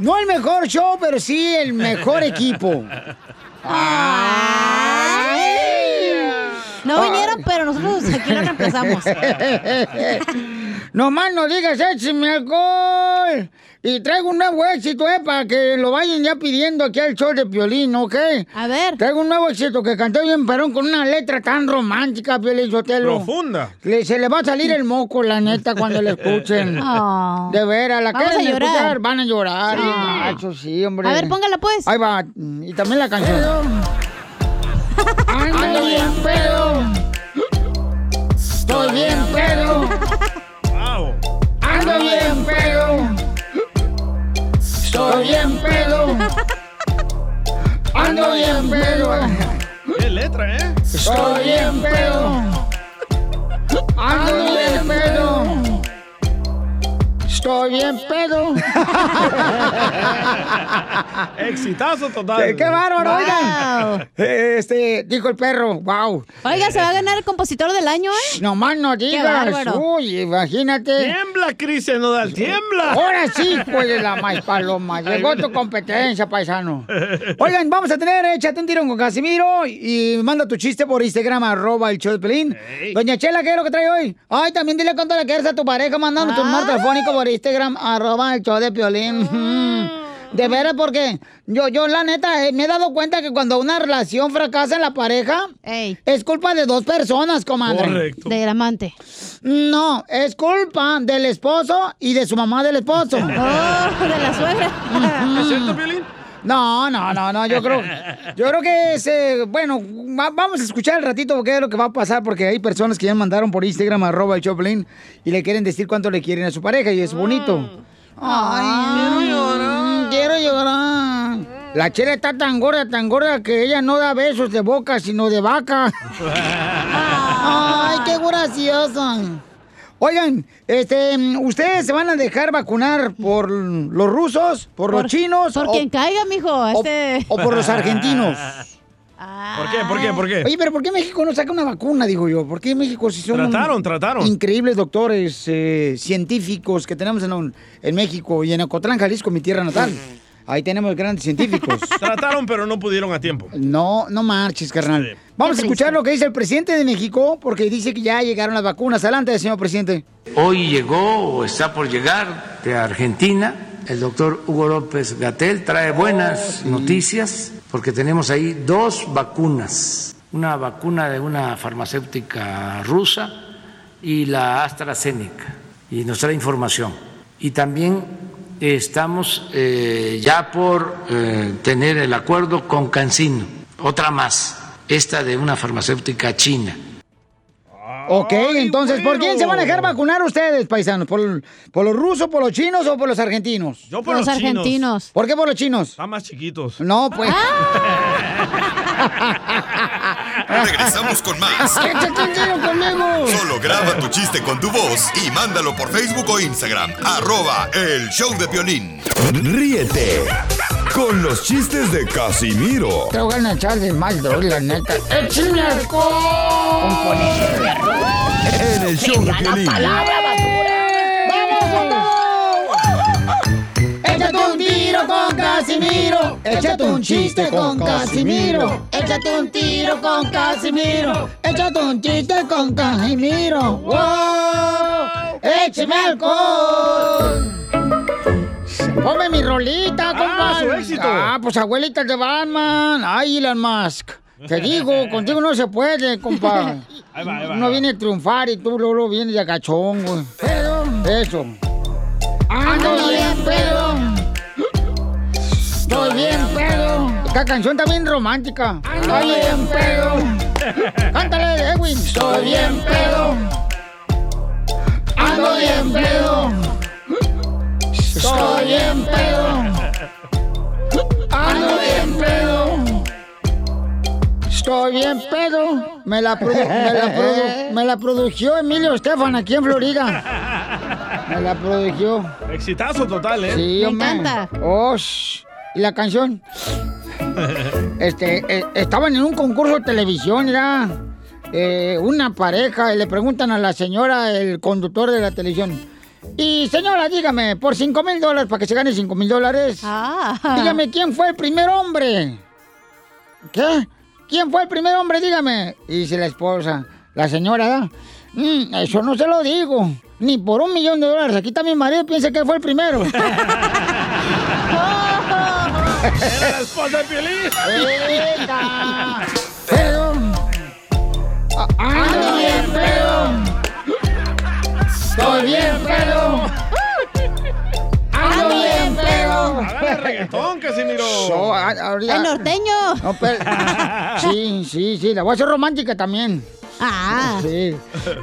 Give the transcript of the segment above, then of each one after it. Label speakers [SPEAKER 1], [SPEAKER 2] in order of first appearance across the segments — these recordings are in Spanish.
[SPEAKER 1] mejor show, pero sí el mejor equipo. Ay.
[SPEAKER 2] No vinieron, pero nosotros aquí lo reemplazamos.
[SPEAKER 1] No más no digas écheme alcohol. Y traigo un nuevo éxito, eh, para que lo vayan ya pidiendo aquí al show de Piolín, ¿ok?
[SPEAKER 2] A ver.
[SPEAKER 1] Traigo un nuevo éxito que canté bien perón con una letra tan romántica, Piolín Sotelo.
[SPEAKER 3] Profunda.
[SPEAKER 1] Le- se le va a salir el moco, la neta, cuando le escuchen.
[SPEAKER 2] Oh.
[SPEAKER 1] De veras, la
[SPEAKER 2] Vamos
[SPEAKER 1] cara
[SPEAKER 2] a
[SPEAKER 1] de
[SPEAKER 2] llorar.
[SPEAKER 1] escuchar, van a llorar.
[SPEAKER 2] Sí.
[SPEAKER 1] Macho, sí, hombre.
[SPEAKER 2] A ver, póngala pues.
[SPEAKER 1] Ahí va, y también la canción. Ando bien pedo. Estoy bien pedo.
[SPEAKER 3] Wow.
[SPEAKER 1] Ando bien pedo. Estoy bien pedo. Ando bien pedo.
[SPEAKER 3] Qué letra, ¿eh?
[SPEAKER 1] Estoy bien pedo. Ando bien pedo.
[SPEAKER 2] Ah.
[SPEAKER 1] Estoy bien pedo.
[SPEAKER 3] Exitazo total. Ah.
[SPEAKER 1] ¡Qué bárbaro,
[SPEAKER 2] Wow.
[SPEAKER 1] oigan! Eh, Este, dijo el perro, wow.
[SPEAKER 2] Oiga, se va a ganar el compositor del año, ¿eh?
[SPEAKER 1] No más no digas.
[SPEAKER 2] bárbaro.
[SPEAKER 1] Uy, imagínate.
[SPEAKER 3] Tiembla, Cristian Nodal, tiembla.
[SPEAKER 1] Ahora sí, pues de la más paloma. Llegó tu competencia, paisano. Oigan, vamos a tener, échate un tiro con Casimiro y manda tu chiste por Instagram, arroba el show de Pelín.
[SPEAKER 3] Ey.
[SPEAKER 1] Doña Chela, ¿qué es lo que trae hoy? Ay, también dile cuánto le quieres a tu pareja, mandando
[SPEAKER 2] Ah.
[SPEAKER 1] tu número telefónico por Instagram, arroba el show de Piolín.
[SPEAKER 2] Ah.
[SPEAKER 1] De veras, porque yo, yo la neta, eh, me he dado cuenta que cuando una relación fracasa en la pareja,
[SPEAKER 2] Ey,
[SPEAKER 1] es culpa de dos personas, comadre.
[SPEAKER 3] Correcto.
[SPEAKER 2] del amante.
[SPEAKER 1] No, es culpa del esposo y de su mamá del esposo.
[SPEAKER 2] Oh, de la suegra.
[SPEAKER 3] ¿Es cierto, Violín?
[SPEAKER 1] No, no, no, no, yo creo, yo creo que es, eh, bueno, va- vamos a escuchar el ratito qué es lo que va a pasar porque hay personas que ya mandaron por Instagram arroba el Choplin y le quieren decir cuánto le quieren a su pareja y es
[SPEAKER 2] Mm.
[SPEAKER 1] bonito. Ay, quiero llorar. Quiero llorar. La chela está tan gorda, tan gorda que ella no da besos de boca, sino de vaca.
[SPEAKER 2] Ah.
[SPEAKER 1] Ay, qué graciosa. Oigan, este, ¿ustedes se van a dejar vacunar por los rusos, por, los chinos?
[SPEAKER 2] Por
[SPEAKER 1] o-
[SPEAKER 2] quien caiga, mijo.
[SPEAKER 1] o,
[SPEAKER 2] Este...
[SPEAKER 1] o por los argentinos.
[SPEAKER 3] Ah. ¿Por qué? ¿Por qué? ¿Por qué?
[SPEAKER 1] Oye, pero ¿por qué México no saca una vacuna, digo yo? ¿Por qué México si son
[SPEAKER 3] Trataron, trataron.
[SPEAKER 1] increíbles doctores eh, científicos que tenemos en, un- en México y en Ocotlán, Jalisco, mi tierra natal? Ahí tenemos grandes científicos.
[SPEAKER 3] Trataron, pero no pudieron a tiempo.
[SPEAKER 1] No, no marches, carnal.
[SPEAKER 3] Sí.
[SPEAKER 1] Vamos a
[SPEAKER 2] Qué
[SPEAKER 1] escuchar
[SPEAKER 2] triste.
[SPEAKER 1] lo que dice el presidente de México, porque dice que ya llegaron las vacunas. Adelante, señor presidente.
[SPEAKER 4] Hoy llegó o está por llegar de Argentina el doctor Hugo López Gatel. Trae
[SPEAKER 1] Oh,
[SPEAKER 4] buenas noticias porque tenemos ahí dos vacunas. Una vacuna de una farmacéutica rusa y la AstraZeneca. Y nos trae información. Y también estamos eh, ya por eh, tener el acuerdo con Cancino. Otra más. Esta de una farmacéutica china.
[SPEAKER 1] ok, entonces, ¿por quién
[SPEAKER 3] bueno.
[SPEAKER 1] se van a dejar vacunar ustedes, paisanos? ¿Por, por los rusos, por los chinos o por los argentinos?
[SPEAKER 3] Yo por
[SPEAKER 2] Los
[SPEAKER 3] los, chinos.
[SPEAKER 2] argentinos. Ah.
[SPEAKER 1] ¿Por qué por los chinos?
[SPEAKER 3] Están más chiquitos.
[SPEAKER 1] No, pues.
[SPEAKER 5] Regresamos con más.
[SPEAKER 1] ¡Échate un tiro conmigo!
[SPEAKER 5] Solo graba tu chiste con tu voz y mándalo por Facebook o Instagram. Arroba el show de violín.
[SPEAKER 6] Ríete con los chistes de Casimiro
[SPEAKER 1] Tengo ganas de echarle más droga, la neta.
[SPEAKER 3] ¡Eh,
[SPEAKER 1] ¡Échame alcohol!
[SPEAKER 6] en el show de Piolín.
[SPEAKER 1] Échate un tiro con Casimiro. Échate un chiste con Casimiro. Échate un tiro con Casimiro. Échate un chiste con Casimiro. ¡Wow! ¡Échame alcohol! Ponme mi rolita, compa.
[SPEAKER 3] su éxito.
[SPEAKER 1] Ah, pues abuelita de Batman. Ay, Elon Musk. Te digo, contigo no se puede, compa.
[SPEAKER 3] Ahí va, ahí va, ahí
[SPEAKER 1] Uno
[SPEAKER 3] va.
[SPEAKER 1] viene a triunfar y tú luego vienes de agachón, güey. Eso. Ando bien pedo. Estoy bien pedo. Esta canción está bien romántica. Ando bien pedo. Cántale, Edwin. Estoy bien pedo. Ando bien pedo. Estoy bien pedo. Ando bien pedo. Estoy bien pedo. Me la, produ- me la, produ- me la produjo Emilio Estefan aquí en Florida. Me la produjo.
[SPEAKER 3] Exitazo total, ¿eh?
[SPEAKER 1] Sí,
[SPEAKER 2] Me
[SPEAKER 1] hombre.
[SPEAKER 2] encanta.
[SPEAKER 1] Oh, sh- ¿Y la canción? Este, eh, estaban en un concurso de televisión, era eh, una pareja, y le preguntan a la señora, el conductor de la televisión, Y señora, dígame, por 5 mil dólares, para que se gane 5 mil dólares, dígame quién fue el primer hombre. ¿Qué? ¿Quién fue el primer hombre? Dígame. Y dice la esposa, la señora, ¿da? "Mm, eso no se lo digo. Ni por un millón de dólares. Aquí está mi marido, piensa que él fue el primero.
[SPEAKER 3] ¡Era la esposa de Piolín!
[SPEAKER 1] ¡Eita! ¡Pero! ¡Ando Ah, bien pedo! ¡Estoy bien pedo! ¡Ando bien pedo!
[SPEAKER 3] Hágale reggaetón, Casimiro.
[SPEAKER 1] So, a- ahorita-
[SPEAKER 2] ¡El norteño!
[SPEAKER 1] No, pero- sí, sí, sí, la voy a hacer romántica también.
[SPEAKER 2] ¡Ah!
[SPEAKER 1] Sí.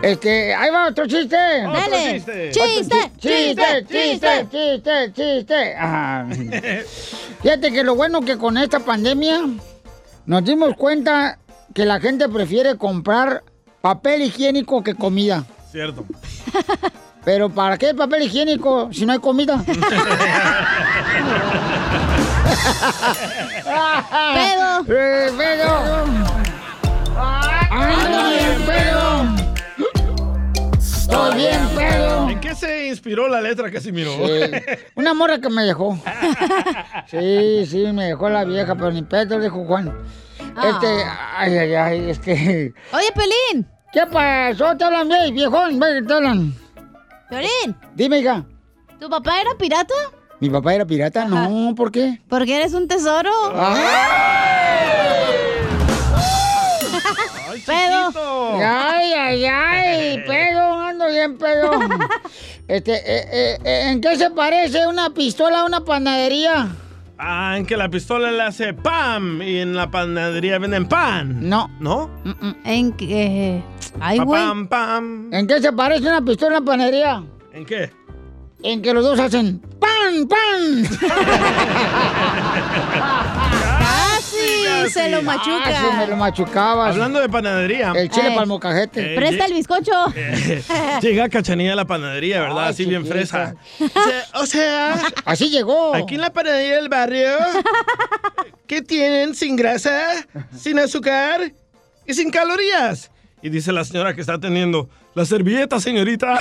[SPEAKER 1] Este, ahí va otro chiste.
[SPEAKER 3] Otro
[SPEAKER 2] ¡Dale!
[SPEAKER 3] chiste.
[SPEAKER 2] ¡Chiste!
[SPEAKER 1] Chiste, chiste, chiste, chiste. Ah. Fíjate que lo bueno que con esta pandemia nos dimos cuenta que la gente prefiere comprar papel higiénico que comida.
[SPEAKER 3] Cierto.
[SPEAKER 1] Pero ¿para qué papel higiénico si no hay comida?
[SPEAKER 2] Pedo.
[SPEAKER 1] Eh, pedo. Ando bien pedo. Estoy bien pedo.
[SPEAKER 3] ¿En qué se inspiró la letra, Casimiro?
[SPEAKER 1] Sí. Una morra que me dejó. Sí, sí, me dejó la vieja, pero ni pedo, dijo Juan.
[SPEAKER 3] Ah.
[SPEAKER 1] Este, ay, ay, ay, este.
[SPEAKER 2] Oye, Pelín.
[SPEAKER 1] ¿Qué pasó? ¿Te hablan bien, viejón? Ve que ¿Te hablan?
[SPEAKER 2] Pelín,
[SPEAKER 1] Dime, hija.
[SPEAKER 2] ¿tu papá era pirata?
[SPEAKER 1] ¿Mi papá era pirata? No, ¿por qué?
[SPEAKER 2] Porque eres un tesoro.
[SPEAKER 3] ¡Ay,
[SPEAKER 2] pedo.
[SPEAKER 3] chiquito!
[SPEAKER 1] Ay, ay, ay, pedo, ando bien pedo. Este, eh, eh, eh, ¿en qué se parece una pistola a una panadería?
[SPEAKER 3] Ah, en que la pistola le hace ¡pam! Y en la panadería venden pan.
[SPEAKER 1] No. Mm.
[SPEAKER 3] ¿No?
[SPEAKER 2] Mm, ¿En qué? Ay,
[SPEAKER 3] Pa,
[SPEAKER 2] güey.
[SPEAKER 3] ¡Pam, pam!
[SPEAKER 1] ¿En qué se parece una pistola a una panadería?
[SPEAKER 3] ¿En qué?
[SPEAKER 1] En que los dos hacen ¡Pan, pan!
[SPEAKER 2] Casi,
[SPEAKER 3] casi.
[SPEAKER 2] se lo machuca.
[SPEAKER 1] Ah, sí, me lo machucabas.
[SPEAKER 3] Hablando de panadería.
[SPEAKER 1] El chile
[SPEAKER 2] Ay.
[SPEAKER 1] para el mocajete.
[SPEAKER 3] Eh,
[SPEAKER 2] Presta el bizcocho.
[SPEAKER 3] Llega Cachanilla a la panadería, ¿verdad?
[SPEAKER 1] Ay,
[SPEAKER 3] Así bien fresa.
[SPEAKER 1] chiquita.
[SPEAKER 3] Se- O sea,
[SPEAKER 1] Así llegó.
[SPEAKER 3] aquí en la panadería del barrio, ¿qué tienen sin grasa, sin azúcar y sin calorías? Y dice la señora que está atendiendo, la servilleta, señorita.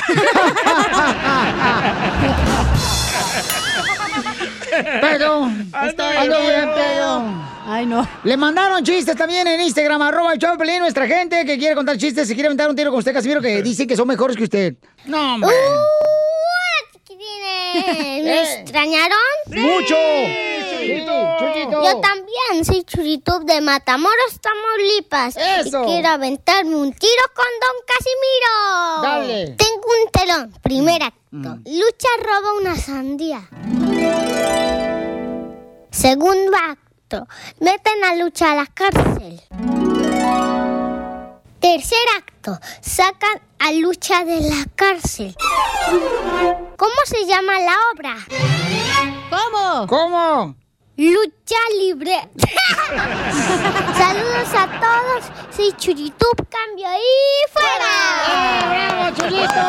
[SPEAKER 1] Pedo. Ando bien, pedo.
[SPEAKER 2] Ay, no.
[SPEAKER 1] Le mandaron chistes también en Instagram, arroba el show de Pelín, nuestra gente que quiere contar chistes, se quiere aventar un tiro con usted, Casimiro, que dice que son mejores que usted. No, hombre.
[SPEAKER 7] ¿Qué
[SPEAKER 1] Eh.
[SPEAKER 7] ¿Me extrañaron?
[SPEAKER 1] ¡Mucho! Sí, Chuyito.
[SPEAKER 7] Yo también soy Churito de Matamoros, Tamaulipas.
[SPEAKER 1] Eso.
[SPEAKER 7] Y quiero aventarme un tiro con Don Casimiro.
[SPEAKER 1] Dale.
[SPEAKER 7] Tengo un telón. Primer acto. Lucha roba una sandía. Segundo acto. Meten a Lucha a la cárcel. Tercer acto. Sacan a Lucha de la cárcel. ¿Cómo se llama la obra?
[SPEAKER 2] ¿Cómo?
[SPEAKER 1] ¿Cómo?
[SPEAKER 7] Lucha libre. Saludos a todos. Soy Churitup, cambio y fuera.
[SPEAKER 1] ¡Bravo, Chuyito!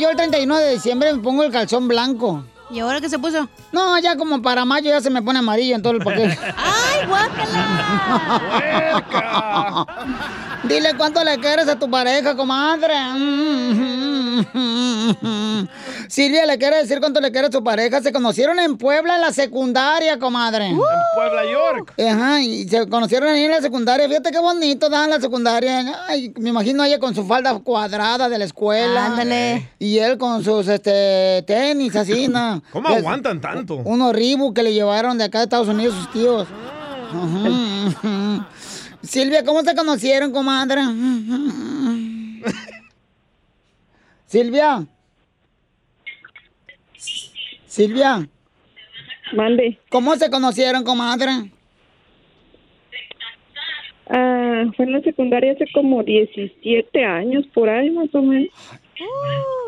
[SPEAKER 1] yo el 31 de diciembre me pongo el calzón blanco.
[SPEAKER 2] ¿Y ahora qué se puso?
[SPEAKER 1] No, ya como para mayo ya se me pone amarillo en todo el paquete.
[SPEAKER 2] ¡Ay, guácala!
[SPEAKER 1] Dile cuánto le quieres a tu pareja, comadre. Silvia le quiere decir cuánto le quiere a su pareja. Se conocieron en Puebla en la secundaria, comadre.
[SPEAKER 2] Uh,
[SPEAKER 3] En Puebla, York.
[SPEAKER 1] Ajá, y se conocieron ahí en la secundaria. Fíjate qué bonito dan la secundaria. Ay, me imagino ella con su falda cuadrada de la escuela.
[SPEAKER 2] Ándale.
[SPEAKER 1] Y él con sus este tenis así, ¿no? Pues,
[SPEAKER 3] ¿Cómo
[SPEAKER 1] Les-
[SPEAKER 3] aguantan tanto?
[SPEAKER 1] Unos ribu que le llevaron de acá de Estados Unidos sus tíos. Ujú. Silvia, ¿cómo se conocieron, comadre? Silvia. Silvia,
[SPEAKER 8] Mande.
[SPEAKER 1] ¿cómo se conocieron, comadre?
[SPEAKER 8] Ah, Ah, fue en la secundaria hace como 17 años, por ahí más o menos.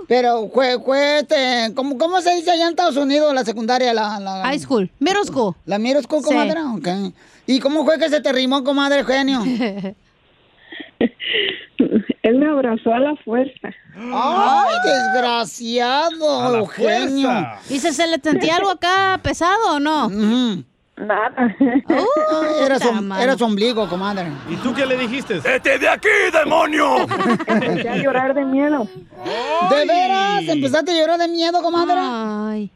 [SPEAKER 1] Pero, fue, fue, este, ¿cómo, ¿cómo se dice allá en Estados Unidos la secundaria? La, la, High
[SPEAKER 2] school. Middle school.
[SPEAKER 1] ¿La middle school,
[SPEAKER 2] Sí.
[SPEAKER 1] comadre? Ok. ¿Y cómo fue que se te rimó, comadre, genio?
[SPEAKER 8] Él me abrazó a la fuerza.
[SPEAKER 1] ¡Ay, desgraciado,
[SPEAKER 8] A la
[SPEAKER 1] Eugenio!
[SPEAKER 8] fuerza.
[SPEAKER 2] ¿Y se, se le sentía algo acá pesado o no?
[SPEAKER 8] Nada.
[SPEAKER 1] Era su,
[SPEAKER 2] la mano.
[SPEAKER 1] era su ombligo, comadre.
[SPEAKER 3] ¿Y tú qué le dijiste?
[SPEAKER 6] ¡Este de aquí, demonio!
[SPEAKER 8] Empecé a llorar de miedo.
[SPEAKER 1] ¿De veras? ¿Empezaste a llorar de miedo, comadre?
[SPEAKER 2] Ay.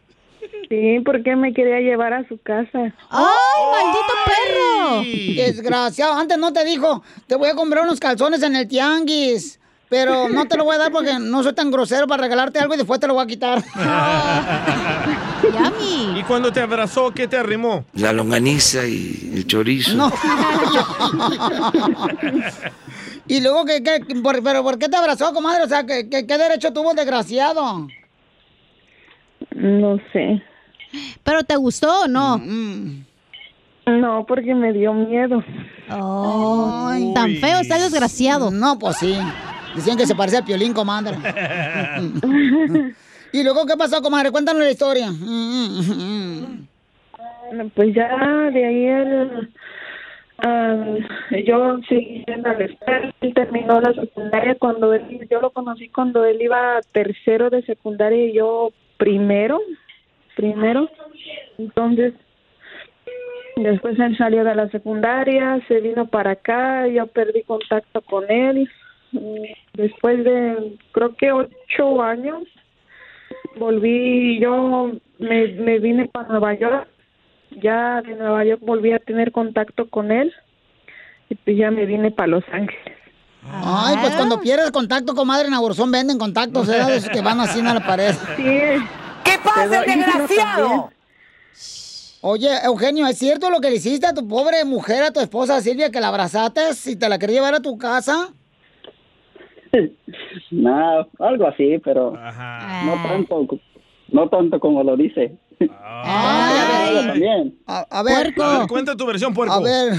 [SPEAKER 8] Sí, porque me quería llevar a su casa.
[SPEAKER 1] ¡Ay, maldito perro! Desgraciado, antes no te dijo, te voy a comprar unos calzones en el tianguis, pero no te lo voy a dar porque no soy tan grosero para regalarte algo y después te lo voy a quitar.
[SPEAKER 3] ¿Y cuando te abrazó, qué te arrimó?
[SPEAKER 4] La longaniza y el chorizo.
[SPEAKER 1] No. y luego, ¿qué, qué, por, ¿pero por qué te abrazó, comadre? O sea, ¿qué, qué, qué derecho tuvo el desgraciado?
[SPEAKER 8] No sé. Mm.
[SPEAKER 2] ¿Pero te gustó o no?
[SPEAKER 8] No, porque me dio miedo.
[SPEAKER 2] Oh, tan feo está el desgraciado.
[SPEAKER 1] No, pues sí. Dicen que se parece al piolín, comadre. ¿Y luego qué pasó, comadre? Cuéntanos la historia.
[SPEAKER 8] Bueno, Pues ya de ahí el, al- yo seguí en la escuela, él terminó la secundaria cuando él, yo lo conocí cuando él iba a tercero de secundaria y yo primero, primero. Entonces, después él salió de la secundaria, se vino para acá, yo perdí contacto con él. Después de creo que ocho años, volví, yo me, me vine para Nueva York ya de Nueva York volví a tener contacto con él y pues ya me vine para Los Ángeles.
[SPEAKER 1] Ay, pues
[SPEAKER 2] Ah.
[SPEAKER 1] cuando pierdes contacto, comadre, en Aburzón venden contactos, ¿eh? De esos que van así en la pared.
[SPEAKER 8] ¿Qué
[SPEAKER 1] pasa,
[SPEAKER 8] desgraciado?
[SPEAKER 1] Oye, Eugenio, ¿es cierto lo que le hiciste a tu pobre mujer, a tu esposa Silvia, que la abrazaste y te la quería llevar a tu casa?
[SPEAKER 9] No, algo así, pero no
[SPEAKER 1] Ah.
[SPEAKER 9] tanto, no tanto como lo dice. También.
[SPEAKER 1] A,
[SPEAKER 2] ver. Puerco.
[SPEAKER 3] A ver, cuenta tu versión, puerco.
[SPEAKER 2] A ver.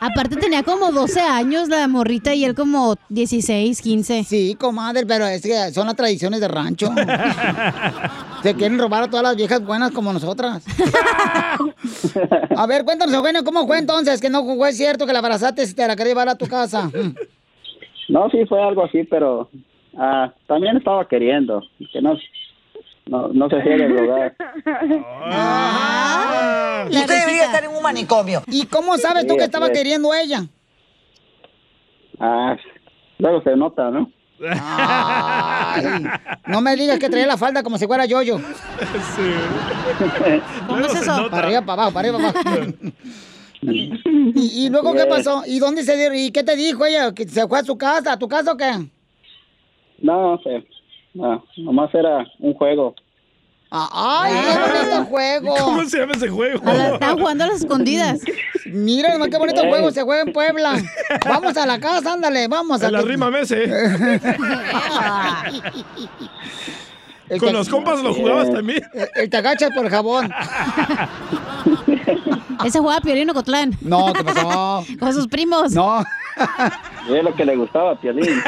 [SPEAKER 2] Aparte tenía como 12 años la morrita y él como 16, 15.
[SPEAKER 1] Sí, comadre, pero es que son las tradiciones de rancho. Se quieren robar a todas las viejas buenas como nosotras. A ver, cuéntanos, Eugenio, ¿cómo fue entonces? Que no fue cierto que la abrazaste y te la quería llevar a tu casa.
[SPEAKER 9] No, sí fue algo así, pero ah, también estaba queriendo, que no, no, no se cierre el lugar.
[SPEAKER 1] Usted debería estar en un manicomio. ¿Y cómo sabes tú
[SPEAKER 9] Sí,
[SPEAKER 1] que estaba
[SPEAKER 9] así es.
[SPEAKER 1] queriendo ella?
[SPEAKER 9] Ah, luego se nota, ¿no?
[SPEAKER 1] No me digas que traía la falda como si fuera yo-yo. ¿Cómo es eso? Para arriba, para abajo, para arriba, para abajo. ¿Y, y luego qué
[SPEAKER 9] Yes.
[SPEAKER 1] pasó? ¿Y dónde se dieron? ¿Y qué te dijo ella? ¿Que se fue a su casa? ¿A tu casa o qué?
[SPEAKER 9] No, no sé. No, nomás era un juego.
[SPEAKER 1] Ah, ¡Ay, qué bonito juego!
[SPEAKER 9] ¿Cómo
[SPEAKER 3] Ah. se llama ese juego?
[SPEAKER 1] Están jugando a las escondidas. Mira, nomás qué bonito
[SPEAKER 3] Ey.
[SPEAKER 1] juego se juega en Puebla. Vamos a la casa, ándale, vamos. a
[SPEAKER 3] En la
[SPEAKER 1] que-
[SPEAKER 3] rima mese.
[SPEAKER 1] El
[SPEAKER 3] Con
[SPEAKER 1] te-
[SPEAKER 3] los compas lo
[SPEAKER 1] Eh,
[SPEAKER 3] jugabas también.
[SPEAKER 1] El- El te agachas por jabón.
[SPEAKER 2] Ese jugaba Piolín Cotlán.
[SPEAKER 1] No, ¿qué pasó?
[SPEAKER 2] Con sus primos.
[SPEAKER 1] No.
[SPEAKER 9] Y es lo que le gustaba a Piolín.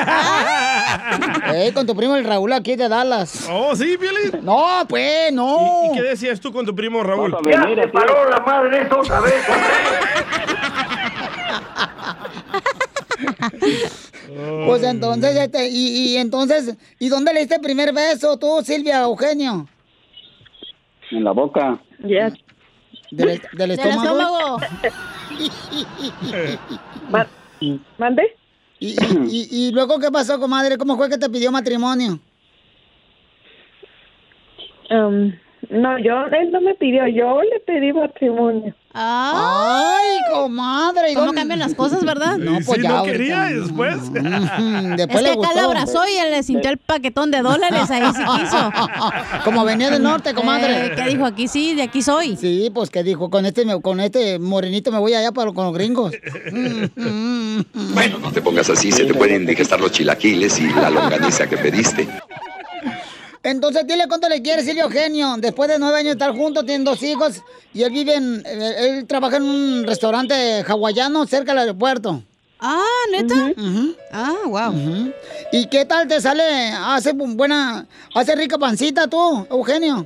[SPEAKER 1] Eh, con tu primo el Raúl aquí de Dallas.
[SPEAKER 3] Oh, sí, Piolín.
[SPEAKER 1] No, pues, no.
[SPEAKER 3] ¿Y qué decías tú con tu primo Raúl?
[SPEAKER 9] Ya venir, se tío. paró la
[SPEAKER 3] madre esto otra vez. Oh.
[SPEAKER 1] Pues entonces, este, y, y entonces, ¿y dónde le diste el primer beso tú, Silvia, Eugenio?
[SPEAKER 9] En la boca.
[SPEAKER 1] ¿Del, del estómago?
[SPEAKER 8] ¿Mande?
[SPEAKER 1] ¿Y, y, y- y luego qué pasó, comadre? ¿Cómo fue que te pidió matrimonio?
[SPEAKER 8] Em, no, yo, él no me pidió, yo le pedí matrimonio.
[SPEAKER 1] ¡Ay, comadre!
[SPEAKER 2] ¿Cómo cambian las cosas, verdad?
[SPEAKER 1] No, pues ya. ahorita no.
[SPEAKER 3] después.
[SPEAKER 1] Después
[SPEAKER 2] Ah, es
[SPEAKER 1] le
[SPEAKER 2] que acá
[SPEAKER 1] gustó.
[SPEAKER 2] la abrazó y le sintió el paquetón de dólares, ahí sí quiso.
[SPEAKER 1] Como venía del norte, comadre.
[SPEAKER 2] Eh, ¿qué dijo?
[SPEAKER 1] Aquí sí, de aquí soy. Sí, pues que dijo, con este, me- con este morenito me voy allá para, con los gringos.
[SPEAKER 10] No te pongas así, se te pueden digestar los chilaquiles y la longaniza que pediste.
[SPEAKER 1] Entonces dile cuánto le quieres, Silvio Genio. Después de nueve años de estar juntos, tienen dos hijos y él vive en, él, él trabaja en un restaurante hawaiano cerca del aeropuerto.
[SPEAKER 2] Ah, ¿neta?
[SPEAKER 1] Ah, wow. ¿Y qué tal te sale? Hace bu- buena, hace rica pancita tú, Eugenio.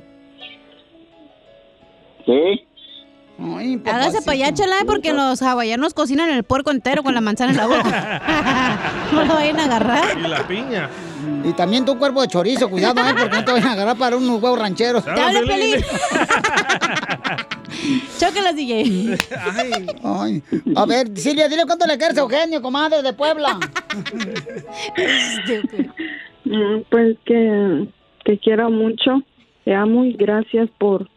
[SPEAKER 9] Sí.
[SPEAKER 1] Ay,
[SPEAKER 2] Hágase para allá, chala, porque los hawaianos cocinan el puerco entero con la manzana en la boca. no lo vayan a agarrar.
[SPEAKER 3] Y la piña.
[SPEAKER 1] Y también tu cuerpo de chorizo, cuidado, ¿eh? porque no te vayan a agarrar para unos huevos rancheros.
[SPEAKER 2] ¡Te habla, Pelín! Chócalas, DJ.
[SPEAKER 1] Ay. A ver, Silvia, dile cuánto le quieres a Eugenio, comadre de Puebla.
[SPEAKER 8] Mm, Pues que te quiero mucho, te amo y gracias por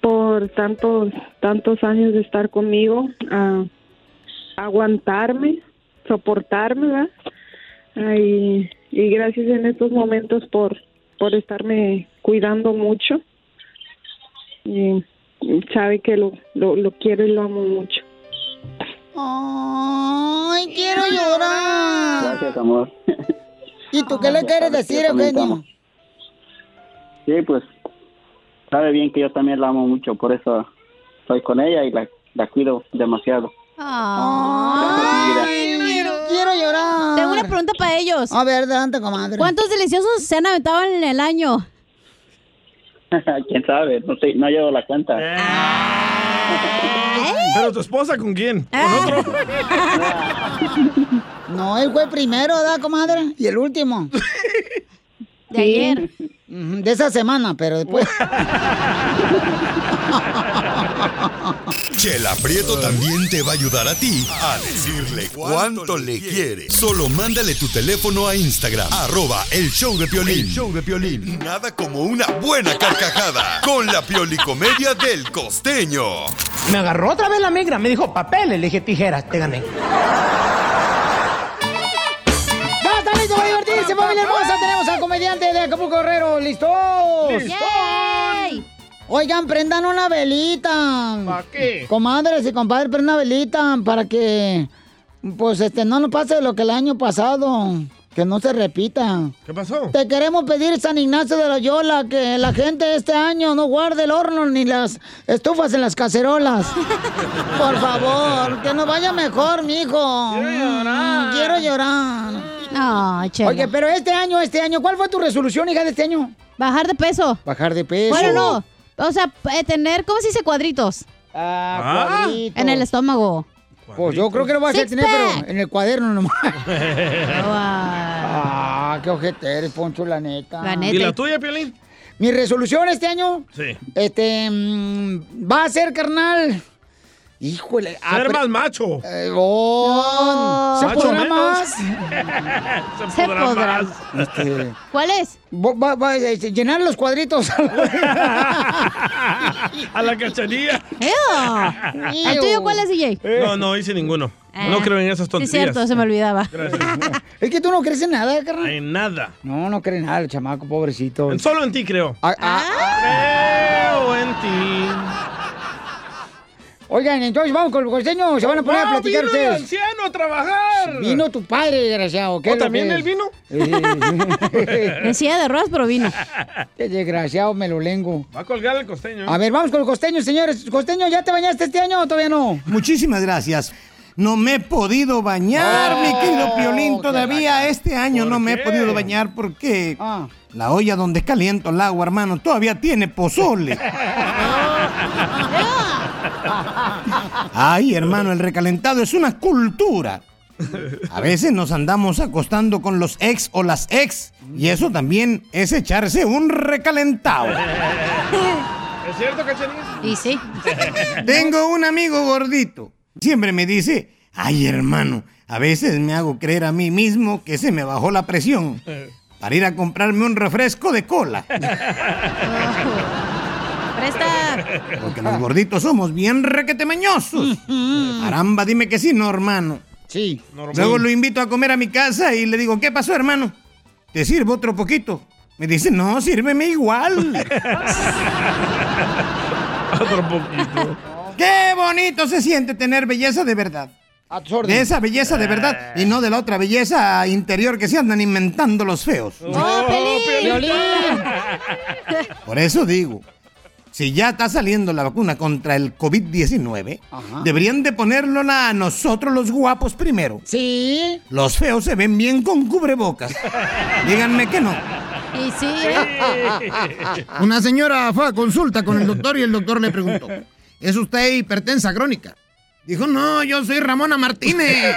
[SPEAKER 8] por tantos tantos años de estar conmigo, ah, aguantarme, soportarme, ¿verdad? Ah, y, y gracias en estos momentos por por estarme cuidando mucho. Y, y sabe que lo, lo, lo quiero y lo amo mucho.
[SPEAKER 1] Ay, quiero llorar.
[SPEAKER 9] Gracias, amor.
[SPEAKER 1] ¿Y tú qué le quieres decir,
[SPEAKER 9] Yo también te
[SPEAKER 1] Eugenio?
[SPEAKER 9] amo. Sí, pues sabe bien que yo también la amo mucho, por eso estoy con ella y la, la cuido demasiado.
[SPEAKER 2] Ay,
[SPEAKER 1] quiero llorar.
[SPEAKER 2] Tengo una pregunta para ellos.
[SPEAKER 1] A ver, adelante, comadre.
[SPEAKER 2] ¿Cuántos deliciosos se han aventado en el año?
[SPEAKER 9] ¿Quién sabe? No, sé, no llevo la cuenta.
[SPEAKER 1] Ah.
[SPEAKER 3] ¿Pero tu esposa con quién? ¿Con otro?
[SPEAKER 1] No, él fue primero, ¿verdad, comadre? Y el último.
[SPEAKER 2] De ayer.
[SPEAKER 1] Ujú, De esa semana, pero después.
[SPEAKER 5] Chela Prieto también te va a ayudar a ti a decirle cuánto le quiere. Solo mándale tu teléfono a Instagram, arroba el show de Piolín. show de Piolín. Nada como una buena carcajada con la piolicomedia del costeño.
[SPEAKER 10] Me agarró otra vez la migra, me dijo papeles, le dije tijeras, te gané.
[SPEAKER 1] ¡Ya está listo para divertirse, familia hermosa! Tenemos al comediante de Acapulco Guerrero. ¡Listos!
[SPEAKER 2] ¡Yay!
[SPEAKER 1] Oigan, prendan una velita.
[SPEAKER 3] ¿Para qué?
[SPEAKER 1] Comadres y compadres, prendan una velita para que, pues, este, no nos pase lo que el año pasado. Que no se repita.
[SPEAKER 3] ¿Qué pasó?
[SPEAKER 1] Te queremos pedir, San Ignacio de Loyola, que la gente este año no guarde el horno ni las estufas en las cacerolas. Por favor, que nos vaya mejor, mijo. Quiero llorar. Quiero llorar.
[SPEAKER 2] Mm. No, Chela.
[SPEAKER 1] Oye, pero este año, este año, ¿cuál fue tu resolución, hija, de este año?
[SPEAKER 2] Bajar de peso.
[SPEAKER 1] Bajar de peso.
[SPEAKER 2] Bueno, no. O sea, eh, tener, ¿cómo se dice? Cuadritos.
[SPEAKER 1] Ah, cuadritos.
[SPEAKER 2] En el estómago.
[SPEAKER 1] Pues yo creo que lo vas a
[SPEAKER 2] Six
[SPEAKER 1] tener,
[SPEAKER 2] pack.
[SPEAKER 1] pero en el cuaderno nomás.
[SPEAKER 2] Ah,
[SPEAKER 1] ah, qué ojete eres, Poncho, la neta.
[SPEAKER 2] La neta.
[SPEAKER 3] ¿Y la tuya, Piolín?
[SPEAKER 1] Mi resolución este año,
[SPEAKER 3] Sí.
[SPEAKER 1] este, mm, va a ser, carnal.
[SPEAKER 3] Ser
[SPEAKER 1] Híjole. apre-
[SPEAKER 3] más macho.
[SPEAKER 1] Eh, oh, ¿Se
[SPEAKER 3] Macho
[SPEAKER 1] podrá
[SPEAKER 3] menos.
[SPEAKER 1] más?
[SPEAKER 2] Se podrá.
[SPEAKER 3] más.
[SPEAKER 1] Este,
[SPEAKER 2] ¿Cuál es?
[SPEAKER 1] vo- va- va- este, llenar los cuadritos.
[SPEAKER 3] A la cachanilla.
[SPEAKER 2] Eo. ¿El tuyo cuál es, DJ?
[SPEAKER 3] Eh. No, no hice ninguno.
[SPEAKER 1] Ah.
[SPEAKER 3] No creo en esas
[SPEAKER 2] Sí,
[SPEAKER 3] tonterías.
[SPEAKER 2] cierto, se me olvidaba.
[SPEAKER 1] es que tú no crees en nada, carnal.
[SPEAKER 3] En nada.
[SPEAKER 1] No, no cree en nada el chamaco, pobrecito.
[SPEAKER 3] En- Solo en ti creo.
[SPEAKER 1] Ah, ah,
[SPEAKER 3] Creo en ti.
[SPEAKER 1] Oigan, entonces vamos con el costeño, se van a poner a
[SPEAKER 3] ¡Ah,
[SPEAKER 1] platicar
[SPEAKER 3] vino el
[SPEAKER 1] ustedes.
[SPEAKER 3] anciano a trabajar!
[SPEAKER 1] Vino tu pues. padre, desgraciado. ¿qué
[SPEAKER 3] ¿O
[SPEAKER 1] es lo
[SPEAKER 3] también
[SPEAKER 1] que
[SPEAKER 3] él
[SPEAKER 1] es?
[SPEAKER 3] vino?
[SPEAKER 1] Eh,
[SPEAKER 2] Decía de ruedas, pero vino.
[SPEAKER 1] qué desgraciado, me lo lengo.
[SPEAKER 3] Va a colgar el costeño. ¿eh?
[SPEAKER 1] A ver, vamos con el costeño, señores. Costeño, ¿ya te bañaste este año o todavía no?
[SPEAKER 10] Muchísimas gracias. No me he podido bañar,
[SPEAKER 1] Oh,
[SPEAKER 10] mi querido
[SPEAKER 1] qué
[SPEAKER 10] Piolín. Todavía este año no me he
[SPEAKER 3] qué?
[SPEAKER 10] podido bañar porque
[SPEAKER 1] Ah.
[SPEAKER 10] la olla donde caliento el agua, hermano, todavía tiene pozole. Ay, hermano, el recalentado es una cultura. A veces nos andamos acostando con los ex o las ex y eso también es echarse un recalentado.
[SPEAKER 3] ¿Es cierto, cachanilla?
[SPEAKER 2] Y sí.
[SPEAKER 10] Tengo un amigo gordito. Siempre me dice, ay hermano, a veces me hago creer a mí mismo que se me bajó la presión para ir a comprarme un refresco de cola.
[SPEAKER 2] Presta.
[SPEAKER 10] Porque los gorditos somos bien requetemeñosos. Caramba, dime que sí, no hermano.
[SPEAKER 1] Sí.
[SPEAKER 10] Luego lo invito a comer a mi casa y le digo, ¿qué pasó hermano? ¿Te sirvo otro poquito? Me dice, no, sírveme igual.
[SPEAKER 3] Otro poquito.
[SPEAKER 10] Qué bonito se siente tener belleza de verdad. De esa belleza de verdad y no de la otra belleza interior que se andan inventando los feos.
[SPEAKER 11] ¡Oh, Pelín!
[SPEAKER 10] Por eso digo, si ya está saliendo la vacuna contra el COVID-19,
[SPEAKER 12] Ajá.
[SPEAKER 10] deberían de ponerla a nosotros los guapos primero.
[SPEAKER 1] Sí.
[SPEAKER 10] Los feos se ven bien con cubrebocas. Díganme que no.
[SPEAKER 11] Y sí.
[SPEAKER 12] ¿eh?
[SPEAKER 10] Una señora fue a consulta con el doctor y el doctor le preguntó, ¿es usted hipertensa crónica? Dijo, no, yo soy Ramona Martínez.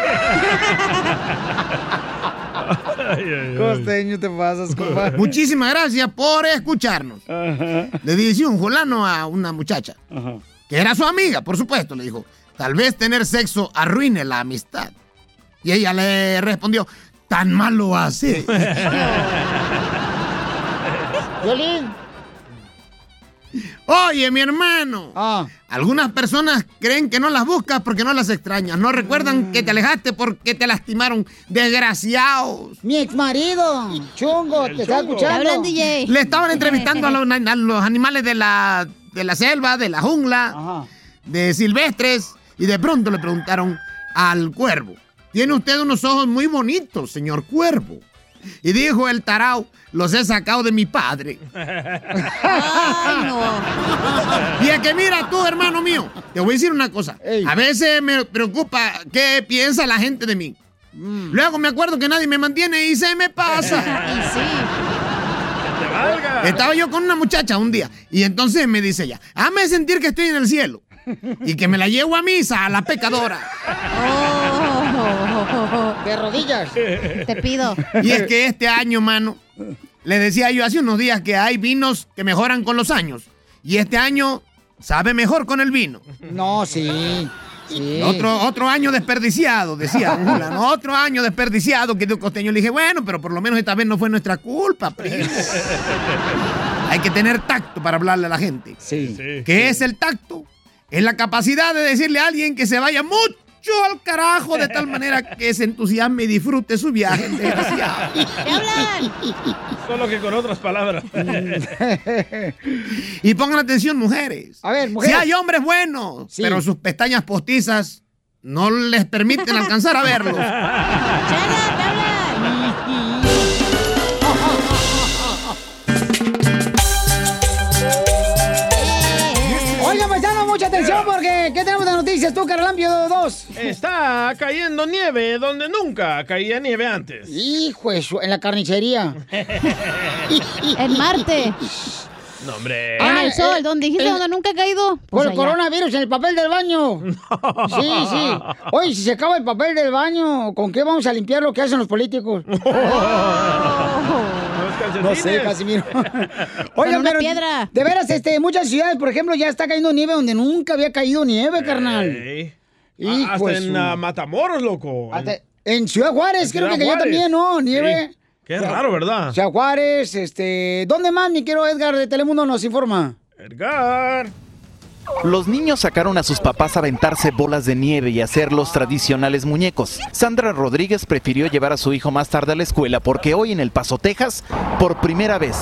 [SPEAKER 1] Costeño, te pasas, compadre.
[SPEAKER 10] Muchísimas gracias por escucharnos. Le dice un fulano a una muchacha, que era su amiga, por supuesto, le dijo, tal vez tener sexo arruine la amistad. Y ella le respondió, tan mal lo hace.
[SPEAKER 1] Violín.
[SPEAKER 10] Oye, mi hermano. Algunas personas creen que no las buscas porque no las extrañas. No recuerdan que te alejaste porque te lastimaron. Desgraciados.
[SPEAKER 1] Mi ex marido. Chungo, te está
[SPEAKER 10] chungo.
[SPEAKER 1] escuchando.
[SPEAKER 10] Hablan, DJ. Le estaban entrevistando a los, a los animales de la, de la selva, de la jungla, de silvestres. Y de pronto le preguntaron al cuervo. Tiene usted unos ojos muy bonitos, señor cuervo. Y dijo el tarao, los he sacado de mi padre. Y es que mira tú, hermano mío, te voy a decir una cosa. A veces me preocupa qué piensa la gente de mí. Luego me acuerdo que nadie me mantiene y se me pasa. Estaba yo con una muchacha un día y entonces me dice ella, hazme sentir que estoy en el cielo y que me la llevo a misa, a la pecadora.
[SPEAKER 1] De rodillas.
[SPEAKER 11] Oh. Te pido.
[SPEAKER 10] Y es que este año, mano, le decía yo hace unos días que hay vinos que mejoran con los años. Y este año sabe mejor con el vino.
[SPEAKER 1] No, sí.
[SPEAKER 10] Otro, otro año desperdiciado, decía un fulano. Otro año desperdiciado que de costeño le dije, bueno, pero por lo menos esta vez no fue nuestra culpa, primo. Hay que tener tacto para hablarle a la gente.
[SPEAKER 1] Sí.
[SPEAKER 10] ¿Qué es el tacto? Es la capacidad de decirle a alguien que se vaya mucho al carajo de tal manera que se entusiasme y disfrute su viaje, desgraciado.
[SPEAKER 3] Solo que con otras palabras.
[SPEAKER 1] Mm.
[SPEAKER 10] Y pongan atención, mujeres. A ver,
[SPEAKER 3] mujeres.
[SPEAKER 10] Si hay hombres buenos, pero sus pestañas postizas no les permiten alcanzar a verlos.
[SPEAKER 1] Oiga, paisano, mucha atención porque ¿qué tenemos de noticias tú, Caralampio 2?
[SPEAKER 3] Está cayendo nieve donde nunca caía nieve antes.
[SPEAKER 1] Hijo de su- en la carnicería.
[SPEAKER 11] En Marte.
[SPEAKER 3] No, hombre.
[SPEAKER 11] En el sol, donde dijiste
[SPEAKER 1] eh,
[SPEAKER 11] donde nunca ha caído.
[SPEAKER 1] Por
[SPEAKER 11] Pues
[SPEAKER 1] el
[SPEAKER 11] allá.
[SPEAKER 1] coronavirus, en el papel del baño. Sí, sí. Oye, si se acaba el papel del baño, ¿con qué vamos a limpiar lo que hacen los políticos? No sé, Casimiro. Oigan,
[SPEAKER 11] una
[SPEAKER 1] pero
[SPEAKER 11] piedra.
[SPEAKER 1] de veras, este, muchas ciudades, por ejemplo, ya está cayendo nieve donde nunca había caído nieve, carnal.
[SPEAKER 3] Ey.
[SPEAKER 1] Hijo
[SPEAKER 3] Ah, hasta
[SPEAKER 1] de
[SPEAKER 3] en
[SPEAKER 1] su-
[SPEAKER 3] ah, Matamoros, loco.
[SPEAKER 1] Hasta- en Ciudad Juárez,
[SPEAKER 3] En
[SPEAKER 1] creo
[SPEAKER 3] Ciudad
[SPEAKER 1] que cayó
[SPEAKER 3] Juárez.
[SPEAKER 1] también, ¿no?
[SPEAKER 3] Sí.
[SPEAKER 1] Nieve.
[SPEAKER 3] Qué
[SPEAKER 1] Ciudad-
[SPEAKER 3] raro, ¿verdad?
[SPEAKER 1] Ciudad Juárez, este, ¿dónde más, mi quiero Edgar de Telemundo nos informa?
[SPEAKER 3] Edgar.
[SPEAKER 13] Los niños sacaron a sus papás a aventarse bolas de nieve y hacer los tradicionales muñecos. Sandra Rodríguez prefirió llevar a su hijo más tarde a la escuela porque hoy en El Paso, Texas, por primera vez,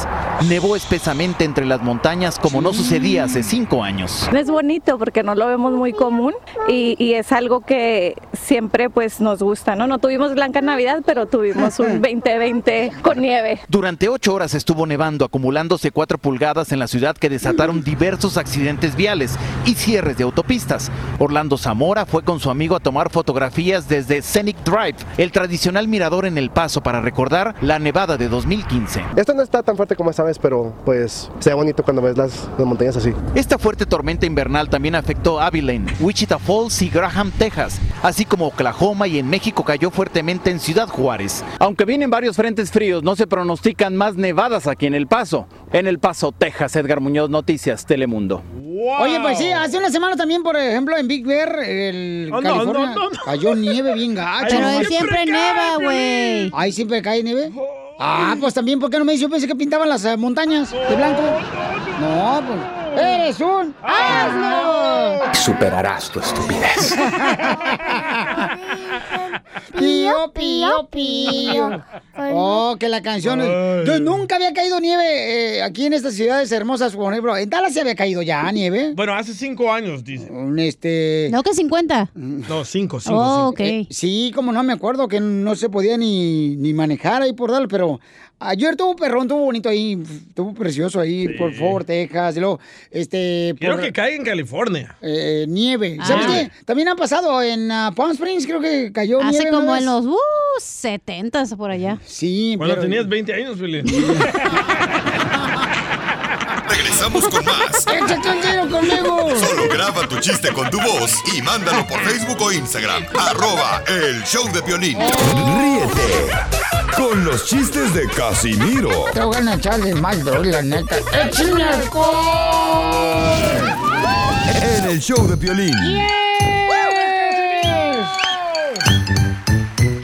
[SPEAKER 13] nevó espesamente entre las montañas como no sucedía hace cinco años.
[SPEAKER 2] Es bonito porque no lo vemos muy común y, y es algo que siempre pues nos gusta, ¿no? No tuvimos Blanca Navidad, pero tuvimos un 2020 con nieve.
[SPEAKER 13] Durante ocho horas estuvo nevando, acumulándose cuatro pulgadas en la ciudad que desataron diversos accidentes viales y cierres de autopistas. Orlando Zamora fue con su amigo a tomar fotografías desde Scenic Drive, el tradicional mirador en El Paso para recordar la nevada de 2015.
[SPEAKER 14] Esta no está tan fuerte como esta vez, pero pues se ve bonito cuando ves las, las montañas así.
[SPEAKER 13] Esta fuerte tormenta invernal también afectó a Abilene, Wichita Falls y Graham, Texas, así como Oklahoma y en México cayó fuertemente en Ciudad Juárez.
[SPEAKER 15] Aunque vienen varios frentes fríos, no se pronostican más nevadas aquí en El Paso. En El Paso, Texas, Edgar Muñoz, Noticias, Telemundo.
[SPEAKER 1] Oye, pues sí, hace una semana también, por ejemplo, en Big Bear, el
[SPEAKER 15] Oh, no,
[SPEAKER 1] California,
[SPEAKER 15] no, no, no.
[SPEAKER 1] cayó nieve bien gacha.
[SPEAKER 11] Pero ahí siempre neva, güey.
[SPEAKER 1] Ahí siempre cae nieve. Ah, pues también, ¿por qué no me dices? Yo pensé que pintaban las eh, montañas de blanco. No, pues. ¡Eres un asno!
[SPEAKER 16] Superarás tu estupidez.
[SPEAKER 1] Pío, pío, pío. Oh, que la canción. Yo nunca había caído nieve eh, aquí en estas ciudades hermosas, por ejemplo. En Dallas se había caído ya nieve.
[SPEAKER 3] Bueno, hace cinco años, dice.
[SPEAKER 1] Este.
[SPEAKER 2] No, que 50.
[SPEAKER 3] No, cinco, cinco.
[SPEAKER 2] Oh, ok.
[SPEAKER 3] cinco.
[SPEAKER 1] Eh, sí, como no me acuerdo que no se podía ni, ni manejar ahí por Dallas, pero ayer tuvo perrón, tuvo bonito ahí, tuvo precioso ahí por Fort, Texas, y luego, este,
[SPEAKER 3] Quiero
[SPEAKER 1] por
[SPEAKER 3] que caiga en California.
[SPEAKER 1] eh, nieve. ¿Sabes
[SPEAKER 3] Nieve.
[SPEAKER 1] qué? También ha pasado en ah, Palm Springs, creo que cayó nieve.
[SPEAKER 2] Hace
[SPEAKER 1] una
[SPEAKER 2] como en
[SPEAKER 1] vez.
[SPEAKER 2] los uh, 70 por allá.
[SPEAKER 1] Sí,
[SPEAKER 3] Cuando
[SPEAKER 1] pero-
[SPEAKER 3] tenías 20 años, Felipe.
[SPEAKER 5] Regresamos con más.
[SPEAKER 1] ¡Échate un tiro conmigo!
[SPEAKER 5] Solo graba tu chiste con tu voz y mándalo por Facebook o Instagram. Arroba el show de violín.
[SPEAKER 17] Ríete con los chistes de Casimiro
[SPEAKER 1] Tengo ganas de echarle más droga, la neta.
[SPEAKER 11] ¡Échame alcohol!
[SPEAKER 17] en el show de violín.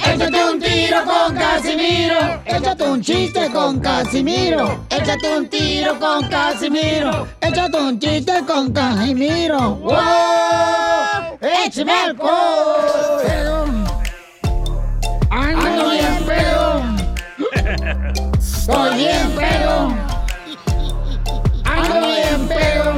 [SPEAKER 1] Échate un tiro con Casimiro. Échate un chiste con Casimiro. Échate un tiro con Casimiro. Échate un chiste con Casimiro. ¡Wow! ¡Échame alcohol! Ando bien pedo. Estoy bien pedo. Ando bien pedo.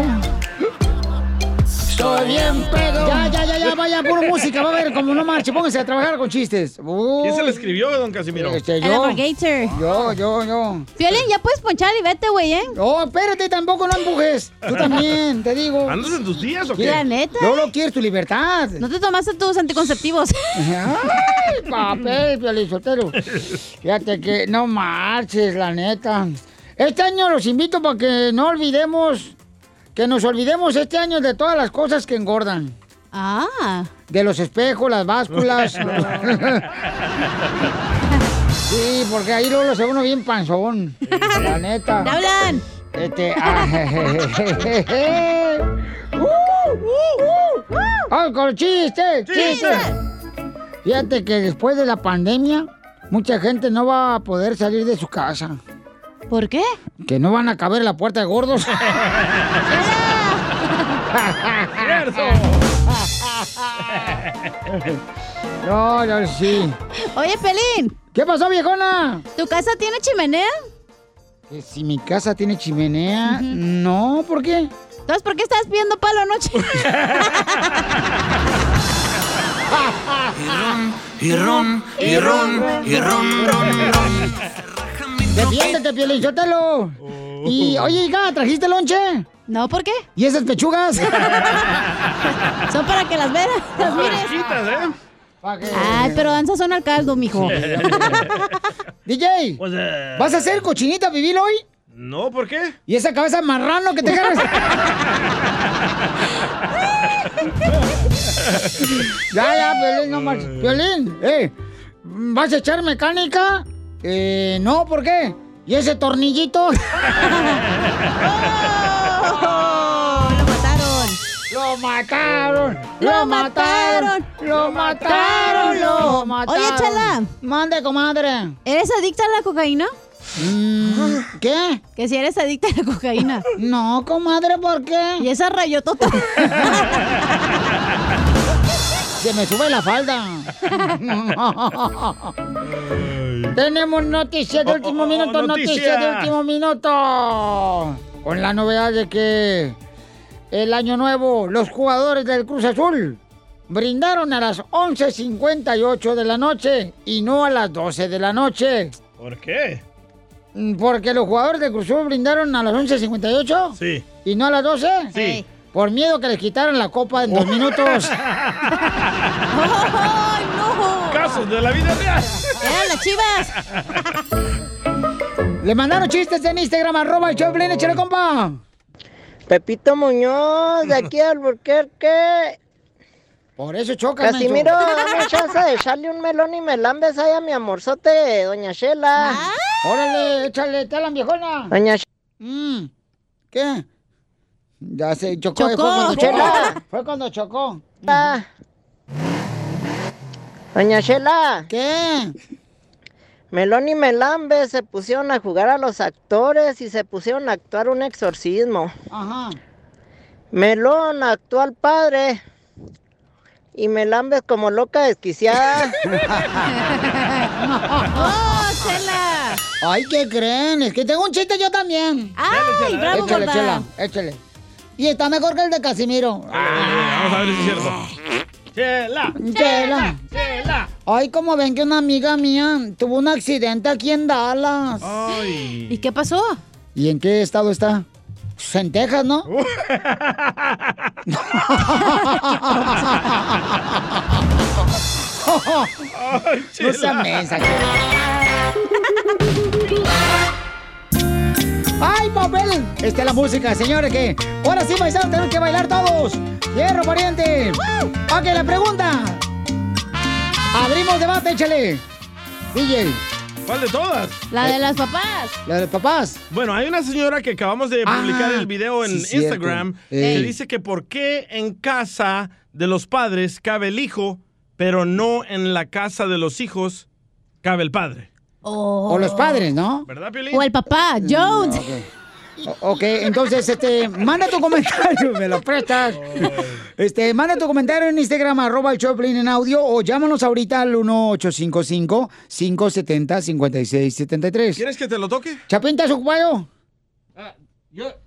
[SPEAKER 1] Estoy bien pedo. Ya, ya, ya, ya, vaya, pura música. Va a ver, como no marche, pónganse a trabajar con chistes.
[SPEAKER 3] ¿Quién se
[SPEAKER 1] Uy.
[SPEAKER 3] lo escribió, don Casimiro?
[SPEAKER 1] Este, yo. Yo, yo, yo.
[SPEAKER 2] Fiolín, ya puedes ponchar y vete, güey, ¿eh?
[SPEAKER 1] No, espérate, tampoco no empujes. Tú también, te digo.
[SPEAKER 3] ¿Andas en tus días o
[SPEAKER 2] Sí,
[SPEAKER 3] qué?
[SPEAKER 2] la neta. eh.
[SPEAKER 1] No, no quieres tu libertad.
[SPEAKER 2] No te tomaste tus anticonceptivos.
[SPEAKER 1] Ay, papel, piolizotero. Fíjate que no marches, la neta. Este año los invito para que no olvidemos, que nos olvidemos este año de todas las cosas que engordan.
[SPEAKER 2] Ah.
[SPEAKER 1] De los espejos, las básculas. sí, porque ahí luego lo se uno bien panzón. La neta.
[SPEAKER 2] hablan?
[SPEAKER 1] Este. ah, ¡Uh, uh, uh! ¡Ay, con chistes! ¡Chistes! Fíjate que después de la pandemia, mucha gente no va a poder salir de su casa.
[SPEAKER 2] ¿Por qué?
[SPEAKER 1] Que no van a caber en la puerta de gordos. No, no, sí.
[SPEAKER 2] Oye, Pelín.
[SPEAKER 1] ¿Qué pasó, viejona?
[SPEAKER 2] ¿Tu casa tiene chimenea?
[SPEAKER 1] Que Eh, Si mi casa tiene chimenea, no, ¿por qué?
[SPEAKER 2] Entonces, ¿por qué estás pidiendo palo anoche?
[SPEAKER 1] Ah.
[SPEAKER 11] Y ron, y ron, y ron, ron, ron.
[SPEAKER 1] Defiéndete, Pielichotelo.
[SPEAKER 2] Oh.
[SPEAKER 1] Y, oye, hija, ¿trajiste lonche?
[SPEAKER 2] No, ¿por qué?
[SPEAKER 1] ¿Y esas pechugas?
[SPEAKER 2] Son para que las veas, las mires. Ay, pero danzas son al caldo, mijo. Pues,
[SPEAKER 1] DJ,
[SPEAKER 2] eh.
[SPEAKER 1] ¿vas a hacer cochinita vivir hoy?
[SPEAKER 3] No, ¿por qué?
[SPEAKER 1] ¿Y esa cabeza de marrano que te cargas? ya, ya, Piolín, no marches. Piolín, eh, ¿vas a echar mecánica? Eh, no, ¿por qué? ¿Y ese tornillito?
[SPEAKER 2] Oh, ¡Lo mataron! ¡Lo
[SPEAKER 1] ¡Lo mataron!
[SPEAKER 2] mataron!
[SPEAKER 1] ¡Lo mataron! ¡Lo mataron!
[SPEAKER 2] Oye, Chala.
[SPEAKER 1] Mande, comadre. Mm,
[SPEAKER 2] ¿Eres adicta a la cocaína?
[SPEAKER 1] ¿Qué?
[SPEAKER 2] Que si eres adicta a la cocaína.
[SPEAKER 1] No, comadre, ¿por qué?
[SPEAKER 2] Y esa rayotota.
[SPEAKER 1] Se me sube la falda. Tenemos noticias
[SPEAKER 3] Oh,
[SPEAKER 1] de último minuto, noticias
[SPEAKER 11] noticia.
[SPEAKER 1] de último minuto. Con la novedad de que el año nuevo, los jugadores del Cruz Azul brindaron a las 11.58 de la noche y no a las 12 de la noche.
[SPEAKER 3] ¿Por qué?
[SPEAKER 1] Mm, Porque los jugadores del Cruz Azul brindaron a las 11.58
[SPEAKER 3] Sí.
[SPEAKER 1] y no a las 12.
[SPEAKER 3] Sí. Oh.
[SPEAKER 1] Por miedo que les quitaran la copa en dos minutos.
[SPEAKER 2] ¡Ay, no!
[SPEAKER 3] Casos de la vida real.
[SPEAKER 2] ¡Eran las chivas!
[SPEAKER 1] Le mandaron chistes en Instagram, arroba el Choplin, échale compa.
[SPEAKER 18] Pepito Muñoz, de aquí al Burquerque.
[SPEAKER 1] Por eso choca,
[SPEAKER 18] Casimiro, dame chance de echarle un melón y melambes ahí a mi amorzote, doña Shela.
[SPEAKER 1] Órale, échale, te la viejona.
[SPEAKER 18] Doña Sh-
[SPEAKER 1] Mm, ¿Qué? Ya se chocó.
[SPEAKER 18] Chocó.
[SPEAKER 1] Fue cuando chocó.
[SPEAKER 18] Chela. Ah.
[SPEAKER 1] Fue cuando chocó.
[SPEAKER 18] Doña Shela.
[SPEAKER 1] ¿Qué?
[SPEAKER 18] Melón y melambes se pusieron a jugar a los actores y se pusieron a actuar un exorcismo.
[SPEAKER 1] Ajá.
[SPEAKER 18] Melón actuó al padre. y me lambes como loca desquiciada.
[SPEAKER 2] ¡Oh, Chela!
[SPEAKER 1] Ay, ¿qué creen? Es que tengo un chiste yo también.
[SPEAKER 2] ¡Ay, bravo,
[SPEAKER 1] ¿eh? Échale,
[SPEAKER 2] gorda!
[SPEAKER 1] Chela, échale. Y está mejor que el de Casimiro.
[SPEAKER 3] Eh, Vamos a ver si es cierto. Chela.
[SPEAKER 1] Chela. Ay, como ven que una amiga mía tuvo un accidente aquí en Dallas.
[SPEAKER 3] Ay.
[SPEAKER 1] ¿Y qué pasó? ¿Y en qué estado está? Pues en Texas, ¿no? no seas mensa, ¡Ay, papel! Esta es la música, señores, que ahora sí, paisanos, tenemos que bailar todos. ¡Hierro, pariente! ¡Ok, la pregunta! ¡Abrimos debate, échale! DJ,
[SPEAKER 3] ¿Cuál de todas?
[SPEAKER 2] La de las papás.
[SPEAKER 1] la de papás.
[SPEAKER 3] Bueno, hay una señora que acabamos de
[SPEAKER 1] Ah,
[SPEAKER 3] publicar el video en
[SPEAKER 1] sí, cierto.
[SPEAKER 3] Instagram que
[SPEAKER 1] Ey.
[SPEAKER 3] dice que por qué en casa de los padres cabe el hijo, pero no en la casa de los hijos cabe el padre.
[SPEAKER 1] O los padres, ¿no?
[SPEAKER 3] ¿Verdad, Piolín?
[SPEAKER 2] Oh. O el papá, Jones.
[SPEAKER 1] O- Ok, entonces, este, manda tu comentario, me lo prestas. Este, manda tu comentario en Instagram, arroba el Choplin en audio, o llámanos ahorita al 1855-570-5673.
[SPEAKER 3] ¿Quieres que te lo toque?
[SPEAKER 1] Chapín, ¿estás ocupado?
[SPEAKER 2] Está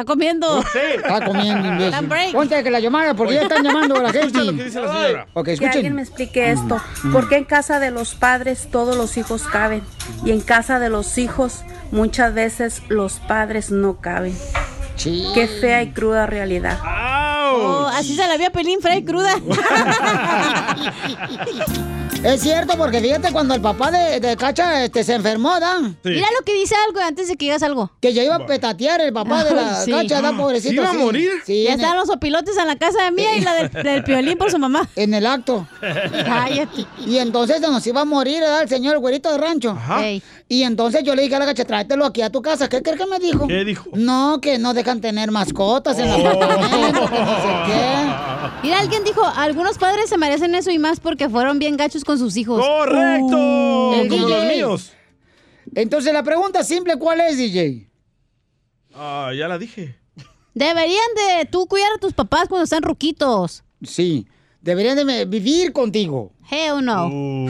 [SPEAKER 19] Oh,
[SPEAKER 2] comiendo.
[SPEAKER 1] Está comiendo,
[SPEAKER 2] Está en
[SPEAKER 1] imbécil.
[SPEAKER 2] break.
[SPEAKER 1] Ponte que la llamada, porque ya están llamando a la gente.
[SPEAKER 19] Escucha lo que dice la señora.
[SPEAKER 1] Ok,
[SPEAKER 19] Que alguien me
[SPEAKER 1] escuchen. Mm,
[SPEAKER 19] explique esto. ¿Por qué en casa de los padres todos los hijos caben? Y en casa de los hijos muchas veces los padres no caben. Qué fea y cruda realidad.
[SPEAKER 2] Oh, así se la vi a Pelín Fray cruda.
[SPEAKER 1] Es cierto, porque fíjate cuando el papá de, de Cacha este, se enfermó, ¿dan?
[SPEAKER 2] Mira lo que dice algo antes de que digas algo.
[SPEAKER 1] Que ya iba a petatear el papá de la Cacha, ¿dan? Pobrecito. sí. Sí,
[SPEAKER 2] ya
[SPEAKER 1] en el-
[SPEAKER 2] estaban los opilotes en la casa de mía y la del, del piolín por su mamá.
[SPEAKER 1] En el acto.
[SPEAKER 2] Cállate.
[SPEAKER 1] Y entonces nos iba a morir ¿verdad? el señor, el güerito de rancho.
[SPEAKER 2] Ey.
[SPEAKER 1] Y entonces yo le dije a la gacha, tráetelo aquí a tu casa. ¿Qué crees que me dijo?
[SPEAKER 3] ¿Qué dijo? Oh.
[SPEAKER 1] No, que no dejan tener mascotas en la
[SPEAKER 2] Mira, alguien dijo, algunos padres se merecen eso y más porque fueron bien gachos con sus hijos. Uh,
[SPEAKER 3] ¡Correcto! Como los míos.
[SPEAKER 1] Entonces la pregunta simple, ¿cuál es, DJ?
[SPEAKER 3] Ah, ya la dije.
[SPEAKER 2] Deberían de tú cuidar a tus papás cuando están ruquitos.
[SPEAKER 1] Sí. Deberían de me- vivir contigo.
[SPEAKER 2] Hell no. Uh.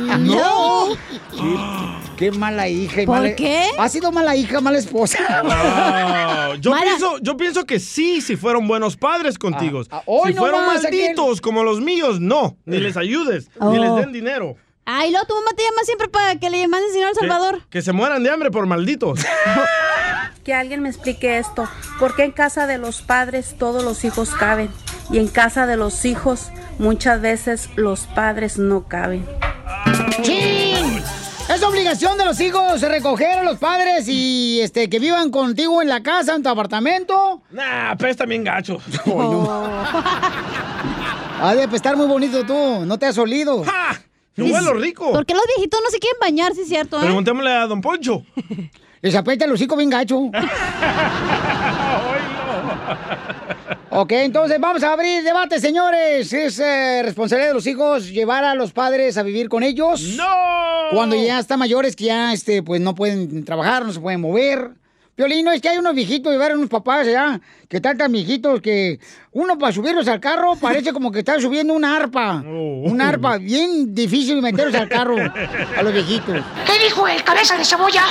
[SPEAKER 1] ¡No!
[SPEAKER 2] No.
[SPEAKER 1] Qué, qué mala hija. y
[SPEAKER 2] ¿Por
[SPEAKER 1] mala-
[SPEAKER 2] qué?
[SPEAKER 1] Ha sido mala hija, mala esposa.
[SPEAKER 3] Wow. Ah, Yo, pienso, yo pienso que sí, si fueron buenos padres contigo.
[SPEAKER 1] Ah, ah, hoy
[SPEAKER 3] si fueron
[SPEAKER 1] nomás,
[SPEAKER 3] malditos como los míos, no. Ni les ayudes, ni les
[SPEAKER 2] Oh.
[SPEAKER 3] den dinero.
[SPEAKER 2] Ay, luego tu mamá te llama siempre para que le mandes dinero a El Salvador.
[SPEAKER 3] Que se mueran de hambre por malditos.
[SPEAKER 19] Que alguien me explique esto. ¿Por qué en casa de los padres todos los hijos caben? Y en casa de los hijos muchas veces los padres no caben.
[SPEAKER 1] ¡Chin! Es obligación de los hijos recoger a los padres y este que vivan contigo en la casa, en tu apartamento.
[SPEAKER 3] nah,
[SPEAKER 1] pues,
[SPEAKER 3] pesta bien gacho.
[SPEAKER 2] Oh,
[SPEAKER 1] Ha de estar muy bonito tú, no te has olido.
[SPEAKER 3] ¡Yo huelo rico!
[SPEAKER 2] ¿Por qué los viejitos no se quieren bañar, sí es cierto, eh?
[SPEAKER 3] Preguntémosle a Don Poncho.
[SPEAKER 1] Les apesta el hocico bien gacho. ok, entonces vamos a abrir debate, señores. ¿Es eh, responsabilidad de los hijos llevar a los padres a vivir con ellos?
[SPEAKER 3] ¡No!
[SPEAKER 1] Cuando ya están mayores que ya este, pues no pueden trabajar, no se pueden mover. Violín, no, es que hay unos viejitos, llevaron unos papás ya, que están tan viejitos que uno para subirlos al carro parece como que están subiendo una arpa. Una arpa, bien difícil meterlos al carro a los viejitos.
[SPEAKER 11] ¿Qué dijo el cabeza de cebolla?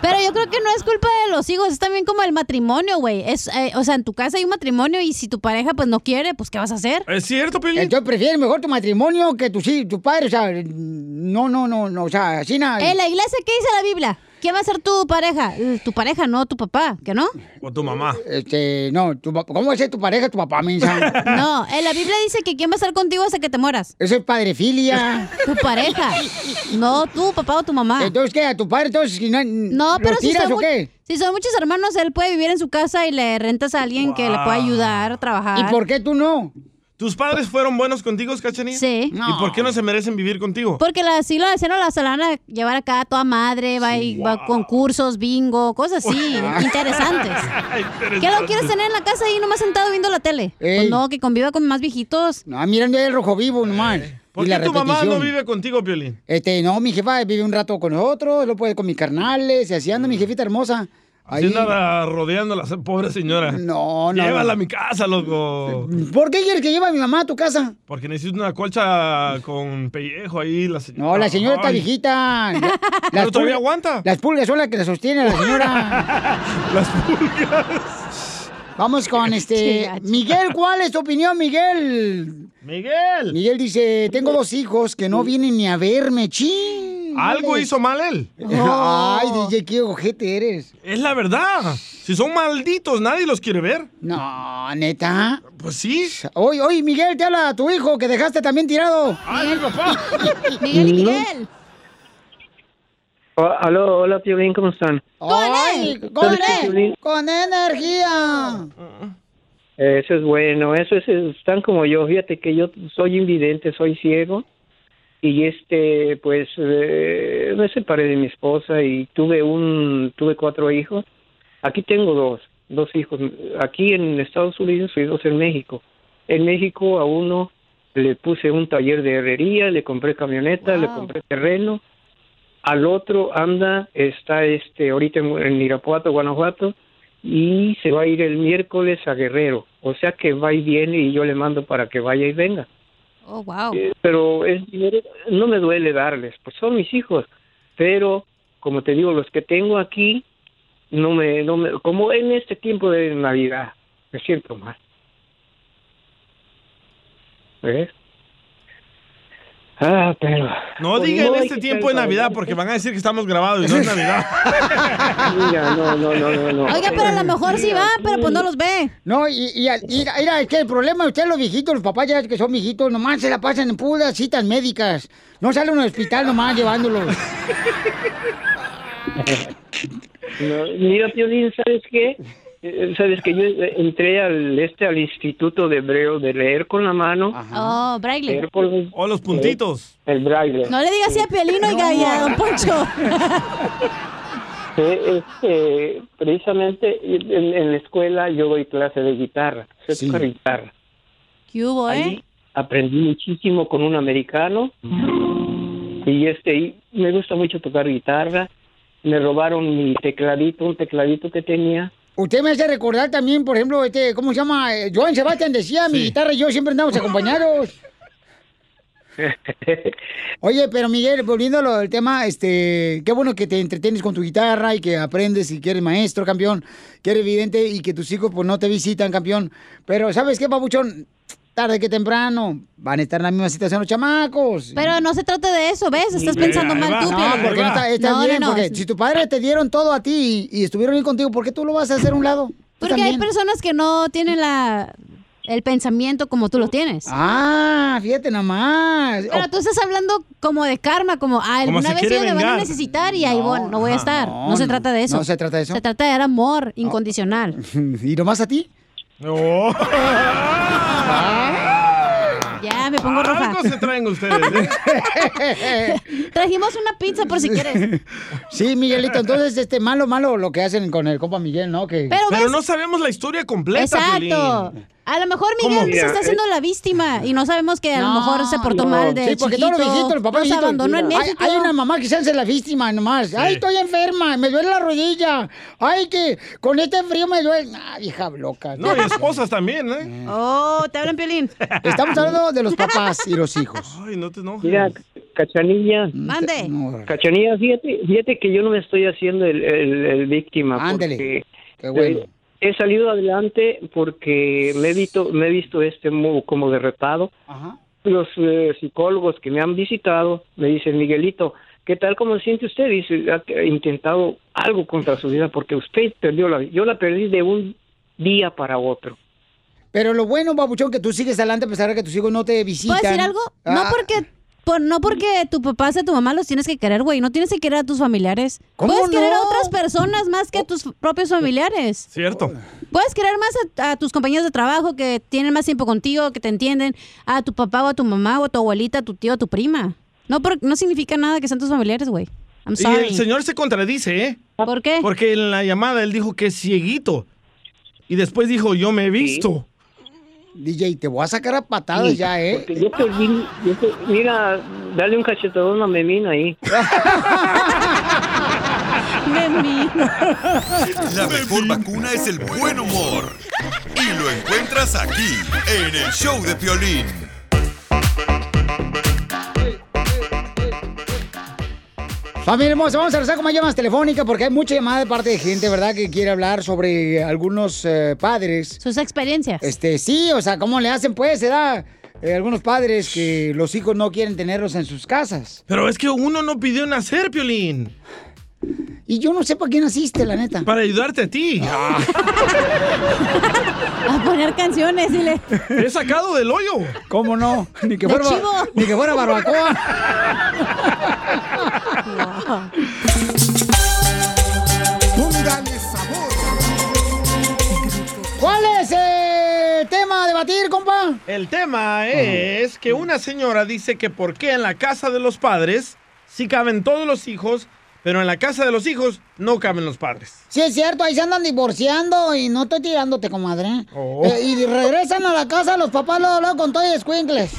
[SPEAKER 2] Pero yo creo que no es culpa de los hijos, es también como el matrimonio, güey. Es, eh, o sea, en tu casa hay un matrimonio y si tu pareja pues no quiere, pues ¿qué vas a hacer?
[SPEAKER 3] ¿Es cierto, Pelín?
[SPEAKER 1] Entonces prefieres mejor tu matrimonio que tu, sí- tu padre, o sea, no, no, no, no, o sea, así nada.
[SPEAKER 2] En la iglesia, ¿qué dice la Biblia? ¿Quién va a ser tu pareja? Eh, Tu pareja, no tu papá, ¿que no?
[SPEAKER 3] O tu mamá.
[SPEAKER 1] Este, no, tu pa- ¿cómo va a ser tu pareja, tu papá, mensa?
[SPEAKER 2] No, en la Biblia dice que quién va a estar contigo hasta que te mueras.
[SPEAKER 1] Eso es padrefilia.
[SPEAKER 2] Tu pareja. No, tu papá o tu mamá.
[SPEAKER 1] Entonces, ¿qué? ¿A tu padre entonces si no,
[SPEAKER 2] No, Oh, pero si
[SPEAKER 1] tiras
[SPEAKER 2] son,
[SPEAKER 1] o
[SPEAKER 2] mu-
[SPEAKER 1] qué?
[SPEAKER 2] si son muchos hermanos, él puede vivir en su casa y le rentas a alguien que le pueda ayudar a trabajar.
[SPEAKER 1] ¿Y por qué tú no?
[SPEAKER 3] ¿Tus padres fueron buenos contigo, Cachanilla?
[SPEAKER 2] Sí.
[SPEAKER 3] ¿Y por qué no se merecen vivir contigo?
[SPEAKER 2] Porque la, sí, la cena la se la van a llevar acá a toda madre, va, y, va a concursos, bingo, cosas así, interesantes. ¿Qué lo quieres tener en la casa ahí nomás sentado viendo la tele? Pues
[SPEAKER 1] Ey.
[SPEAKER 2] no, que conviva con más viejitos.
[SPEAKER 1] No, mirando el rojo vivo nomás.
[SPEAKER 3] Eh, ¿Por
[SPEAKER 1] Y
[SPEAKER 3] qué
[SPEAKER 1] la
[SPEAKER 3] tu mamá no
[SPEAKER 1] repetición.
[SPEAKER 3] vive contigo, Piolín?
[SPEAKER 1] Este, no, mi jefa vive un rato con nosotros, lo puede con mis carnales, y así anda mi jefita hermosa.
[SPEAKER 3] Mm. Así
[SPEAKER 1] Ahí.
[SPEAKER 3] andaba rodeándola, esa pobre señora.
[SPEAKER 1] No, no.
[SPEAKER 3] Llévala a mi casa, loco.
[SPEAKER 1] ¿Por qué quieres que lleve a mi mamá a tu casa?
[SPEAKER 3] Porque necesito una colcha con pellejo ahí, la señora.
[SPEAKER 1] No, la señora está
[SPEAKER 3] Ah, Ay.
[SPEAKER 1] viejita. Ya-
[SPEAKER 3] Pero todavía
[SPEAKER 1] pulgas-
[SPEAKER 3] aguanta.
[SPEAKER 1] Las pulgas son las que la sostiene la señora.
[SPEAKER 3] las pulgas.
[SPEAKER 1] Vamos con este. Miguel, ¿cuál es tu opinión, Miguel?
[SPEAKER 3] Miguel.
[SPEAKER 1] Miguel dice: Tengo dos hijos que no vienen ni a verme, ching.
[SPEAKER 3] Algo
[SPEAKER 1] Vale.
[SPEAKER 3] hizo mal él.
[SPEAKER 1] Ay, DJ, qué ojete eres.
[SPEAKER 3] Es la verdad. Si son malditos, nadie los quiere ver.
[SPEAKER 1] No, neta.
[SPEAKER 3] Pues sí.
[SPEAKER 1] Oye, oye, Miguel, te habla a tu hijo que dejaste también tirado.
[SPEAKER 3] ¡Ay, papá!
[SPEAKER 1] Miguel y Miguel.
[SPEAKER 20] Oh, aló, hola, Piolín, ¿cómo están?
[SPEAKER 1] Ay, con, e- con energía.
[SPEAKER 20] Eso es bueno, eso es, están como yo, fíjate que yo soy invidente, soy ciego y este, pues, eh, me separé de mi esposa y tuve un, tuve cuatro hijos. Aquí tengo dos, dos hijos, aquí en Estados Unidos y dos en México. En México a uno le puse un taller de herrería, le compré camioneta, le compré terreno. Al otro anda, está este, ahorita en, en Irapuato, Guanajuato, y se va a ir el miércoles a Guerrero. O sea que va y viene y yo le mando para que vaya y venga.
[SPEAKER 2] Oh, wow.
[SPEAKER 20] Eh, Pero es dinero, no me duele darles, pues son mis hijos. Pero, como te digo, los que tengo aquí, no me, no me, como en este tiempo de Navidad, me siento mal.
[SPEAKER 9] ¿Eh?
[SPEAKER 20] ¿Ves? Ah, pero...
[SPEAKER 3] No
[SPEAKER 20] Pues
[SPEAKER 3] digan
[SPEAKER 20] no, hay
[SPEAKER 3] este
[SPEAKER 20] que
[SPEAKER 3] tiempo de
[SPEAKER 20] ser
[SPEAKER 3] Navidad
[SPEAKER 20] tolerante.
[SPEAKER 3] porque van a decir que estamos grabados y no es Navidad.
[SPEAKER 20] Mira, no, no, no, no, no.
[SPEAKER 2] Oiga, pero a lo mejor sí va, pero pues no los ve.
[SPEAKER 1] No, y, y, y- mira, es que el problema de ustedes, los viejitos, los papás ya que son viejitos, nomás se la pasan en puras citas médicas. No salen al hospital nomás llevándolos.
[SPEAKER 20] No, mira, Piolín, ¿sabes qué? Eh, Sabes que yo eh, entré al este al instituto de hebreo de leer con la mano.
[SPEAKER 2] Oh, Braille.
[SPEAKER 20] Leer con los, Eh,
[SPEAKER 3] o los puntitos.
[SPEAKER 20] El braille.
[SPEAKER 2] No le digas así a Piolín, oiga, y a Don Poncho.
[SPEAKER 20] Eh, este, precisamente en, en la escuela yo doy clase de guitarra, sé tocar guitarra.
[SPEAKER 2] ¿Qué hubo, eh?
[SPEAKER 20] Aprendí muchísimo con un americano
[SPEAKER 2] Mm.
[SPEAKER 20] y este y me gusta mucho tocar guitarra. Me robaron mi tecladito, un tecladito que tenía.
[SPEAKER 1] Usted me hace recordar también, por ejemplo, este, ¿cómo se llama? Eh, Joan Sebastián decía, mi guitarra y yo siempre andamos acompañados. Oye, pero Miguel, volviendo al tema, este, qué bueno que te entretienes con tu guitarra y que aprendes y que eres maestro, campeón, que eres vidente y que tus hijos pues no te visitan, campeón. Pero ¿sabes qué, papuchón? Tarde que temprano van a estar en la misma situación los chamacos.
[SPEAKER 2] Pero no se trata de eso, ¿ves? Estás
[SPEAKER 1] Mira,
[SPEAKER 2] pensando
[SPEAKER 1] ahí
[SPEAKER 2] mal
[SPEAKER 1] va.
[SPEAKER 2] tú, Piolín.
[SPEAKER 1] No, porque no está, está
[SPEAKER 2] No, no,
[SPEAKER 1] bien,
[SPEAKER 2] no.
[SPEAKER 1] porque si tu padre te dieron todo a ti y, y estuvieron ahí contigo, ¿por qué tú lo vas a hacer a un lado? Tú
[SPEAKER 2] Porque hay
[SPEAKER 1] también.
[SPEAKER 2] personas que no tienen la el pensamiento como tú lo tienes.
[SPEAKER 1] Ah, fíjate nomás.
[SPEAKER 2] Pero tú estás hablando como de karma, como ah,
[SPEAKER 1] Como
[SPEAKER 2] alguna
[SPEAKER 1] se
[SPEAKER 2] vez
[SPEAKER 1] quiere
[SPEAKER 2] ellos me van a
[SPEAKER 1] vengar.
[SPEAKER 2] necesitar y ahí bueno, no voy a estar. No, se
[SPEAKER 1] no,
[SPEAKER 2] trata de eso.
[SPEAKER 1] no se trata de eso.
[SPEAKER 2] Se trata de dar amor incondicional.
[SPEAKER 1] ¿Y nomás a ti?
[SPEAKER 3] No.
[SPEAKER 2] Ya, me pongo roja.
[SPEAKER 3] Algo se traen ustedes. ¿eh?
[SPEAKER 2] Trajimos una pizza por si quieres.
[SPEAKER 1] Sí, Miguelito, entonces, este, malo, malo lo que hacen con el compa Miguel, ¿no? Que...
[SPEAKER 2] Pero Pero ves- no
[SPEAKER 3] sabemos la historia completa,
[SPEAKER 2] Exacto. A lo mejor
[SPEAKER 1] ¿Cómo?
[SPEAKER 2] Miguel se
[SPEAKER 1] Mira,
[SPEAKER 2] está
[SPEAKER 1] eh.
[SPEAKER 2] haciendo la víctima y no sabemos que a lo
[SPEAKER 1] No,
[SPEAKER 2] mejor se portó
[SPEAKER 1] no.
[SPEAKER 2] mal de
[SPEAKER 1] Sí, porque todos los
[SPEAKER 2] chiquito,
[SPEAKER 1] viejitos, el papá
[SPEAKER 2] nos
[SPEAKER 1] viejito.
[SPEAKER 2] abandonó en
[SPEAKER 1] Hay-
[SPEAKER 2] México.
[SPEAKER 1] Hay, una mamá que se hace la víctima nomás. Ay, estoy enferma, me duele la rodilla. Ay, que con este frío me duele. Ah, hija loca.
[SPEAKER 3] No, y esposas también, ¿eh?
[SPEAKER 2] Oh, te hablan Piolín.
[SPEAKER 1] Estamos hablando de los papás y los hijos.
[SPEAKER 3] Ay, no te enojes.
[SPEAKER 20] Mira, Cachanilla.
[SPEAKER 2] Mande.
[SPEAKER 20] Cachanilla, fíjate, fíjate que yo no me estoy haciendo el, el- el víctima.
[SPEAKER 1] Ándele.
[SPEAKER 20] porque,
[SPEAKER 1] Qué bueno.
[SPEAKER 20] eh, He salido adelante porque me he visto, me he visto este mo- como derretado. Los eh, psicólogos que me han visitado me dicen, Miguelito, ¿qué tal como se siente usted? Dice, ha intentado algo contra su vida porque usted perdió la vida. Yo la perdí de un día para otro.
[SPEAKER 1] Pero lo bueno, babuchón, que tú sigues adelante a pesar de que tus hijos no te visitan.
[SPEAKER 2] ¿Puedo decir algo? No
[SPEAKER 1] Ah,
[SPEAKER 2] porque por- no porque tu papá sea tu mamá los tienes que querer, güey. No tienes que querer a tus familiares.
[SPEAKER 1] ¿Cómo
[SPEAKER 2] Puedes querer a
[SPEAKER 1] no?
[SPEAKER 2] otras personas más que a tus propios familiares.
[SPEAKER 3] Cierto.
[SPEAKER 2] Puedes querer más a, a tus compañeros de trabajo que tienen más tiempo contigo, que te entienden, a tu papá o a tu mamá o a tu abuelita, a tu tío, a tu prima. No, por- no significa nada que sean tus familiares, güey. I'm
[SPEAKER 3] Y
[SPEAKER 2] sorry.
[SPEAKER 3] el señor se contradice, ¿eh?
[SPEAKER 2] ¿Por qué?
[SPEAKER 3] Porque en la llamada él dijo que es cieguito. Y después dijo, yo me he visto.
[SPEAKER 1] DJ, te voy a sacar a patadas
[SPEAKER 20] Sí,
[SPEAKER 1] ya, ¿eh?
[SPEAKER 20] porque yo perdí- yo per- mira, dale un cachetadón a Memina ahí.
[SPEAKER 2] Memi.
[SPEAKER 5] La mejor vacuna es el buen humor. Y lo encuentras aquí, en el show de Piolín.
[SPEAKER 1] Familia hermosa, vamos a rezar con más llamadas telefónicas porque hay mucha llamada de parte de gente, ¿verdad? Que quiere hablar sobre algunos eh, padres.
[SPEAKER 2] Sus experiencias.
[SPEAKER 1] Este, sí, o sea, ¿cómo le hacen pues? Se da eh, algunos padres que los hijos no quieren tenerlos en sus casas.
[SPEAKER 3] Pero es que uno no pidió nacer, Piolín.
[SPEAKER 1] Y yo no sé para qué naciste, la neta. Ah.
[SPEAKER 3] Para ayudarte a ti. Ah,
[SPEAKER 2] A poner canciones, dile.
[SPEAKER 3] Te he sacado del hoyo.
[SPEAKER 1] ¿Cómo no? Ni que
[SPEAKER 2] De
[SPEAKER 1] fuera,
[SPEAKER 2] chivo.
[SPEAKER 1] ni que fuera barbacoa. ¿Cuál es el tema a debatir, compa?
[SPEAKER 3] El tema es que una señora dice que por qué en la casa de los padres sí caben todos los hijos, pero en la casa de los hijos no caben los padres.
[SPEAKER 1] Sí, es cierto, ahí se andan divorciando y no estoy tirándote, comadre.
[SPEAKER 3] Oh.
[SPEAKER 1] Eh, y regresan a la casa los papás luego, luego con todo y escuincles.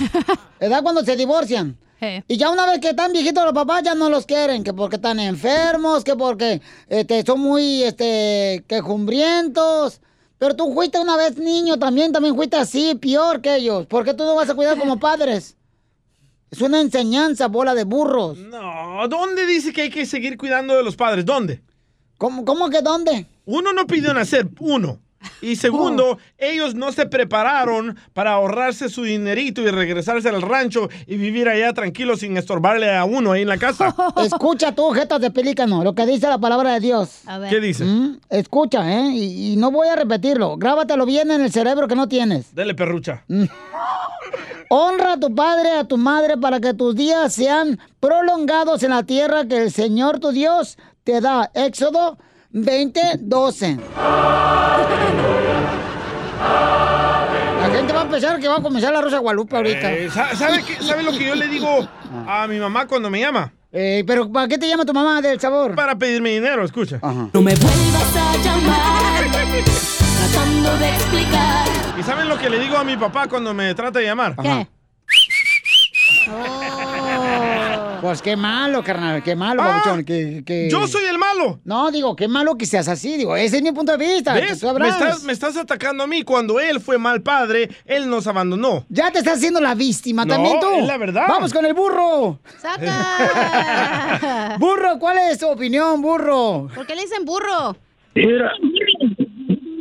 [SPEAKER 1] Edad cuando se divorcian. Y ya una vez que están viejitos los papás ya no los quieren, que porque están enfermos, que porque este, son muy este, quejumbrientos. Pero tú fuiste una vez niño también, también fuiste así, peor que ellos. ¿Por qué tú no vas a cuidar como padres? Es una enseñanza, bola de burros.
[SPEAKER 3] No, ¿dónde dice que hay que seguir cuidando de los padres? ¿Dónde?
[SPEAKER 1] ¿Cómo, cómo que dónde? Oh.
[SPEAKER 3] Uno no pidió nacer, uno. Y segundo, ellos no se prepararon para ahorrarse su dinerito y regresarse al rancho y vivir allá tranquilo sin estorbarle a uno ahí en la casa.
[SPEAKER 1] Escucha tú, jetas de pelícano, lo que dice la palabra de Dios.
[SPEAKER 2] A
[SPEAKER 3] ver. ¿Qué dice?
[SPEAKER 1] Escucha, ¿eh? Y, y no voy a repetirlo. Grábatelo bien en el cerebro que no tienes. Mm.
[SPEAKER 3] Dele perrucha.
[SPEAKER 1] Honra a tu padre, a tu madre, para que tus días sean prolongados en la tierra que el Señor tu Dios te da. Éxodo 20, 12. La gente va a pensar que va a comenzar la Rosa de Guadalupe ahorita.
[SPEAKER 3] Eh, sa- ¿sabe, qué- sabe lo que yo le digo a mi mamá cuando me llama?
[SPEAKER 1] Ah. Eh, pero ¿para qué te llama tu mamá del sabor?
[SPEAKER 3] Para pedirme dinero, escucha.
[SPEAKER 1] No me
[SPEAKER 11] Vuelvas a llamar, tratando de explicar.
[SPEAKER 3] ¿Y saben lo que le digo a mi papá cuando me trata de llamar?
[SPEAKER 1] ¿Qué? Pues qué malo, carnal, qué malo,
[SPEAKER 3] Ah,
[SPEAKER 1] babuchón, que- que-
[SPEAKER 3] yo soy el malo.
[SPEAKER 1] No, digo, qué malo que seas así, digo, ese es mi punto de vista. que
[SPEAKER 3] ¿Ves?
[SPEAKER 1] tú sabrás.
[SPEAKER 3] Me estás, me estás atacando a mí. Cuando él fue mal padre, él nos abandonó.
[SPEAKER 1] Ya te estás haciendo la víctima también
[SPEAKER 3] No,
[SPEAKER 1] tú.
[SPEAKER 3] es la verdad.
[SPEAKER 1] Vamos con el burro. ¡Saca! burro, ¿cuál es tu opinión, burro?
[SPEAKER 2] ¿Por qué le dicen burro?
[SPEAKER 21] Mira,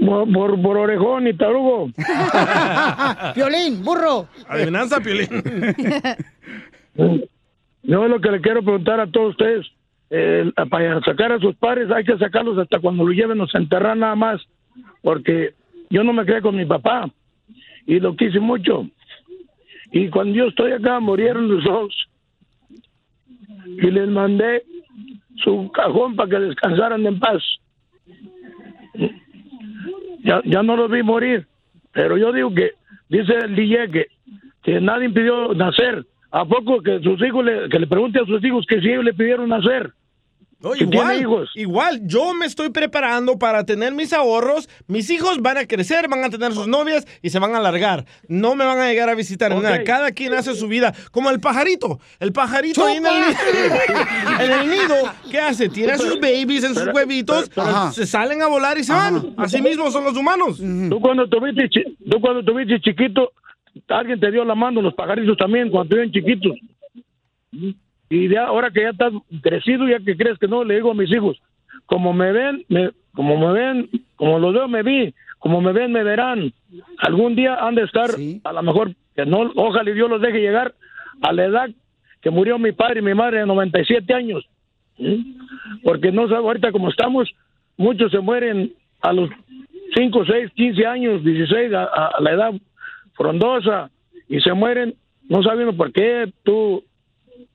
[SPEAKER 21] por, por, por orejón y tarugo.
[SPEAKER 1] Piolín, burro.
[SPEAKER 3] Adivinanza, Piolín.
[SPEAKER 21] Yo lo que le quiero preguntar a todos ustedes, eh, para sacar a sus padres hay que sacarlos hasta cuando lo lleven nos enterrar nada más, porque yo no me quedé con mi papá y lo quise mucho. Y cuando yo estoy acá murieron los dos y les mandé su cajón para que descansaran en paz. Ya, ya no los vi morir, pero yo digo que, dice el DJ que, que nadie impidió nacer. ¿A poco que sus hijos le, que le pregunte a sus hijos que si ellos le pidieron nacer?
[SPEAKER 3] No,
[SPEAKER 21] Que tiene
[SPEAKER 3] igual,
[SPEAKER 21] hijos.
[SPEAKER 3] igual, yo me estoy preparando para tener mis ahorros. Mis hijos van a crecer, van a tener sus novias y se van a alargar. No me van a llegar a visitar.
[SPEAKER 21] Ok.
[SPEAKER 3] nada. Cada quien hace su vida. Como el pajarito. El pajarito ahí en el, nido, en el nido, ¿qué hace? Tira a sus babies en sus
[SPEAKER 21] Pero-
[SPEAKER 3] huevitos,
[SPEAKER 21] pero- pero-
[SPEAKER 3] se salen a volar y se van. Así mismo son los humanos.
[SPEAKER 21] Tú cuando tuviste, chi- tú cuando tuviste chiquito, alguien te dio la mano, los pajaritos también, cuando eran chiquitos. Y ya, ahora que ya estás crecido, ya que crees que no, le digo a mis hijos, como me ven, me- como me ven, como los veo, me vi, como me ven, me verán. Algún día han de estar, a lo mejor, que no, ojalá y Dios los deje llegar a la edad que murió mi padre y mi madre de 97 años. ¿Mm? Porque no sabe, ahorita como estamos, muchos se mueren a los 5, 6, 15 años, 16, a, a- a la edad frondosa, y se mueren, no sabiendo por qué, tú,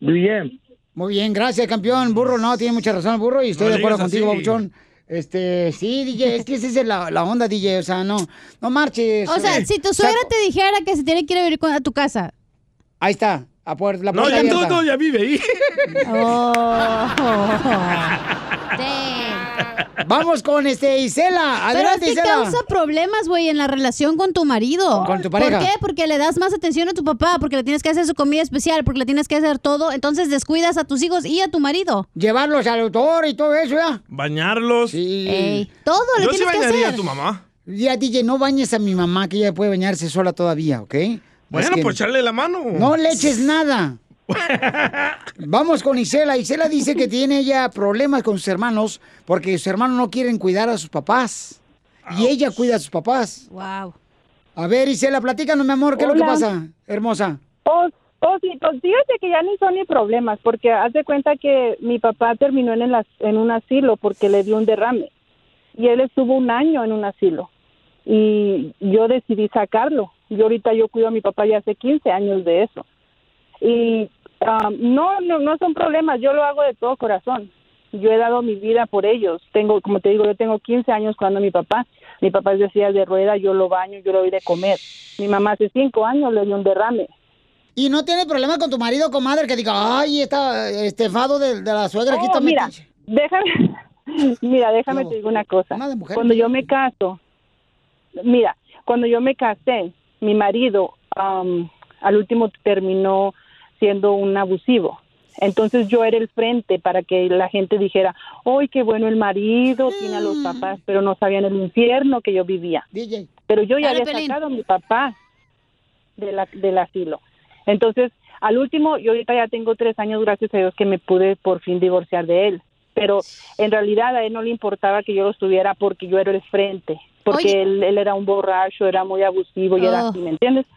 [SPEAKER 21] bien.
[SPEAKER 1] Muy bien, gracias, campeón. Burro, no, tiene mucha razón el burro y estoy
[SPEAKER 21] No
[SPEAKER 1] de acuerdo
[SPEAKER 21] digas
[SPEAKER 1] contigo,
[SPEAKER 21] así.
[SPEAKER 1] Babuchón. Este, sí, DJ, es que esa es la, la onda, DJ, o sea, no, no marches.
[SPEAKER 2] O sea, si tu suegra te dijera que se tiene que ir a vivir con- a tu casa.
[SPEAKER 1] Ahí está, a puer- la
[SPEAKER 3] No,
[SPEAKER 1] puerta
[SPEAKER 3] ya
[SPEAKER 1] abierta. Oh.
[SPEAKER 3] todo ya vive ahí.
[SPEAKER 2] Oh.
[SPEAKER 1] Vamos con este Isela.
[SPEAKER 2] Pero es
[SPEAKER 1] Adelante,
[SPEAKER 2] que
[SPEAKER 1] Isela.
[SPEAKER 2] causa problemas, güey, en la relación con tu marido.
[SPEAKER 1] Con tu pareja.
[SPEAKER 2] ¿Por qué? Porque le das más atención a tu papá, porque le tienes que hacer su comida especial, porque le tienes que hacer todo. Entonces descuidas a tus hijos y a tu marido.
[SPEAKER 1] Llevarlos al autor y todo eso, ¿ya?
[SPEAKER 3] Bañarlos. Eh,
[SPEAKER 1] Ey, todo le
[SPEAKER 3] Yo sí
[SPEAKER 1] tienes que
[SPEAKER 3] bañaría
[SPEAKER 1] hacer.
[SPEAKER 3] a tu mamá.
[SPEAKER 1] Ya, DJ, no bañes a mi mamá, que ella puede bañarse sola todavía, ¿ok?
[SPEAKER 3] Bueno,
[SPEAKER 1] Es que-
[SPEAKER 3] pues echarle la mano.
[SPEAKER 1] No le eches nada. Vamos con Isela. Isela dice que tiene ella problemas con sus hermanos porque sus hermanos no quieren cuidar a sus papás. Y ella cuida a sus papás.
[SPEAKER 2] Wow.
[SPEAKER 1] A ver, Isela, platícanos, mi amor, ¿qué es lo que
[SPEAKER 7] Hola.
[SPEAKER 1] pasa, hermosa?
[SPEAKER 7] Oh, oh, sí, pues fíjate que ya ni son ni problemas, porque haz de cuenta que mi papá terminó en, el as- en un asilo porque le dio un derrame. Y él estuvo un año en un asilo. Y yo decidí sacarlo. Y ahorita yo cuido a mi papá ya hace 15 años de eso. Y ah, no, no, no son problemas, yo lo hago de todo corazón. Yo he dado mi vida por ellos. Tengo, como te digo, yo tengo 15 años cuando mi papá, mi papá es de silla de rueda, yo lo baño, yo le doy de comer. Mi mamá hace 5 años le dio un derrame.
[SPEAKER 1] ¿Y no tiene problema con tu marido o comadre que diga, ay, está este fado de, de la suegra aquí
[SPEAKER 7] Oh,
[SPEAKER 1] está
[SPEAKER 7] mira,
[SPEAKER 1] metiche"?
[SPEAKER 7] déjame, mira, déjame te digo una cosa. Cuando yo me caso, mira, cuando yo me casé, mi marido am, al último terminó siendo un abusivo. Entonces yo era el frente para que la gente dijera, ¡ay, qué bueno el marido! Tiene a los papás, pero no sabían el infierno que yo vivía. Pero yo ya
[SPEAKER 22] Dale,
[SPEAKER 7] había
[SPEAKER 22] Pelín.
[SPEAKER 7] sacado a mi papá de la- del asilo. Entonces, al último, yo ahorita ya tengo tres años, gracias a Dios, que me pude por fin divorciar de él. Pero en realidad a él no le importaba que yo lo estuviera porque yo era el frente, porque
[SPEAKER 23] Oye.
[SPEAKER 7] él, él era un borracho, era muy abusivo y era
[SPEAKER 23] Oh.
[SPEAKER 7] así, ¿me entiendes?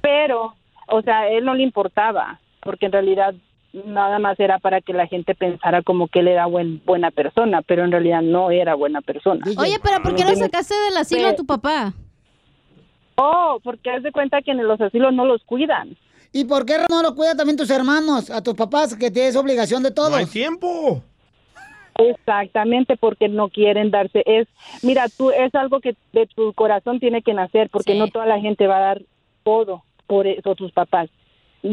[SPEAKER 7] Pero, o sea, a él no le importaba, porque en realidad nada más era para que la gente pensara como que él era buen, buena persona, pero en realidad no era buena persona.
[SPEAKER 2] Oye, pero ¿por qué
[SPEAKER 7] ¿Me
[SPEAKER 2] lo
[SPEAKER 7] entiendes?
[SPEAKER 2] sacaste del asilo a tu papá?
[SPEAKER 7] Oh, porque haz de cuenta que en los asilos no los cuidan.
[SPEAKER 1] ¿Y por qué no lo cuida también tus hermanos, a tus papás, que tienes obligación de todo?
[SPEAKER 7] hay tiempo. Exactamente, porque no quieren darse. Es, mira, tú es algo que de tu corazón tiene que nacer, porque no toda la gente va a dar todo por eso tus papás.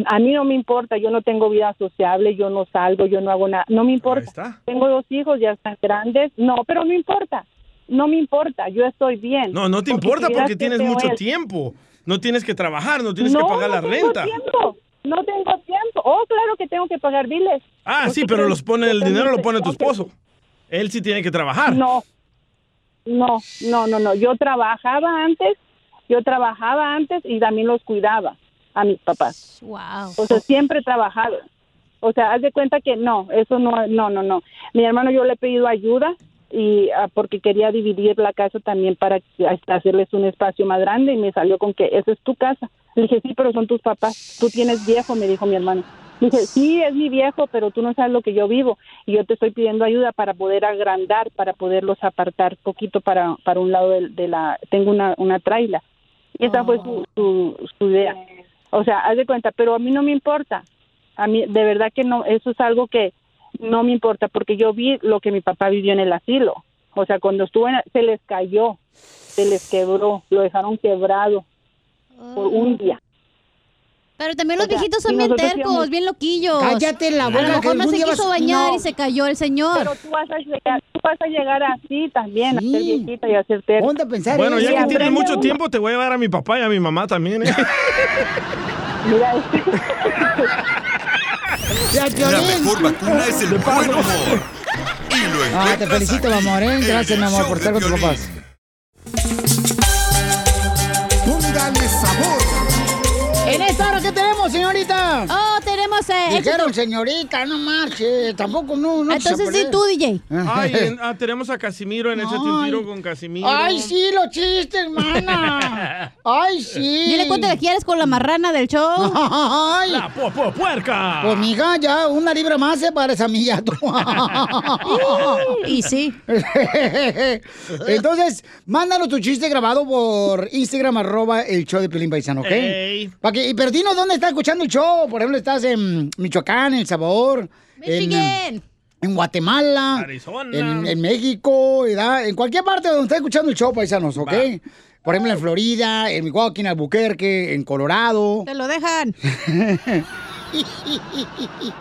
[SPEAKER 7] A mí no me importa, yo no tengo vida sociable, yo no salgo, yo no hago nada, no me importa. Tengo dos hijos, ya están grandes, no, pero no importa, no me importa, yo estoy bien.
[SPEAKER 3] No, no te
[SPEAKER 7] Porque
[SPEAKER 3] importa
[SPEAKER 7] si
[SPEAKER 3] porque
[SPEAKER 7] hubieras
[SPEAKER 3] tienes
[SPEAKER 7] sido
[SPEAKER 3] mucho
[SPEAKER 7] él-
[SPEAKER 3] tiempo. No tienes que trabajar, no tienes
[SPEAKER 7] No,
[SPEAKER 3] que pagar
[SPEAKER 7] no
[SPEAKER 3] la
[SPEAKER 7] tengo
[SPEAKER 3] renta.
[SPEAKER 7] tiempo, No tengo tiempo. Oh, claro que tengo que pagar biles.
[SPEAKER 3] Ah, sí,
[SPEAKER 7] Porque
[SPEAKER 3] pero los pone el
[SPEAKER 7] yo
[SPEAKER 3] dinero
[SPEAKER 7] tengo-
[SPEAKER 3] lo pone tu esposo. Él sí tiene que trabajar.
[SPEAKER 7] No, no, no, no, no. Yo trabajaba antes, yo trabajaba antes y también los cuidaba a mis papás.
[SPEAKER 2] Wow.
[SPEAKER 7] O sea, siempre he trabajado. O sea, haz de cuenta que no, eso no, no, no, no. Mi hermano yo le he pedido ayuda y ah, porque quería dividir la casa también para que- hasta hacerles un espacio más grande y me salió con que esa es tu casa. Le dije, sí, pero son tus papás. Tú tienes viejo, me dijo mi hermano. Le dije, sí, es mi viejo, pero tú no sabes lo que yo vivo y yo te estoy pidiendo ayuda para poder agrandar, para poderlos apartar poquito para, para un lado del- de, la... Tengo una, una traila. Y esa fue su, su, su idea. O sea, haz de cuenta, pero a mí no me importa. A mí, de verdad que no, eso es algo que no me importa, porque yo vi lo que mi papá vivió en el asilo. O sea, cuando estuvo en, se les cayó, se les quebró, lo dejaron quebrado por
[SPEAKER 2] Mm.
[SPEAKER 7] un día.
[SPEAKER 2] Pero también los
[SPEAKER 7] O sea,
[SPEAKER 2] viejitos
[SPEAKER 7] y
[SPEAKER 2] son bien
[SPEAKER 7] nosotros
[SPEAKER 2] tercos,
[SPEAKER 7] íbamos-
[SPEAKER 2] bien loquillos.
[SPEAKER 7] Cállate la
[SPEAKER 2] A
[SPEAKER 7] boca,
[SPEAKER 2] lo
[SPEAKER 7] que
[SPEAKER 2] mejor no
[SPEAKER 7] algún
[SPEAKER 2] se
[SPEAKER 7] día
[SPEAKER 2] quiso
[SPEAKER 7] vas-
[SPEAKER 2] bañar
[SPEAKER 7] No.
[SPEAKER 2] y se cayó el señor.
[SPEAKER 7] Pero tú vas a llegar, tú vas a llegar así también, a ser viejita y a ser terca.
[SPEAKER 3] Bueno, ya que tienes
[SPEAKER 7] Aprende
[SPEAKER 3] mucho
[SPEAKER 7] uno.
[SPEAKER 3] tiempo, te voy a llevar a mi papá y a mi mamá también. ¿eh?
[SPEAKER 7] Mira,
[SPEAKER 1] este.
[SPEAKER 17] La mejor vacuna es el buen humor. Y lo
[SPEAKER 1] Ah, te
[SPEAKER 17] encuentras
[SPEAKER 1] felicito, mi amor, ¿eh? Gracias, mi amor, por estar con tus papás.
[SPEAKER 17] Póngale sabor.
[SPEAKER 1] En esta hora, ¿qué tenemos, señorita?
[SPEAKER 2] Oh, tenemos... Eh,
[SPEAKER 1] Dijeron, señorita, no marche. Tampoco, no, no.
[SPEAKER 2] Entonces sí, tú, DJ.
[SPEAKER 3] Ay, en- ah, tenemos a Casimiro en ese tiro con Casimiro.
[SPEAKER 1] Ay, sí, los chistes, hermana. Ay, sí.
[SPEAKER 2] Dile cuánto le quieres con la marrana del show.
[SPEAKER 1] Ay.
[SPEAKER 3] La pu- pu- puerca.
[SPEAKER 1] Pues, mija, ya una libra más eh, se parece a mí ya tú.
[SPEAKER 2] y sí.
[SPEAKER 1] Entonces, mándanos tu chiste grabado por Instagram, arroba el show de Pelín Paisano, ¿ok?
[SPEAKER 3] Ey.
[SPEAKER 1] Pa' que- y pero dinos dónde estás escuchando el show. Por ejemplo, estás en Michoacán, en El Salvador. en-
[SPEAKER 2] Michigan.
[SPEAKER 1] En Guatemala,
[SPEAKER 3] Arizona.
[SPEAKER 1] En, en México, ¿verdad? en cualquier parte donde está escuchando el show, paisanos, ¿ok? Por ejemplo, en Florida, en Milwaukee, en Albuquerque, en Colorado.
[SPEAKER 2] Te lo dejan.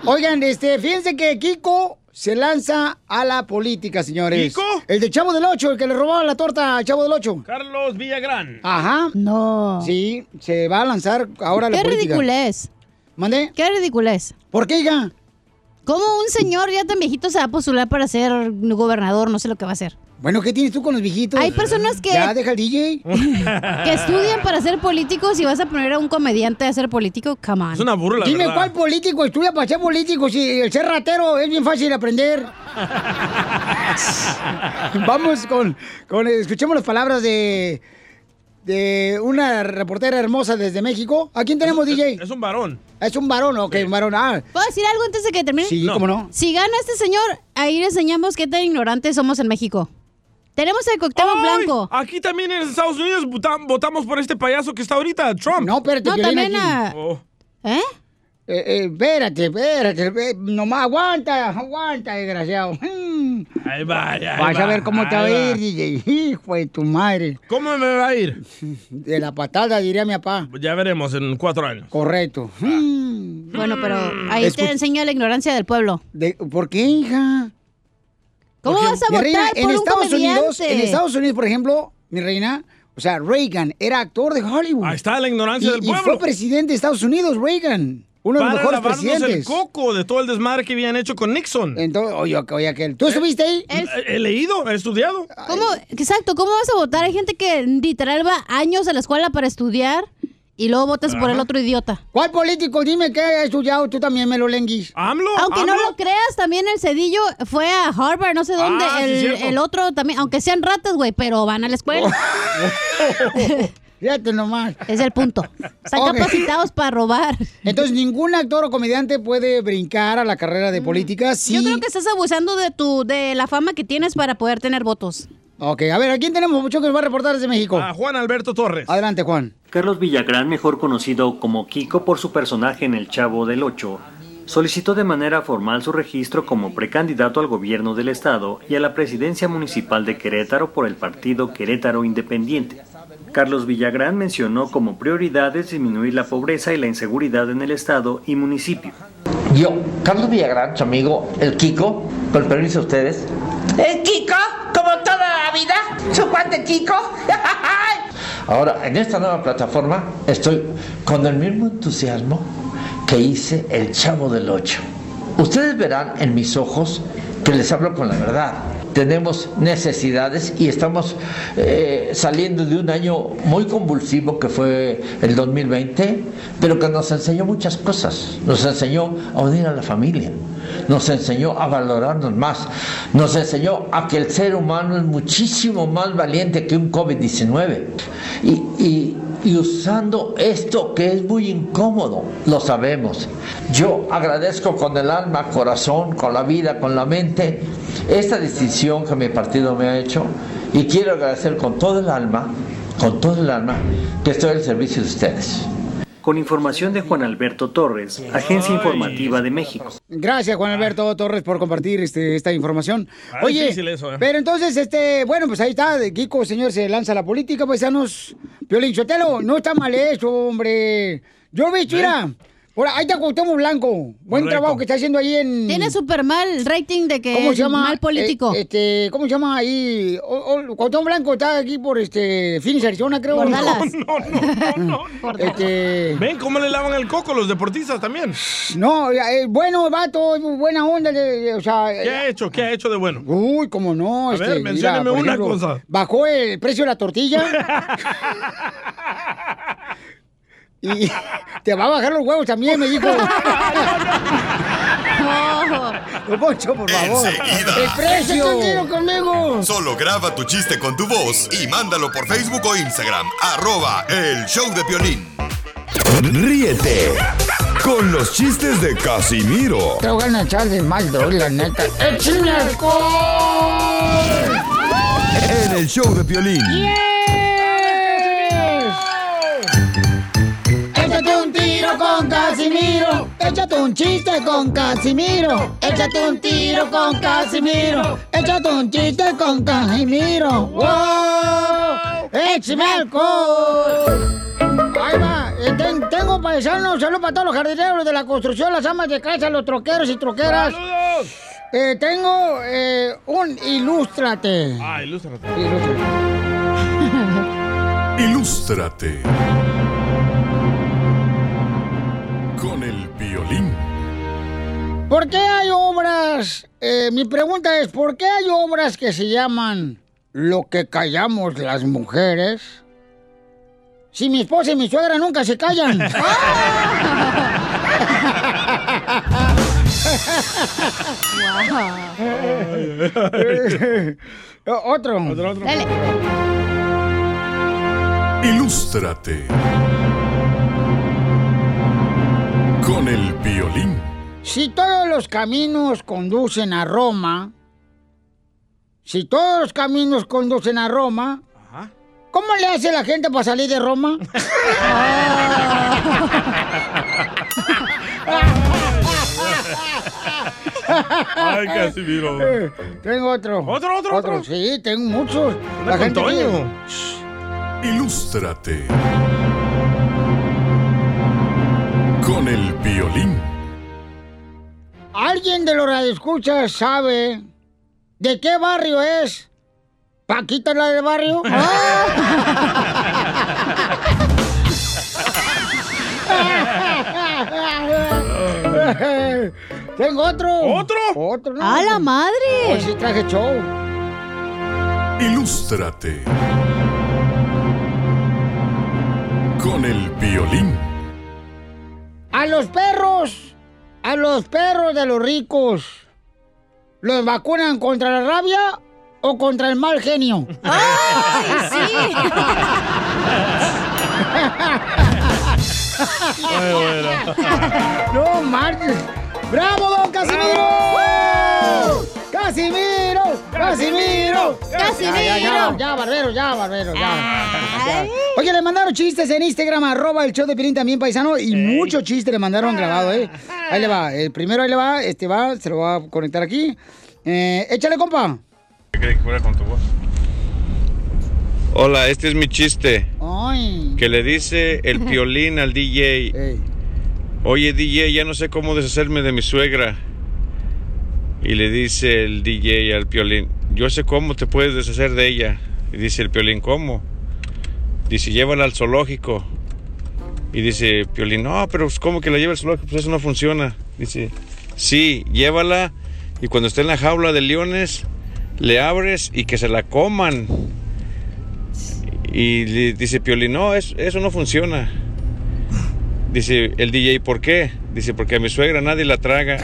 [SPEAKER 1] Oigan, este, fíjense que Kiko se lanza a la política, señores. El de Chavo del Ocho, el que le robaba la torta al Chavo del Ocho.
[SPEAKER 3] Carlos Villagrán.
[SPEAKER 1] Ajá. No. Sí, se va a lanzar ahora a la
[SPEAKER 2] Qué
[SPEAKER 1] política.
[SPEAKER 2] ridiculez.
[SPEAKER 1] ¿Mande?
[SPEAKER 2] Qué ridiculez.
[SPEAKER 1] ¿eh? ¿Por qué, hija?
[SPEAKER 2] ¿Cómo un señor ya tan viejito se va a postular para ser gobernador? No sé lo que va a hacer.
[SPEAKER 1] Bueno, ¿qué tienes tú con los viejitos?
[SPEAKER 2] Hay personas que-
[SPEAKER 1] Ya, deja el DJ.
[SPEAKER 2] Que estudian para ser políticos y vas a poner a un comediante a ser político, come on.
[SPEAKER 1] Es una burla, Dime
[SPEAKER 2] cuál
[SPEAKER 1] cuál político estudia para ser político. Si el ser ratero es bien fácil de aprender. Vamos con, con- Escuchemos las palabras de. De una reportera hermosa desde México. ¿A quién tenemos, DJ?
[SPEAKER 3] Es un varón.
[SPEAKER 1] Es un varón, ok, un varón. Ah,
[SPEAKER 2] ¿Puedo decir algo antes de que termine?
[SPEAKER 1] Sí, No. cómo no.
[SPEAKER 2] Si gana este señor, ahí le enseñamos qué tan ignorantes somos en México. Tenemos el Cuauhtémoc
[SPEAKER 3] Ay,
[SPEAKER 2] Blanco.
[SPEAKER 3] Aquí también en Estados Unidos vota- votamos por este payaso que está ahorita, Trump.
[SPEAKER 1] No, pero
[SPEAKER 2] No, Piolín, también aquí. a-
[SPEAKER 3] Oh.
[SPEAKER 2] ¿Eh?
[SPEAKER 1] Eh, eh, espérate, espérate, eh, nomás aguanta, aguanta, desgraciado. Mm.
[SPEAKER 3] Ahí va, ahí
[SPEAKER 1] Vas
[SPEAKER 3] va,
[SPEAKER 1] a ver cómo te va a
[SPEAKER 3] ahí
[SPEAKER 1] ir, DJ. Hijo de tu madre.
[SPEAKER 3] ¿Cómo me va a ir?
[SPEAKER 1] De la patada, diría mi papá.
[SPEAKER 3] Ya veremos en cuatro años.
[SPEAKER 1] Correcto.
[SPEAKER 2] Bueno, pero ahí
[SPEAKER 1] Escu-
[SPEAKER 2] te enseña la ignorancia del pueblo.
[SPEAKER 1] Mm. ¿Por qué, hija?
[SPEAKER 2] ¿Cómo
[SPEAKER 1] Porque,
[SPEAKER 2] vas a
[SPEAKER 1] mi
[SPEAKER 2] votar
[SPEAKER 1] reina,
[SPEAKER 2] por
[SPEAKER 1] en
[SPEAKER 2] un
[SPEAKER 1] Estados
[SPEAKER 2] comediante?
[SPEAKER 1] Unidos, en Estados Unidos, por ejemplo, mi reina, o sea, Reagan era actor de Hollywood. Ahí
[SPEAKER 3] está la ignorancia del
[SPEAKER 1] Y fue
[SPEAKER 3] pueblo.
[SPEAKER 1] presidente de Estados Unidos, Reagan. Uno de los
[SPEAKER 3] Para
[SPEAKER 1] mejores
[SPEAKER 3] lavarnos el
[SPEAKER 1] presidentes.
[SPEAKER 3] coco de todo el desmadre que habían hecho con Nixon. Eh,
[SPEAKER 1] Entonces, oye, oye, aquel. ¿Tú estuviste ahí?
[SPEAKER 3] He leído, he estudiado.
[SPEAKER 2] ¿Cómo, exacto, ¿cómo vas a votar? Hay gente que literal va años a la escuela para estudiar y luego votas por el otro idiota.
[SPEAKER 1] ¿Cuál político? Dime que has estudiado tú también, me lo lenguis.
[SPEAKER 3] AMLO.
[SPEAKER 2] Aunque no lo creas, también el Cedillo fue a Harvard, no sé dónde.
[SPEAKER 1] Ah, sí,
[SPEAKER 2] el,
[SPEAKER 1] cierto.
[SPEAKER 2] el otro también, aunque sean ratas, güey, pero van a la escuela.
[SPEAKER 1] Oh. Fíjate nomás.
[SPEAKER 2] Es el punto. Están
[SPEAKER 1] Ok.
[SPEAKER 2] capacitados para robar.
[SPEAKER 1] Entonces, ningún actor o comediante puede brincar a la carrera de política si...
[SPEAKER 2] Yo creo que estás abusando de tu de la fama que tienes para poder tener votos.
[SPEAKER 1] Ok, Eh, a ver, ¿a quién tenemos mucho que nos va a reportar desde México? A
[SPEAKER 3] Juan Alberto Torres.
[SPEAKER 1] Adelante, Juan.
[SPEAKER 16] Carlos Villagrán, mejor conocido como Kiko por su personaje en El Chavo del Ocho, solicitó de manera formal su registro como precandidato al gobierno del estado y a la presidencia municipal de Querétaro por el partido Querétaro Independiente. Carlos Villagrán mencionó como prioridades disminuir la pobreza y la inseguridad en el estado y municipio.
[SPEAKER 22] Yo, Carlos Villagrán, su amigo, el Kiko, con permiso de ustedes.
[SPEAKER 23] ¿El Kiko? Como toda la vida, su Juan de Kiko.
[SPEAKER 22] Ahora, en esta nueva plataforma estoy con el mismo entusiasmo que hice el Chavo del Ocho. Ustedes verán en mis ojos que les hablo con la verdad. Tenemos necesidades y estamos eh, saliendo de un año muy convulsivo que fue el 2020, pero que nos enseñó muchas cosas. Nos enseñó a unir a la familia, nos enseñó a valorarnos más, nos enseñó a que el ser humano es muchísimo más valiente que un COVID-19. Y, y- y usando esto que es muy incómodo, lo sabemos. Yo agradezco con el alma, corazón, con la vida, con la mente, esta decisión que mi partido me ha hecho y quiero agradecer con todo el alma, con todo el alma, que estoy al servicio de ustedes.
[SPEAKER 16] Con información de Juan Alberto Torres, Agencia Informativa de México.
[SPEAKER 1] Gracias, Juan Alberto Torres, por compartir este, esta información.
[SPEAKER 16] Ah,
[SPEAKER 1] Oye,
[SPEAKER 16] difícil eso, ¿eh?
[SPEAKER 1] pero entonces, este, bueno, pues ahí está, de Kiko, señor, se lanza a la política, paisanos. Piolín Sotelo, no está mal eso, hombre. Yo vi, mira, por ahí está Cuauhtémoc Blanco. Buen
[SPEAKER 2] Correcto.
[SPEAKER 1] trabajo que está haciendo ahí en...
[SPEAKER 2] Tiene súper mal rating de que es mal político.
[SPEAKER 1] Eh, este, ¿Cómo se llama ahí? O, o- Cuauhtémoc Blanco está aquí por este, Phoenix, Arizona, creo.
[SPEAKER 2] Por Dallas.
[SPEAKER 1] No, no, no, no. Este...
[SPEAKER 3] Ven cómo le lavan el coco los deportistas también.
[SPEAKER 1] No, eh, bueno, vato, buena onda, de- de- o sea...
[SPEAKER 3] ¿Qué ha hecho? ¿Qué ha hecho de bueno?
[SPEAKER 1] Uy, cómo no.
[SPEAKER 3] A
[SPEAKER 1] este,
[SPEAKER 3] ver,
[SPEAKER 1] mira,
[SPEAKER 3] mencióneme
[SPEAKER 1] por
[SPEAKER 3] una
[SPEAKER 1] ejemplo,
[SPEAKER 3] cosa.
[SPEAKER 1] Bajó el precio de la tortilla. y te va a bajar los huevos también, me dijo. Don Poncho, por favor.
[SPEAKER 5] Enseguida.
[SPEAKER 1] ¡El precio! quiero conmigo!
[SPEAKER 5] Solo graba tu chiste con tu voz y mándalo por Facebook o Instagram. Arroba el show de violín.
[SPEAKER 17] Ríete con los chistes de Casimiro
[SPEAKER 1] Te voy a echar de mal, doy, la neta. ¡Eh, ¡Échame
[SPEAKER 17] en el show de violín.
[SPEAKER 1] Échate un tiro con Casimiro. Échate un chiste con Casimiro. Échate un tiro con Casimiro. Échate un chiste con Casimiro. ¡Wow! ¡Échame alcohol! Ahí va. Eh, ten- tengo paisanos. Saludos para todos los jardineros de la construcción, las amas de casa, los troqueros y troqueras. Eh, tengo eh, un ilústrate.
[SPEAKER 3] Ah, ilústrate.
[SPEAKER 17] Ilústrate. Con el violín.
[SPEAKER 1] ¿Por qué hay obras? eh, mi pregunta es, ¿por qué hay obras que se llaman Lo que callamos las mujeres? Si mi esposa y mi suegra nunca se callan. otro. Otro, otro.
[SPEAKER 17] Ilústrate. Con el violín.
[SPEAKER 1] Si todos los caminos conducen a Roma, si todos los caminos conducen a Roma, ¿cómo le hace la gente para salir de Roma?
[SPEAKER 2] ¡Ah!
[SPEAKER 3] Ay, Casimiro.
[SPEAKER 1] Eh, Tengo otro. ¿Otro, otro, otro? Sí, tengo muchos. La
[SPEAKER 17] con
[SPEAKER 1] gente
[SPEAKER 17] Toño.
[SPEAKER 1] que-
[SPEAKER 17] Ilústrate. Con el violín.
[SPEAKER 1] ¿Alguien de los radioescuchas sabe de qué barrio es? ¿Paquita la del barrio? Ah. Tengo otro. ¿Otro? Otro.
[SPEAKER 2] ¡A la madre!
[SPEAKER 1] Hoy Oh, sí traje show.
[SPEAKER 17] Ilústrate. Con el violín.
[SPEAKER 1] A los perros, a los perros de los ricos, ¿los vacunan contra la rabia o contra el mal genio? ¡Ay, sí! ¡No marches! ¡Bravo, don Casimiro! ¡Casimiro! ¡Casimiro!
[SPEAKER 11] ¡Casimiro!
[SPEAKER 1] Ya, ya, ya, ya, barbero, ya, barbero, ya. Ya. Oye, le mandaron chistes en Instagram, arroba el show de Pirín también, paisano, y muchos chistes le mandaron grabado, ¿eh? Ahí le va, el primero ahí le va, este va, se lo va a conectar aquí. Eh, échale, compa.
[SPEAKER 4] ¿Qué crees que fuera con tu voz? Hola, este es mi chiste.
[SPEAKER 14] Oh.
[SPEAKER 1] Ay.
[SPEAKER 4] Que le dice el piolín al DJ. Oye, DJ, ya no sé cómo deshacerme de mi suegra. Y le dice el DJ al piolín. Yo sé cómo te puedes deshacer de ella. Y dice el piolín, ¿cómo? Dice, llévala al zoológico. Y dice Piolín, no, pero pues, ¿cómo que la lleva al zoológico? Pues eso no funciona. Dice, sí, llévala y cuando esté en la jaula de leones, le abres y que se la coman. Y le dice Piolín, no, es- eso no funciona. Dice el DJ, ¿por qué? Dice, porque a mi suegra nadie la traga.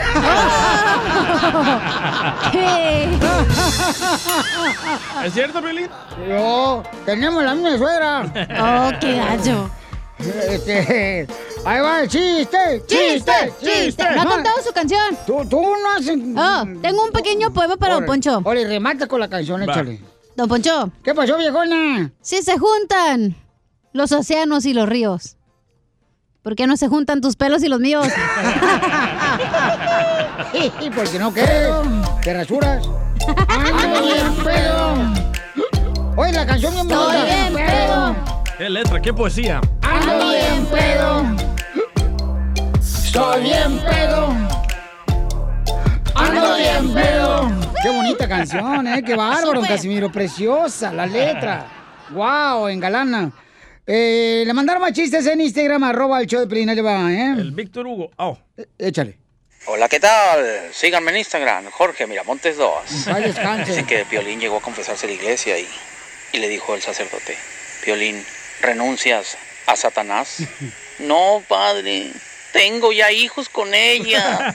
[SPEAKER 3] ¿Es cierto, Pelín?
[SPEAKER 1] No, tenemos la misma suegra.
[SPEAKER 3] Oh, qué gallo.
[SPEAKER 1] Este, ahí va el chiste, chiste, chiste. Ah.
[SPEAKER 2] No ha cantado su canción.
[SPEAKER 1] Tú, tú no has.
[SPEAKER 2] Oh, tengo un pequeño poema para Don Poncho.
[SPEAKER 1] Ole, remata con la canción, échale.
[SPEAKER 2] Don Poncho.
[SPEAKER 1] ¿Qué pasó, viejona?
[SPEAKER 2] Si se juntan los océanos y los ríos. ¿Por qué no se juntan tus pelos y los míos?
[SPEAKER 1] Y porque no quieres, te rasuras. Ando bien pedo. Oye, la canción bien
[SPEAKER 2] Estoy
[SPEAKER 1] bonita.
[SPEAKER 2] bien
[SPEAKER 1] pedo.
[SPEAKER 3] Qué letra, qué poesía.
[SPEAKER 1] Ando bien pedo. Estoy bien pedo. Ando bien pedo. Qué bonita canción, ¿eh? Qué bárbaro,
[SPEAKER 11] Súper.
[SPEAKER 1] Casimiro. Preciosa la letra. Wow, engalana. Eh, le mandaron más chistes en Instagram, arroba el show de Pelín, ahí le va, ¿eh? El
[SPEAKER 3] Víctor Hugo. Oh.
[SPEAKER 1] Échale.
[SPEAKER 6] Hola, ¿qué tal? Síganme en Instagram, Jorge Miramontes 2.
[SPEAKER 1] Vaya descanse.
[SPEAKER 6] Dicen que Piolín llegó a confesarse a la iglesia y, y le dijo el sacerdote, Piolín, ¿renuncias a Satanás? no, padre, tengo ya hijos con ella.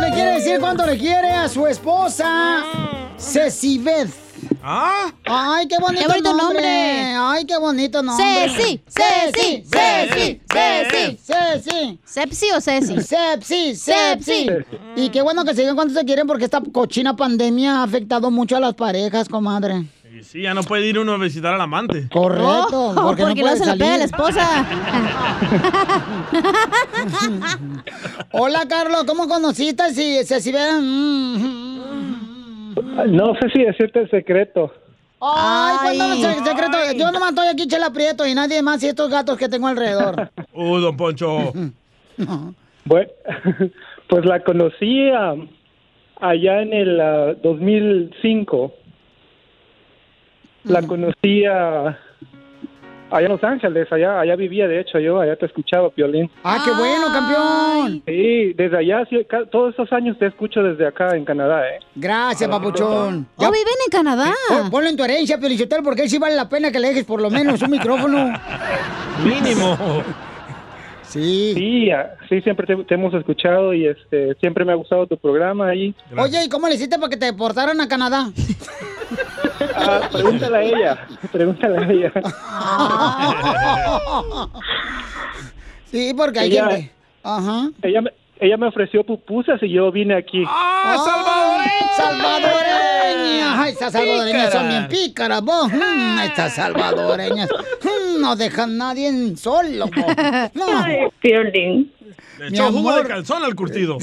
[SPEAKER 1] le quiere decir cuánto le quiere a su esposa, Cecibeth.
[SPEAKER 3] ¿Ah?
[SPEAKER 1] Ay, qué bonito,
[SPEAKER 2] Qué bonito
[SPEAKER 1] nombre.
[SPEAKER 2] nombre.
[SPEAKER 1] Ay, qué bonito nombre.
[SPEAKER 2] Ceci,
[SPEAKER 1] Ceci,
[SPEAKER 2] Ceci, Ceci,
[SPEAKER 1] Ceci, Ceci.
[SPEAKER 2] ¿Sepsi o Ceci?
[SPEAKER 1] Sepsi, Sepsi. Y qué bueno que se digan cuánto se quieren porque esta cochina pandemia ha afectado mucho a las parejas, comadre.
[SPEAKER 3] Y sí, ya no puede ir uno a visitar al amante.
[SPEAKER 1] Correcto.
[SPEAKER 2] Oh, porque
[SPEAKER 1] no puede
[SPEAKER 2] se la pega
[SPEAKER 1] salir.
[SPEAKER 2] la esposa.
[SPEAKER 1] Hola, Carlos, ¿cómo conociste? Si, si, mm, si ven.
[SPEAKER 9] No sé si decirte el secreto.
[SPEAKER 1] Ay, cuéntame el secreto. Yo nomás estoy aquí, chela prieto, y nadie más, y estos gatos que tengo alrededor.
[SPEAKER 3] Uh, don Poncho.
[SPEAKER 9] Bueno, pues la conocí ah, allá en el ah, 2005. La conocí ah, allá en Los Ángeles, allá, allá vivía de hecho yo, allá te escuchaba, Piolín.
[SPEAKER 1] ¡Ah, qué bueno, campeón!
[SPEAKER 9] Sí, desde allá, sí, ca- todos esos años te escucho desde acá en Canadá, ¿eh?
[SPEAKER 1] Gracias, papuchón.
[SPEAKER 2] Oh, viven en Canadá.
[SPEAKER 1] Pon- Oh, Ponlo en tu herencia, Piolichotel, porque él sí vale la pena que le dejes por lo menos un micrófono.
[SPEAKER 3] Mínimo.
[SPEAKER 1] Sí.
[SPEAKER 9] Sí, ah, sí, siempre te, te hemos escuchado y este siempre me ha gustado tu programa ahí.
[SPEAKER 1] Oye, ¿y cómo le hiciste para que te deportaran a Canadá?
[SPEAKER 9] Ah, pregúntale a ella, pregúntale a ella.
[SPEAKER 1] Ah, sí, porque hay
[SPEAKER 9] Ella-
[SPEAKER 1] gente... Ajá.
[SPEAKER 9] Ella me, ella me ofreció pupusas y yo vine aquí.
[SPEAKER 1] ¡Ah, salvadoreña! ¡Salvadoreña!
[SPEAKER 2] Ah,
[SPEAKER 1] Ay, estas salvadoreñas son bien
[SPEAKER 9] Pícaras.
[SPEAKER 1] pícaras, vos. Mm, estas salvadoreñas mm, no dejan a nadie en solo, vos. No.
[SPEAKER 3] Ay, Le
[SPEAKER 1] Mi
[SPEAKER 3] echó jugo de
[SPEAKER 1] amor.
[SPEAKER 3] calzón al curtido.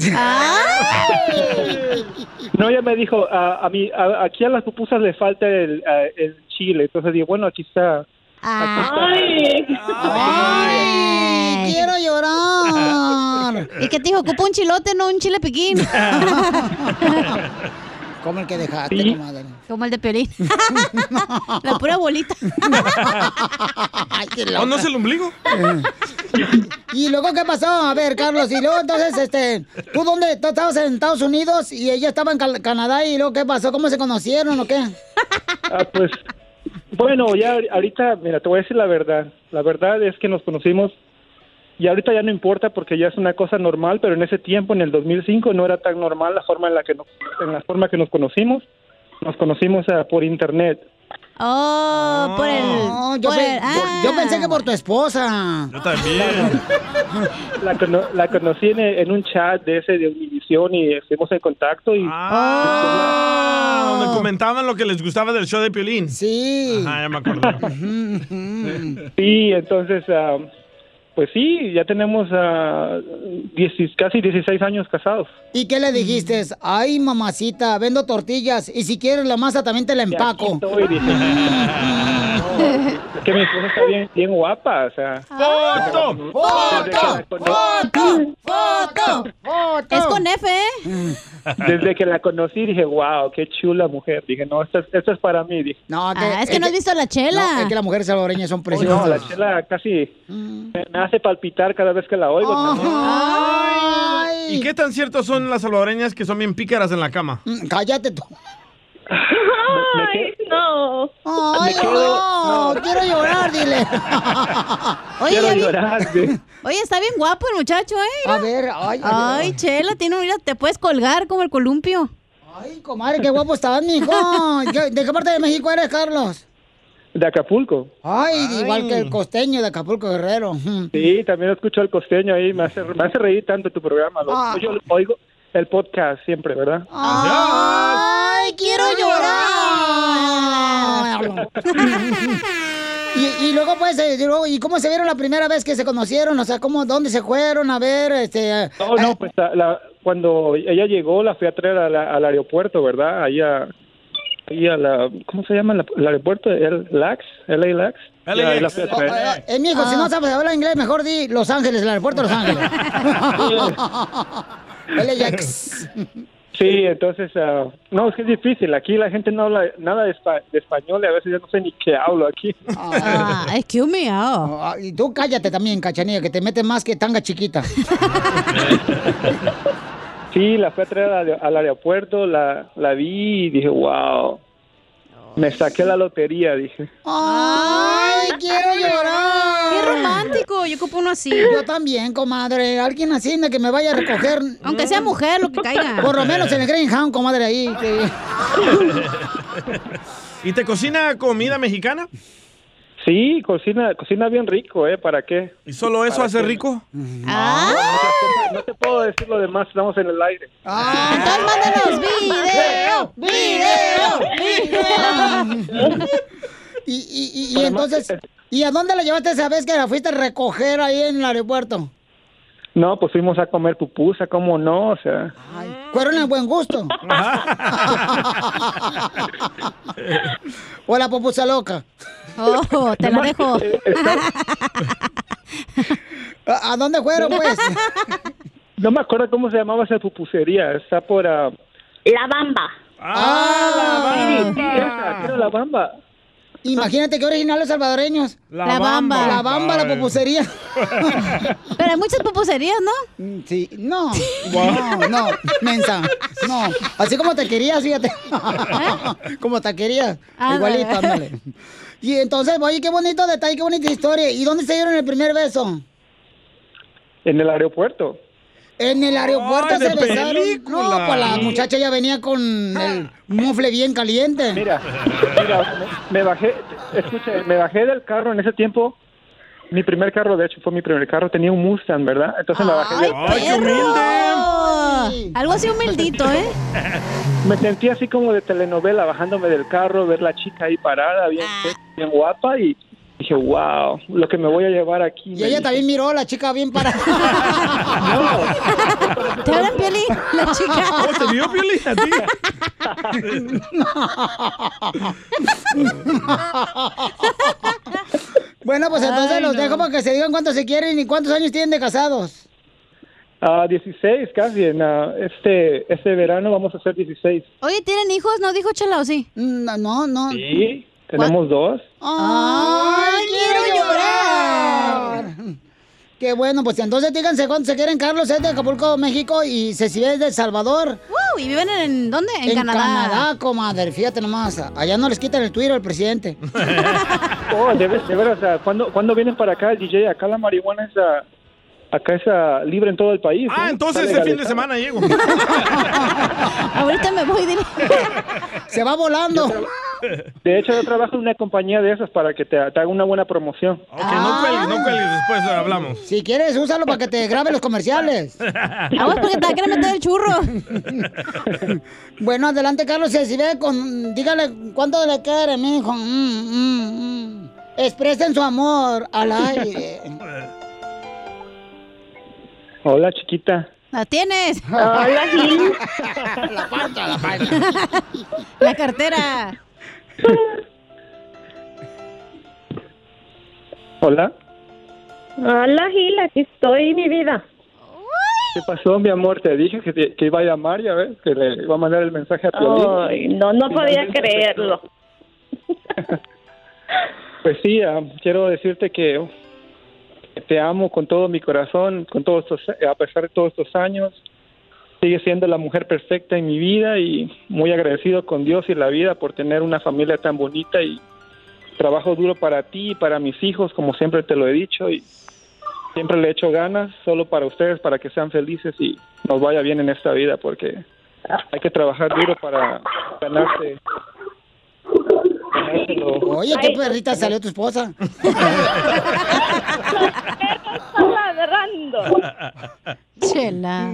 [SPEAKER 9] No, ella me dijo, a, a mí, a- aquí a las pupusas le falta el, a- el chile. Entonces dije, bueno, aquí está.
[SPEAKER 2] Ay.
[SPEAKER 1] Ay, quiero llorar.
[SPEAKER 2] ¿Y qué te dijo? Ocupa un chilote, no un chile piquín.
[SPEAKER 1] Como el que dejaste,
[SPEAKER 2] Sí.
[SPEAKER 1] comadre.
[SPEAKER 2] Como el de Piolín. La pura bolita.
[SPEAKER 1] Ay, qué
[SPEAKER 3] ¿O no
[SPEAKER 1] loca.
[SPEAKER 3] es el ombligo?
[SPEAKER 1] ¿Y luego qué pasó? A ver, Carlos, y luego entonces, este, ¿tú dónde? ¿Tú estabas en Estados Unidos y ella estaba en Cal- Canadá y luego qué pasó? ¿Cómo se conocieron o qué?
[SPEAKER 9] Ah, pues, bueno, ya ahor- ahorita, mira, te voy a decir la verdad. La verdad es que nos conocimos y ahorita ya no importa porque ya es una cosa normal, pero en ese tiempo, en el 2005, no era tan normal la forma en la que nos, en la forma que nos conocimos. Nos conocimos ah, por internet.
[SPEAKER 2] Oh, por el.
[SPEAKER 1] No, yo,
[SPEAKER 2] por
[SPEAKER 1] pe-
[SPEAKER 2] el- ah.
[SPEAKER 1] yo pensé que por tu esposa.
[SPEAKER 3] Yo también.
[SPEAKER 9] La, cono- la conocí en, en un chat de ese de Univision y estuvimos en contacto y
[SPEAKER 3] Ah, donde comentaban lo que les gustaba del show de Piolín.
[SPEAKER 1] Sí.
[SPEAKER 3] Ajá, ya me acordé.
[SPEAKER 9] Mm. Sí, entonces, ah, pues sí, ya tenemos ah, 10 casi 16 años casados.
[SPEAKER 1] ¿Y qué le dijiste? Ay, mamacita, vendo tortillas y si quieres la masa también te la
[SPEAKER 9] Y aquí
[SPEAKER 1] empaco.
[SPEAKER 9] estoy, dije. No, es que mi esposa está bien, bien guapa, o sea.
[SPEAKER 3] ¡Foto!
[SPEAKER 1] ¡Foto! ¡Foto! ¡Foto! ¡Foto!
[SPEAKER 2] Es con F, ¿eh?
[SPEAKER 9] Desde que la conocí dije, wow, qué chula mujer. Dije, no, esto es, esto es para mí. Dije,
[SPEAKER 1] No,
[SPEAKER 2] Ah, es que no has visto la chela.
[SPEAKER 1] No, es que las mujeres salvadoreñas son
[SPEAKER 9] "Uy, no, la
[SPEAKER 1] preciosas.
[SPEAKER 9] chela casi
[SPEAKER 2] Mm.
[SPEAKER 9] me, me hace palpitar cada vez que la oigo.
[SPEAKER 14] Oh. Pues,
[SPEAKER 1] ah,
[SPEAKER 3] ¿Y qué tan ciertos son las salvadoreñas que son bien pícaras en la cama?
[SPEAKER 1] Mm, Cállate tú.
[SPEAKER 9] Ay,
[SPEAKER 11] no.
[SPEAKER 1] Ay,
[SPEAKER 3] Me quedo-
[SPEAKER 1] no, quiero llorar, dile.
[SPEAKER 2] Oye,
[SPEAKER 9] Quiero
[SPEAKER 2] ya vi-
[SPEAKER 9] llorar. dije.
[SPEAKER 2] Oye, está bien guapo el muchacho, ¿eh?
[SPEAKER 1] A ver, ay, a ver.
[SPEAKER 2] Ay, Chela, tiene un. mira, Te puedes colgar como el columpio.
[SPEAKER 1] Ay, comadre, qué guapo estás, mijo. ¿Qué- ¿De qué parte de México eres, Carlos?
[SPEAKER 9] De Acapulco.
[SPEAKER 1] Ay, igual que el costeño de Acapulco Guerrero.
[SPEAKER 9] Sí, también escucho al costeño ahí, me hace, me hace reír tanto tu programa. Lo-
[SPEAKER 1] Ah.
[SPEAKER 9] Yo oigo el podcast siempre, ¿verdad?
[SPEAKER 14] Ah.
[SPEAKER 1] Ay, quiero llorar. Y, y luego, pues, eh, y luego, ¿y cómo se vieron la primera vez que se conocieron? O sea, ¿cómo, dónde se fueron a ver? Este,
[SPEAKER 9] No, no, pues la- la- cuando ella llegó la fui a traer a la- al aeropuerto, ¿verdad? Ahí a, ahí a la, ¿cómo se llama el, el aeropuerto? ¿El LAX? ¿LA LAX?
[SPEAKER 1] LAX.
[SPEAKER 9] Ya, ahí la fui a traer.
[SPEAKER 1] eh, mijo, si
[SPEAKER 2] Ah.
[SPEAKER 1] no sabes hablar inglés, mejor di Los Ángeles, el aeropuerto de Los Ángeles. LAX.
[SPEAKER 9] Sí, entonces, ah, no, es que es difícil, aquí la gente no habla nada de, espa- de español y a veces yo no sé ni qué hablo aquí.
[SPEAKER 2] Ah, excuse me, oh.
[SPEAKER 1] Ah, Y tú cállate también, cachanilla, que te metes más que tanga chiquita.
[SPEAKER 9] Sí, la fui a traer al, al aeropuerto, la, la vi y dije, wow, me saqué la lotería, dije.
[SPEAKER 1] ¡Ay, quiero llorar!
[SPEAKER 2] qué romántico. Yo ocupo uno así.
[SPEAKER 1] Yo también, comadre. Alguien así de que me vaya a recoger.
[SPEAKER 2] Aunque sea mujer, lo que caiga.
[SPEAKER 1] Por lo menos en el Greyhound, comadre, ahí. que-
[SPEAKER 3] ¿Y te cocina comida mexicana?
[SPEAKER 9] Sí, cocina, cocina bien rico, ¿eh? ¿Para qué?
[SPEAKER 3] ¿Y solo eso
[SPEAKER 9] ¿Para
[SPEAKER 3] hace
[SPEAKER 9] qué?
[SPEAKER 3] rico?
[SPEAKER 1] Ah.
[SPEAKER 9] No te puedo decir lo demás, estamos en el aire.
[SPEAKER 2] Mándanos video, video,
[SPEAKER 1] video. y, y- y- y entonces, ¿y a dónde la llevaste esa vez que la fuiste a recoger ahí en el aeropuerto?
[SPEAKER 9] No, pues fuimos a comer pupusa, ¿cómo no? O sea,
[SPEAKER 1] Fueron el buen gusto. o la popusa loca.
[SPEAKER 2] Oh, te la dejo.
[SPEAKER 3] Ah,
[SPEAKER 1] ¿A a dónde fueron, pues?
[SPEAKER 9] no me acuerdo cómo se llamaba esa pupusería. Está por... La Bamba.
[SPEAKER 1] Ah,
[SPEAKER 9] la Bamba.
[SPEAKER 1] Imagínate qué original los salvadoreños.
[SPEAKER 9] La La Bamba. Bamba.
[SPEAKER 1] La bamba, la
[SPEAKER 9] Ay.
[SPEAKER 1] popusería.
[SPEAKER 2] Pero hay muchas pupuserías, ¿no?
[SPEAKER 1] Mm, Sí, no. No, no, mensa. No. Así como te querías, fíjate. Como te querías.
[SPEAKER 2] ¿Eh? Ándale.
[SPEAKER 1] Igualito, ándale. Y entonces, oye, qué bonito detalle, qué bonita historia. ¿Y dónde se dieron el primer beso?
[SPEAKER 9] En el aeropuerto.
[SPEAKER 1] En el aeropuerto
[SPEAKER 9] Ay, de
[SPEAKER 1] se besaron.
[SPEAKER 9] película. Ah.
[SPEAKER 1] No, pues la muchacha ya venía con el mufle bien caliente.
[SPEAKER 9] Mira, mira, me, me bajé, escucha, me bajé del carro en ese tiempo. Mi primer carro, de hecho, fue mi primer carro. Tenía un Mustang, ¿verdad? Entonces me bajé del
[SPEAKER 2] ¡Ay, qué humilde! Algo así humildito, ¿eh?
[SPEAKER 9] Me sentí así como de telenovela, bajándome del carro, ver la chica ahí parada, bien, bien guapa, y dije, wow, lo que me voy a llevar aquí.
[SPEAKER 1] Y ella también miró a la chica bien para.
[SPEAKER 2] ¿Te hablan, Pioli? La chica.
[SPEAKER 14] Oh,
[SPEAKER 3] ¿Te vio, Pioli? ¿A ti?
[SPEAKER 1] bueno, pues entonces
[SPEAKER 9] Ay,
[SPEAKER 1] los
[SPEAKER 9] no.
[SPEAKER 1] dejo para que se digan cuánto se quieren y cuántos años tienen de casados.
[SPEAKER 9] A 16 Ah, casi, en, ah, este, este verano vamos a ser 16.
[SPEAKER 2] Oye, ¿tienen hijos? ¿No dijo Chela o sí?
[SPEAKER 1] No, Mm, no. no.
[SPEAKER 9] Sí, tenemos dos.
[SPEAKER 1] ¡Ay, quiero llorar! Qué bueno, pues entonces díganse cuánto se quieren. Carlos es de Acapulco, México y Cecilia es de El Salvador.
[SPEAKER 2] ¡Wow! ¿Y viven en dónde? En Canadá.
[SPEAKER 1] Canadá, comadre. Fíjate nomás. Allá no les quitan el Twitter al presidente.
[SPEAKER 9] Oh, de, ver- de veras, ah, ¿cuándo, cuándo vienen para acá el DJ? Acá la marihuana es, ah, acá es ah, libre en todo el país.
[SPEAKER 3] Ah,
[SPEAKER 9] ¿eh?
[SPEAKER 3] entonces
[SPEAKER 9] Está
[SPEAKER 3] este fin de
[SPEAKER 9] legalizado.
[SPEAKER 3] semana llego.
[SPEAKER 2] Ahorita me voy de...
[SPEAKER 1] Se va volando.
[SPEAKER 9] De hecho, yo trabajo en una compañía de esas para que te, te haga una buena promoción.
[SPEAKER 3] Que no cuelgues, no cuelgues, después hablamos.
[SPEAKER 1] Ah. Si quieres, úsalo para que te grabe los comerciales.
[SPEAKER 3] Vamos,
[SPEAKER 2] porque te va a querer meter el churro.
[SPEAKER 1] bueno, adelante, Carlos. Si ve con, dígale cuánto le quiere, mijo. Mm, mm, mm. Expresen su amor al aire.
[SPEAKER 9] Hola, chiquita.
[SPEAKER 2] ¿La tienes?
[SPEAKER 9] Hola, Gil.
[SPEAKER 2] La falta, la falta. La cartera.
[SPEAKER 9] Hola.
[SPEAKER 8] Hola, Gil, aquí estoy, mi vida.
[SPEAKER 9] ¿Qué pasó, mi amor? Te dije que, te- que iba a llamar, ya ves, que le iba a mandar el mensaje a Piolín.
[SPEAKER 8] Ay, no, no podía creerlo.
[SPEAKER 9] Pues sí, ah, quiero decirte que uf, te amo con todo mi corazón, con todos estos, a pesar de todos estos años. Sigues siendo la mujer perfecta en mi vida y muy agradecido con Dios y la vida por tener una familia tan bonita y trabajo duro para ti y para mis hijos, como siempre te lo he dicho y siempre le echo ganas solo para ustedes, para que sean felices y nos vaya bien en esta vida porque hay que trabajar duro para ganarse. ganárselo.
[SPEAKER 1] Oye, qué perrita salió tu esposa.
[SPEAKER 8] Estás ladrando.
[SPEAKER 2] Chela.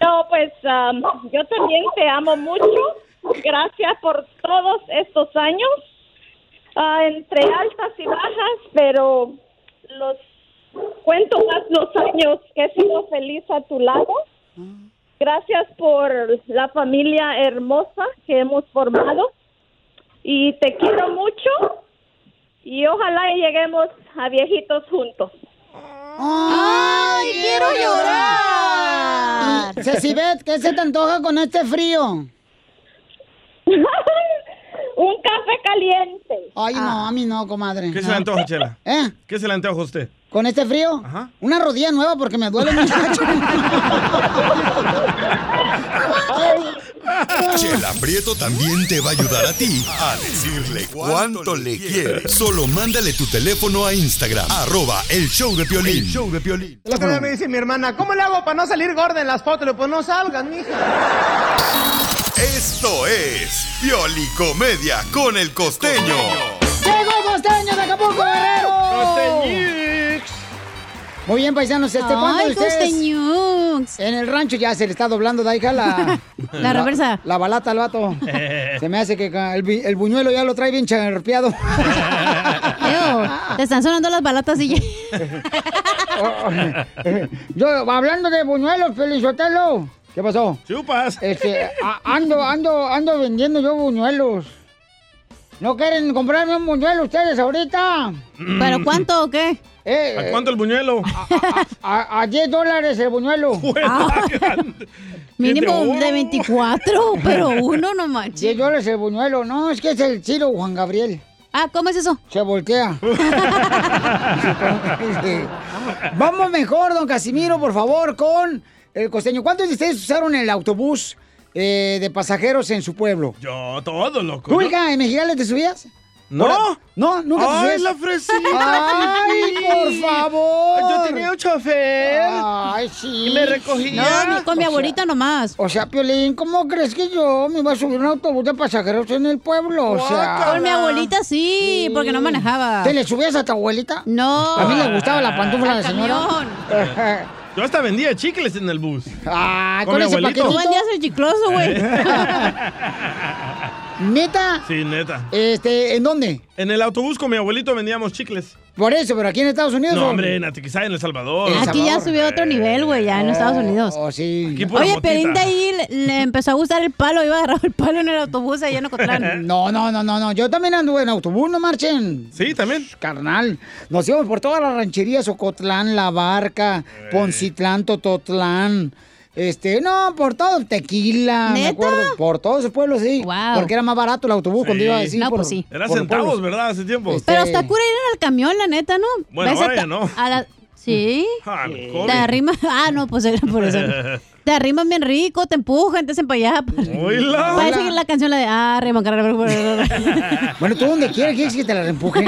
[SPEAKER 8] No, pues am, yo también te amo mucho. Gracias por todos estos años, ah, entre altas y bajas, pero los cuento más los años que he sido feliz a tu lado. Gracias por la familia hermosa que hemos formado y te quiero mucho y ojalá y lleguemos a viejitos juntos.
[SPEAKER 1] ¡Ay,
[SPEAKER 8] quiero llorar!
[SPEAKER 1] Cecibet, ¿qué Mm, se te antoja con este frío?
[SPEAKER 8] Un café caliente. Ah.
[SPEAKER 1] Ay, no, a mí no, comadre.
[SPEAKER 3] ¿Qué se
[SPEAKER 1] no.
[SPEAKER 3] le antoja, Chela?
[SPEAKER 1] ¿Eh?
[SPEAKER 3] ¿Qué se le antoja a usted?
[SPEAKER 1] ¿Con este frío? Una rodilla nueva porque me duele mucho.
[SPEAKER 5] Chela Prieto también te va a ayudar a ti a decirle cuánto le quieres. Solo mándale tu teléfono a Instagram, arroba el show de Piolín.
[SPEAKER 10] El
[SPEAKER 5] show de Piolín.
[SPEAKER 10] El otro día me dice mi hermana, ¿cómo le hago para no salir gorda en las fotos? Le digo, pues no salgas, mija.
[SPEAKER 5] Esto es Piolicomedia con el costeño.
[SPEAKER 1] ¡Llegó Costeño de Acapulco, Guerrero! Muy bien, paisanos, este cuando
[SPEAKER 2] Ay,
[SPEAKER 1] ustedes... En el rancho ya se le está doblando de hija la...
[SPEAKER 2] La reversa.
[SPEAKER 1] La, balata al vato. Se me hace que ca- el, bi- el buñuelo ya lo trae bien charpeado.
[SPEAKER 2] Eo, te están sonando las balatas y
[SPEAKER 1] Yo, hablando de buñuelos, Felizotelo. ¿Qué pasó? Chupas. Este, a- ando, ando, ando vendiendo yo buñuelos. ¿No quieren comprarme un buñuelo ustedes ahorita? Mm. Eh,
[SPEAKER 2] ¿Pero cuánto o qué?
[SPEAKER 3] ¿A cuánto el buñuelo?
[SPEAKER 1] A, a 10 dólares el buñuelo.
[SPEAKER 2] Ah. Mínimo Entre uno. de 24, pero uno no manches.
[SPEAKER 1] 10 dólares el buñuelo. No, es que es el chilo, Juan Gabriel.
[SPEAKER 2] Ah, ¿cómo es eso?
[SPEAKER 1] Se voltea. Vamos mejor, don Casimiro, por favor, con el costeño. ¿Cuántos de ustedes usaron el autobús eh, de pasajeros en su pueblo?
[SPEAKER 3] Yo, todo, loco.
[SPEAKER 1] ¿Tú, hija, en Mexicali te subías?
[SPEAKER 3] No.
[SPEAKER 1] Hola. No, nunca te
[SPEAKER 3] ¡Ay,
[SPEAKER 1] subías.
[SPEAKER 3] la fresita!
[SPEAKER 1] ¡Ay, por favor!
[SPEAKER 10] Yo tenía un chofer.
[SPEAKER 1] ¡Ay, sí!
[SPEAKER 10] Y me recogía. No, mi- con mi abuelita
[SPEAKER 2] nomás.
[SPEAKER 1] O sea, Piolín, ¿cómo crees que yo me iba a subir un autobús de pasajeros en el pueblo? O sea...
[SPEAKER 2] Con mi abuelita sí, porque no manejaba.
[SPEAKER 1] ¿Te le subías a tu abuelita?
[SPEAKER 2] No.
[SPEAKER 1] A mí le gustaba la pantufla de
[SPEAKER 2] Al
[SPEAKER 1] señora.
[SPEAKER 3] Yo hasta vendía chicles en el bus.
[SPEAKER 1] Ah,
[SPEAKER 3] Con mi abuelito.
[SPEAKER 2] Tú vendías el chicloso, güey.
[SPEAKER 1] Eh, ¿Neta?
[SPEAKER 3] Sí, neta.
[SPEAKER 1] Este, ¿en dónde?
[SPEAKER 3] En el autobús con mi abuelito vendíamos chicles.
[SPEAKER 1] Por eso, pero aquí en Estados Unidos.
[SPEAKER 3] No,
[SPEAKER 1] ¿o?
[SPEAKER 3] hombre, en Atiquizá, en El Salvador.
[SPEAKER 2] Aquí ya subió a otro nivel, güey, ya en Estados Unidos.
[SPEAKER 1] Oh, sí.
[SPEAKER 3] Aquí pura
[SPEAKER 2] Oye,
[SPEAKER 3] motita.
[SPEAKER 2] Perín de ahí le, le empezó a gustar el palo, iba a agarrar el palo en el autobús allá en Ocotlán.
[SPEAKER 1] No, no, no, no, no. Yo también anduve en autobús, no marchen.
[SPEAKER 3] Sí, también.
[SPEAKER 1] Carnal. Nos íbamos por todas las rancherías, Ocotlán, La Barca,
[SPEAKER 3] Eh.
[SPEAKER 1] Poncitlán, Tototlán. Este, no, por todo, tequila, me
[SPEAKER 2] ¿Neta?
[SPEAKER 1] acuerdo. Por todos esos pueblos, sí. Porque era más barato el autobús cuando iba a decir. por-
[SPEAKER 3] Era
[SPEAKER 1] por
[SPEAKER 3] centavos,
[SPEAKER 1] pueblos.
[SPEAKER 3] ¿verdad? Hace tiempo.
[SPEAKER 1] Este
[SPEAKER 2] Pero hasta cura ir al camión, la neta, ¿no?
[SPEAKER 3] Bueno,
[SPEAKER 2] Ves a
[SPEAKER 3] ahora ya
[SPEAKER 2] ta-
[SPEAKER 3] no.
[SPEAKER 2] a la- Sí.
[SPEAKER 3] COVID.
[SPEAKER 2] Te arrimas. Ah, no, pues era por eso. Te arrimas bien rico, te empujan, te hacen para allá. para arriba.
[SPEAKER 1] Hola.
[SPEAKER 2] Parece que la canción la de "Ah, arriba,
[SPEAKER 1] Bueno, tú donde quieras, quieres que te la empujen.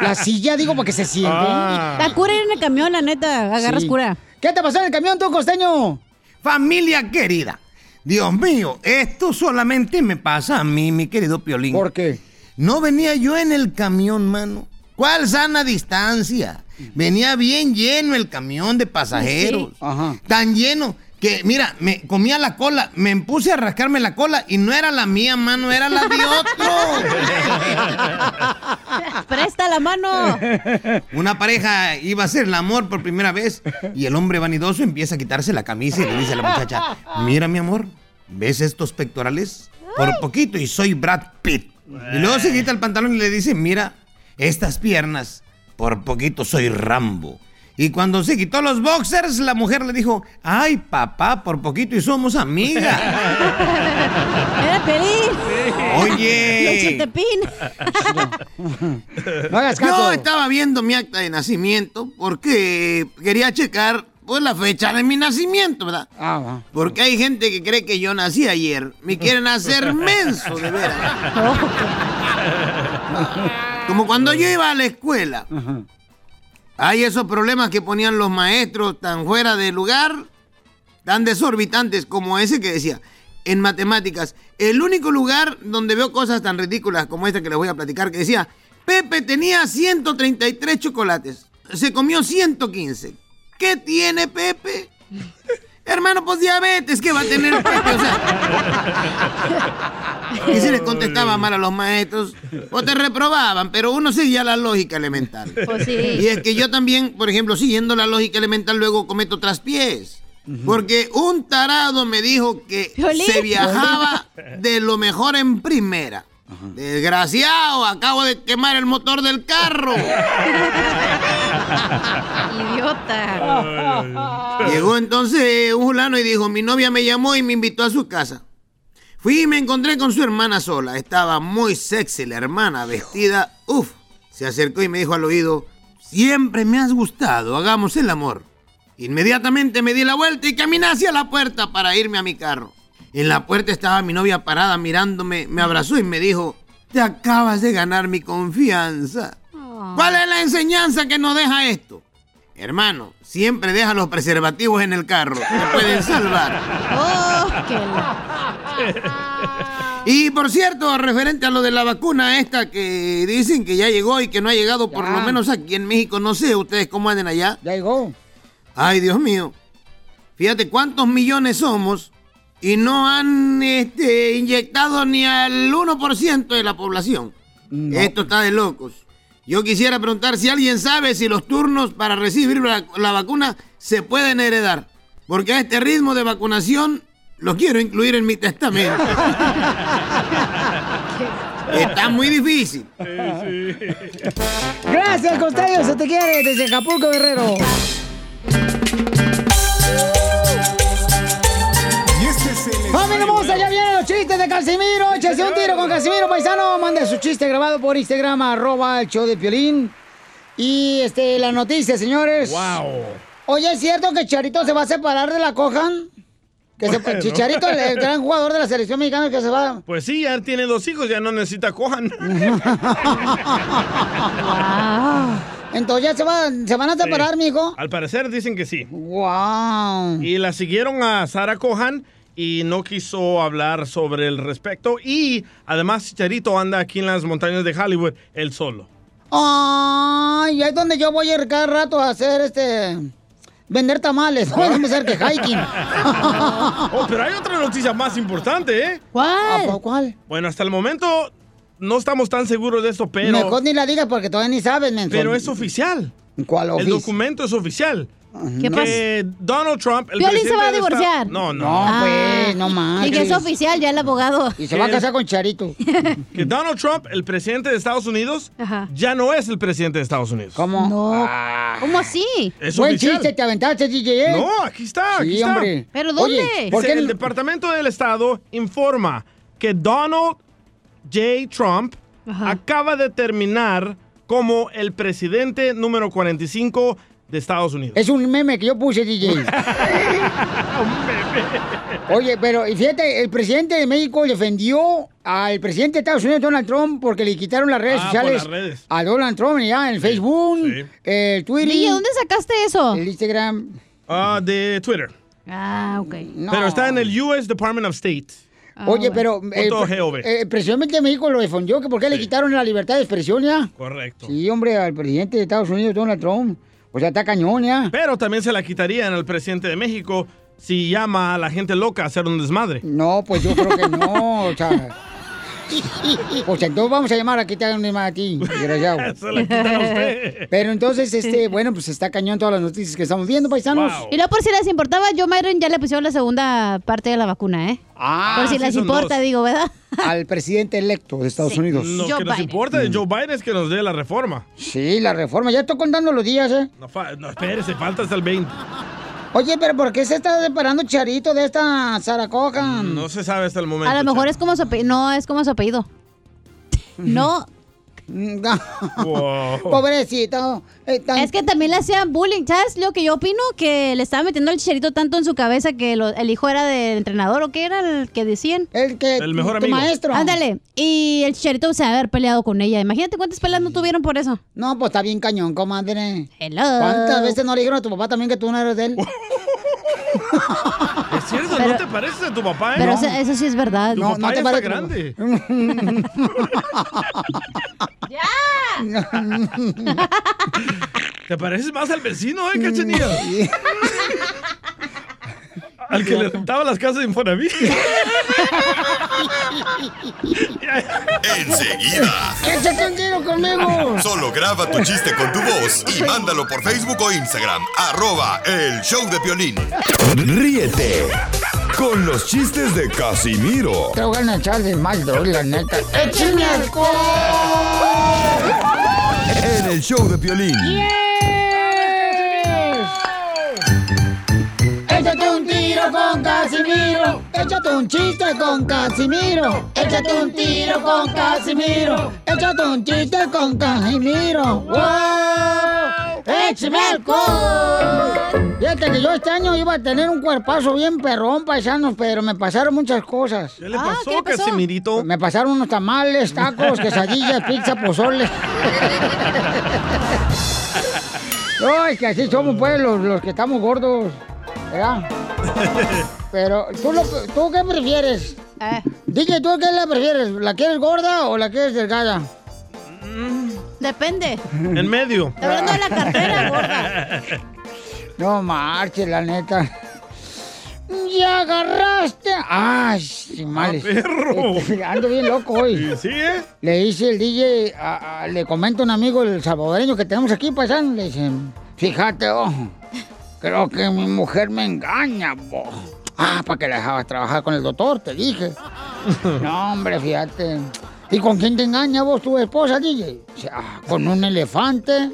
[SPEAKER 1] la silla, digo, para que se siente.
[SPEAKER 3] Ah.
[SPEAKER 2] Te cura ir en el camión, la neta, agarras
[SPEAKER 1] Sí.
[SPEAKER 2] cura.
[SPEAKER 1] ¿Qué te pasó en el camión, tú, costeño?
[SPEAKER 10] Familia querida, Dios mío, esto solamente me pasa a mí, mi querido Piolín. ¿Por
[SPEAKER 1] qué?
[SPEAKER 10] No venía yo en el camión, mano. ¿Cuál sana distancia? Venía bien lleno el camión de pasajeros.
[SPEAKER 1] Sí. Ajá.
[SPEAKER 10] Tan lleno que, mira, me comía la cola, me puse a rascarme la cola y no era la mía, mano, era la de otro.
[SPEAKER 2] Presta la mano.
[SPEAKER 10] Una pareja iba a hacer el amor por primera vez y el hombre vanidoso empieza a quitarse la camisa y le dice a la muchacha, mira mi amor, ¿ves estos pectorales? Por poquito y soy Brad Pitt. Y luego se quita el pantalón y le dice, mira, estas piernas, por poquito soy Rambo. Y cuando se quitó los boxers, la mujer le dijo, ay papá, por poquito y somos amigas.
[SPEAKER 2] Era Perín.
[SPEAKER 10] Oye.
[SPEAKER 1] No hagas caso.
[SPEAKER 10] Yo estaba viendo mi acta de nacimiento porque quería checar pues, la fecha de mi nacimiento, ¿verdad?
[SPEAKER 1] Ah, va.
[SPEAKER 10] Porque hay gente que cree que yo nací ayer. Me quieren hacer menso, de veras. Como cuando yo iba a la escuela. Hay esos problemas que ponían los maestros tan fuera de lugar, tan desorbitantes como ese que decía. En matemáticas, el único lugar donde veo cosas tan ridículas como esta que les voy a platicar, que decía, Pepe tenía 133 chocolates, se comió 115. ¿Qué tiene Pepe? Hermano, pues diabetes, ¿qué va a tener Pepe? O sea, y se les contestaba mal a los maestros, o te reprobaban, pero uno seguía la lógica elemental.
[SPEAKER 2] Pues sí.
[SPEAKER 10] Y es que yo también, por ejemplo, siguiendo la lógica elemental, luego cometo traspiés. Porque un tarado me dijo que
[SPEAKER 2] Piolín.
[SPEAKER 10] se viajaba de lo mejor en primera. Desgraciado, acabo de quemar el motor del carro.
[SPEAKER 2] Idiota.
[SPEAKER 10] Llegó entonces un fulano y dijo, mi novia me llamó y me invitó a su casa. Fui y me encontré con su hermana sola. Estaba muy sexy la hermana, vestida. Uf, se acercó y me dijo al oído, siempre me has gustado, hagamos el amor. Inmediatamente me di la vuelta y caminé hacia la puerta para irme a mi carro. En la puerta estaba mi novia parada mirándome, me abrazó y me dijo, te acabas de ganar mi confianza. ¿Cuál es la enseñanza que nos deja esto? Hermano, siempre deja los preservativos en el carro, te pueden salvar.
[SPEAKER 2] Oh,
[SPEAKER 10] Y por cierto, referente a lo de la vacuna esta que dicen que ya llegó y que no ha llegado, por lo menos aquí en México, no sé ustedes cómo anden allá.
[SPEAKER 1] Ya llegó.
[SPEAKER 10] Ay, Dios mío. Fíjate cuántos millones somos y no han este, inyectado ni al 1% de la población. Esto está de locos. Yo quisiera preguntar si alguien sabe si los turnos para recibir la, la vacuna se pueden heredar. Porque a este ritmo de vacunación lo quiero incluir en mi testamento. Está muy difícil.
[SPEAKER 1] Gracias, Costeño. Se te quiere desde Acapulco, Guerrero.
[SPEAKER 3] este
[SPEAKER 1] ¡Familia hermosa! Ya vienen los chistes de Casimiro. Échese un tiro con Casimiro, paisano. Mande su chiste grabado por Instagram, arroba el show de Piolín. Y este, la noticia, señores.
[SPEAKER 3] Wow.
[SPEAKER 1] Oye, ¿es cierto que Charito se va a separar de la Cojan? Que se-
[SPEAKER 3] Bueno.
[SPEAKER 1] Chicharito, el, el gran jugador de la selección mexicana que se va.
[SPEAKER 3] Pues sí, ya tiene dos hijos, ya no necesita cojan.
[SPEAKER 1] Entonces ya se, va- se van a separar,
[SPEAKER 3] Sí.
[SPEAKER 1] mijo.
[SPEAKER 3] Al parecer dicen que sí.
[SPEAKER 1] Wow.
[SPEAKER 3] Y la siguieron a Sara Cohan y no quiso hablar sobre el respecto. Y además Chicharito anda aquí en las montañas de Hollywood él solo.
[SPEAKER 1] Ay, ahí es donde yo voy a ir cada rato a hacer este. Vender tamales. Voy a empezar que hiking.
[SPEAKER 3] Oh, pero hay otra noticia más importante, ¿eh?
[SPEAKER 1] ¿Cuál? ¿Cuál?
[SPEAKER 3] Bueno, hasta el momento no estamos tan seguros de esto, pero...
[SPEAKER 1] Mejor ni la pues, digas porque todavía ni sabes, menso.
[SPEAKER 3] Pero es oficial.
[SPEAKER 1] ¿Cuál
[SPEAKER 3] El
[SPEAKER 1] ofici-
[SPEAKER 3] documento es oficial.
[SPEAKER 1] ¿Qué
[SPEAKER 3] que Donald Trump, el
[SPEAKER 2] Piolín
[SPEAKER 3] presidente
[SPEAKER 2] se va a
[SPEAKER 3] de esta-
[SPEAKER 2] divorciar.
[SPEAKER 3] No, no.
[SPEAKER 1] No, pues, no
[SPEAKER 2] Y que es
[SPEAKER 1] manches.
[SPEAKER 2] oficial, ya el abogado.
[SPEAKER 1] Y se va a casar con Charito.
[SPEAKER 3] Que Donald Trump, el presidente de Estados Unidos,
[SPEAKER 2] Ajá.
[SPEAKER 3] ya no es el presidente de Estados Unidos. Ah.
[SPEAKER 1] ¿Cómo? No.
[SPEAKER 2] ¿Cómo así?
[SPEAKER 3] Es
[SPEAKER 1] Buen
[SPEAKER 3] oficial.
[SPEAKER 1] chiste, te aventaste, DJ. ¿eh?
[SPEAKER 3] No, aquí está, aquí
[SPEAKER 1] sí,
[SPEAKER 3] está.
[SPEAKER 1] hombre. Oye, ¿por
[SPEAKER 3] Dice,
[SPEAKER 1] qué
[SPEAKER 3] El Departamento del Estado informa que Donald J. Trump acaba de terminar como el presidente número 45 de Estados Unidos.
[SPEAKER 1] Es un meme que yo puse, DJ. Oye, pero y fíjate, el presidente de México defendió al presidente de Estados Unidos, Donald Trump, porque le quitaron las
[SPEAKER 3] Ah,
[SPEAKER 1] redes
[SPEAKER 3] por
[SPEAKER 1] sociales
[SPEAKER 3] las redes.
[SPEAKER 1] a Donald Trump, ya, en el Facebook, el Twitter.
[SPEAKER 2] Oye, ¿dónde sacaste eso?
[SPEAKER 1] El Instagram.
[SPEAKER 3] Ah, de Twitter.
[SPEAKER 2] Ah, ok.
[SPEAKER 3] Pero está en el U.S. Department of State. Ah,
[SPEAKER 1] Oye, pero eh,
[SPEAKER 3] Punto
[SPEAKER 1] pre-
[SPEAKER 3] GOV.
[SPEAKER 1] eh, el presidente de México lo defendió, que porque le quitaron la libertad de expresión ya.
[SPEAKER 3] Correcto.
[SPEAKER 1] Sí, hombre, al presidente de Estados Unidos, Donald Trump. O sea, está cañón ya.
[SPEAKER 3] Pero también se la quitarían al presidente de México si llama a la gente loca a hacer un desmadre.
[SPEAKER 1] No, pues yo creo que no, o sea. Pues entonces vamos a llamar a que te hagan un llamado a ti, desgraciado.
[SPEAKER 3] Se la quitan a usted.
[SPEAKER 1] Pero entonces, este, bueno, pues está cañón todas las noticias que estamos viendo, paisanos.
[SPEAKER 2] Y luego por si les importaba, yo Myron ya le pusieron la segunda parte de la vacuna, ¿eh?
[SPEAKER 1] Ah,
[SPEAKER 2] por si
[SPEAKER 1] sí,
[SPEAKER 2] les
[SPEAKER 1] son
[SPEAKER 2] importa,
[SPEAKER 1] dos.
[SPEAKER 2] digo, ¿verdad?
[SPEAKER 1] Al presidente electo de Estados Unidos. Mm.
[SPEAKER 3] Lo que nos importa de Joe Biden es que nos dé la reforma.
[SPEAKER 1] Sí, la reforma, ya estoy contando los días, ¿eh?
[SPEAKER 3] No, fa- no, espérese, falta hasta el 20.
[SPEAKER 1] Oye, pero ¿por qué se está separando Charito de esta Sara Cohan?
[SPEAKER 3] No se sabe hasta el momento.
[SPEAKER 2] A lo mejor es como su apellido. No, es como su apellido. No.
[SPEAKER 1] Mm,
[SPEAKER 3] Wow.
[SPEAKER 1] Pobrecito.
[SPEAKER 2] Es que también le hacían bullying. ¿Sabes lo que yo opino? Que le estaba metiendo el chicharito tanto en su cabeza que lo- el hijo era del entrenador o que era el que decían.
[SPEAKER 1] El que.
[SPEAKER 3] El mejor tu amigo. maestro.
[SPEAKER 2] Ándale. Y el chicharito se haber peleado con ella. Imagínate cuántas peleas no tuvieron por eso.
[SPEAKER 1] No, pues está bien cañón, comadre.
[SPEAKER 2] Hello.
[SPEAKER 1] ¿Cuántas veces no le dijeron a tu papá también que tú no eres de él?
[SPEAKER 3] Es cierto, no
[SPEAKER 1] Pero-
[SPEAKER 3] te pareces a tu papá, ¿eh?
[SPEAKER 2] Pero eso, eso sí es verdad.
[SPEAKER 3] Tu papá ya está grande. Te pareces más al vecino,
[SPEAKER 1] Mm.
[SPEAKER 3] ¿eh, cachanilla? al que le rentaba las casas de Infonavit.
[SPEAKER 5] Enseguida.
[SPEAKER 1] ¡Échate un tiro conmigo!
[SPEAKER 5] Solo graba tu chiste con tu voz y mándalo por Facebook o Instagram. Arroba el show de Piolín.
[SPEAKER 17] Ríete con los chistes de Casimiro
[SPEAKER 1] Te voy a echar de mal, bro, la neta. ¡Échame
[SPEAKER 17] en el show de Piolín.
[SPEAKER 1] Échate un tiro con Casimiro. Échate un chiste con Casimiro. Échate un tiro con Casimiro. Échate un chiste con Casimiro. ¡Wow! ¡Échame alcohol! Fíjate que yo este año iba a tener un cuerpazo bien perrón, paisanos, pero me pasaron muchas cosas.
[SPEAKER 3] ¿Qué le pasó, Casimirito?
[SPEAKER 1] Me pasaron unos tamales, tacos, quesadillas, pizza, pozole. No, es que así somos, pues, los, los que estamos gordos, ¿verdad? Pero, ¿tú, lo- tú qué prefieres? Dije, ¿tú qué la prefieres? ¿La quieres gorda o la quieres delgada? Depende.
[SPEAKER 3] En medio.
[SPEAKER 1] hablando de la carrera, No marches, la neta. ¡Ya agarraste! ¡Ay, sí, males!
[SPEAKER 11] perro!
[SPEAKER 1] Este, ando bien loco hoy. ¿Sí, Le dice el DJ, a- a- le comenta un amigo el salvadoreño que tenemos aquí, paisano, le dice, fíjate, ojo, creo que mi mujer me engaña, bo. Ah, para que la dejabas trabajar con el doctor, te dije. No, hombre, fíjate. ¿Y con quién te engaña vos, tu esposa, DJ? Dice, "Ah, con un elefante,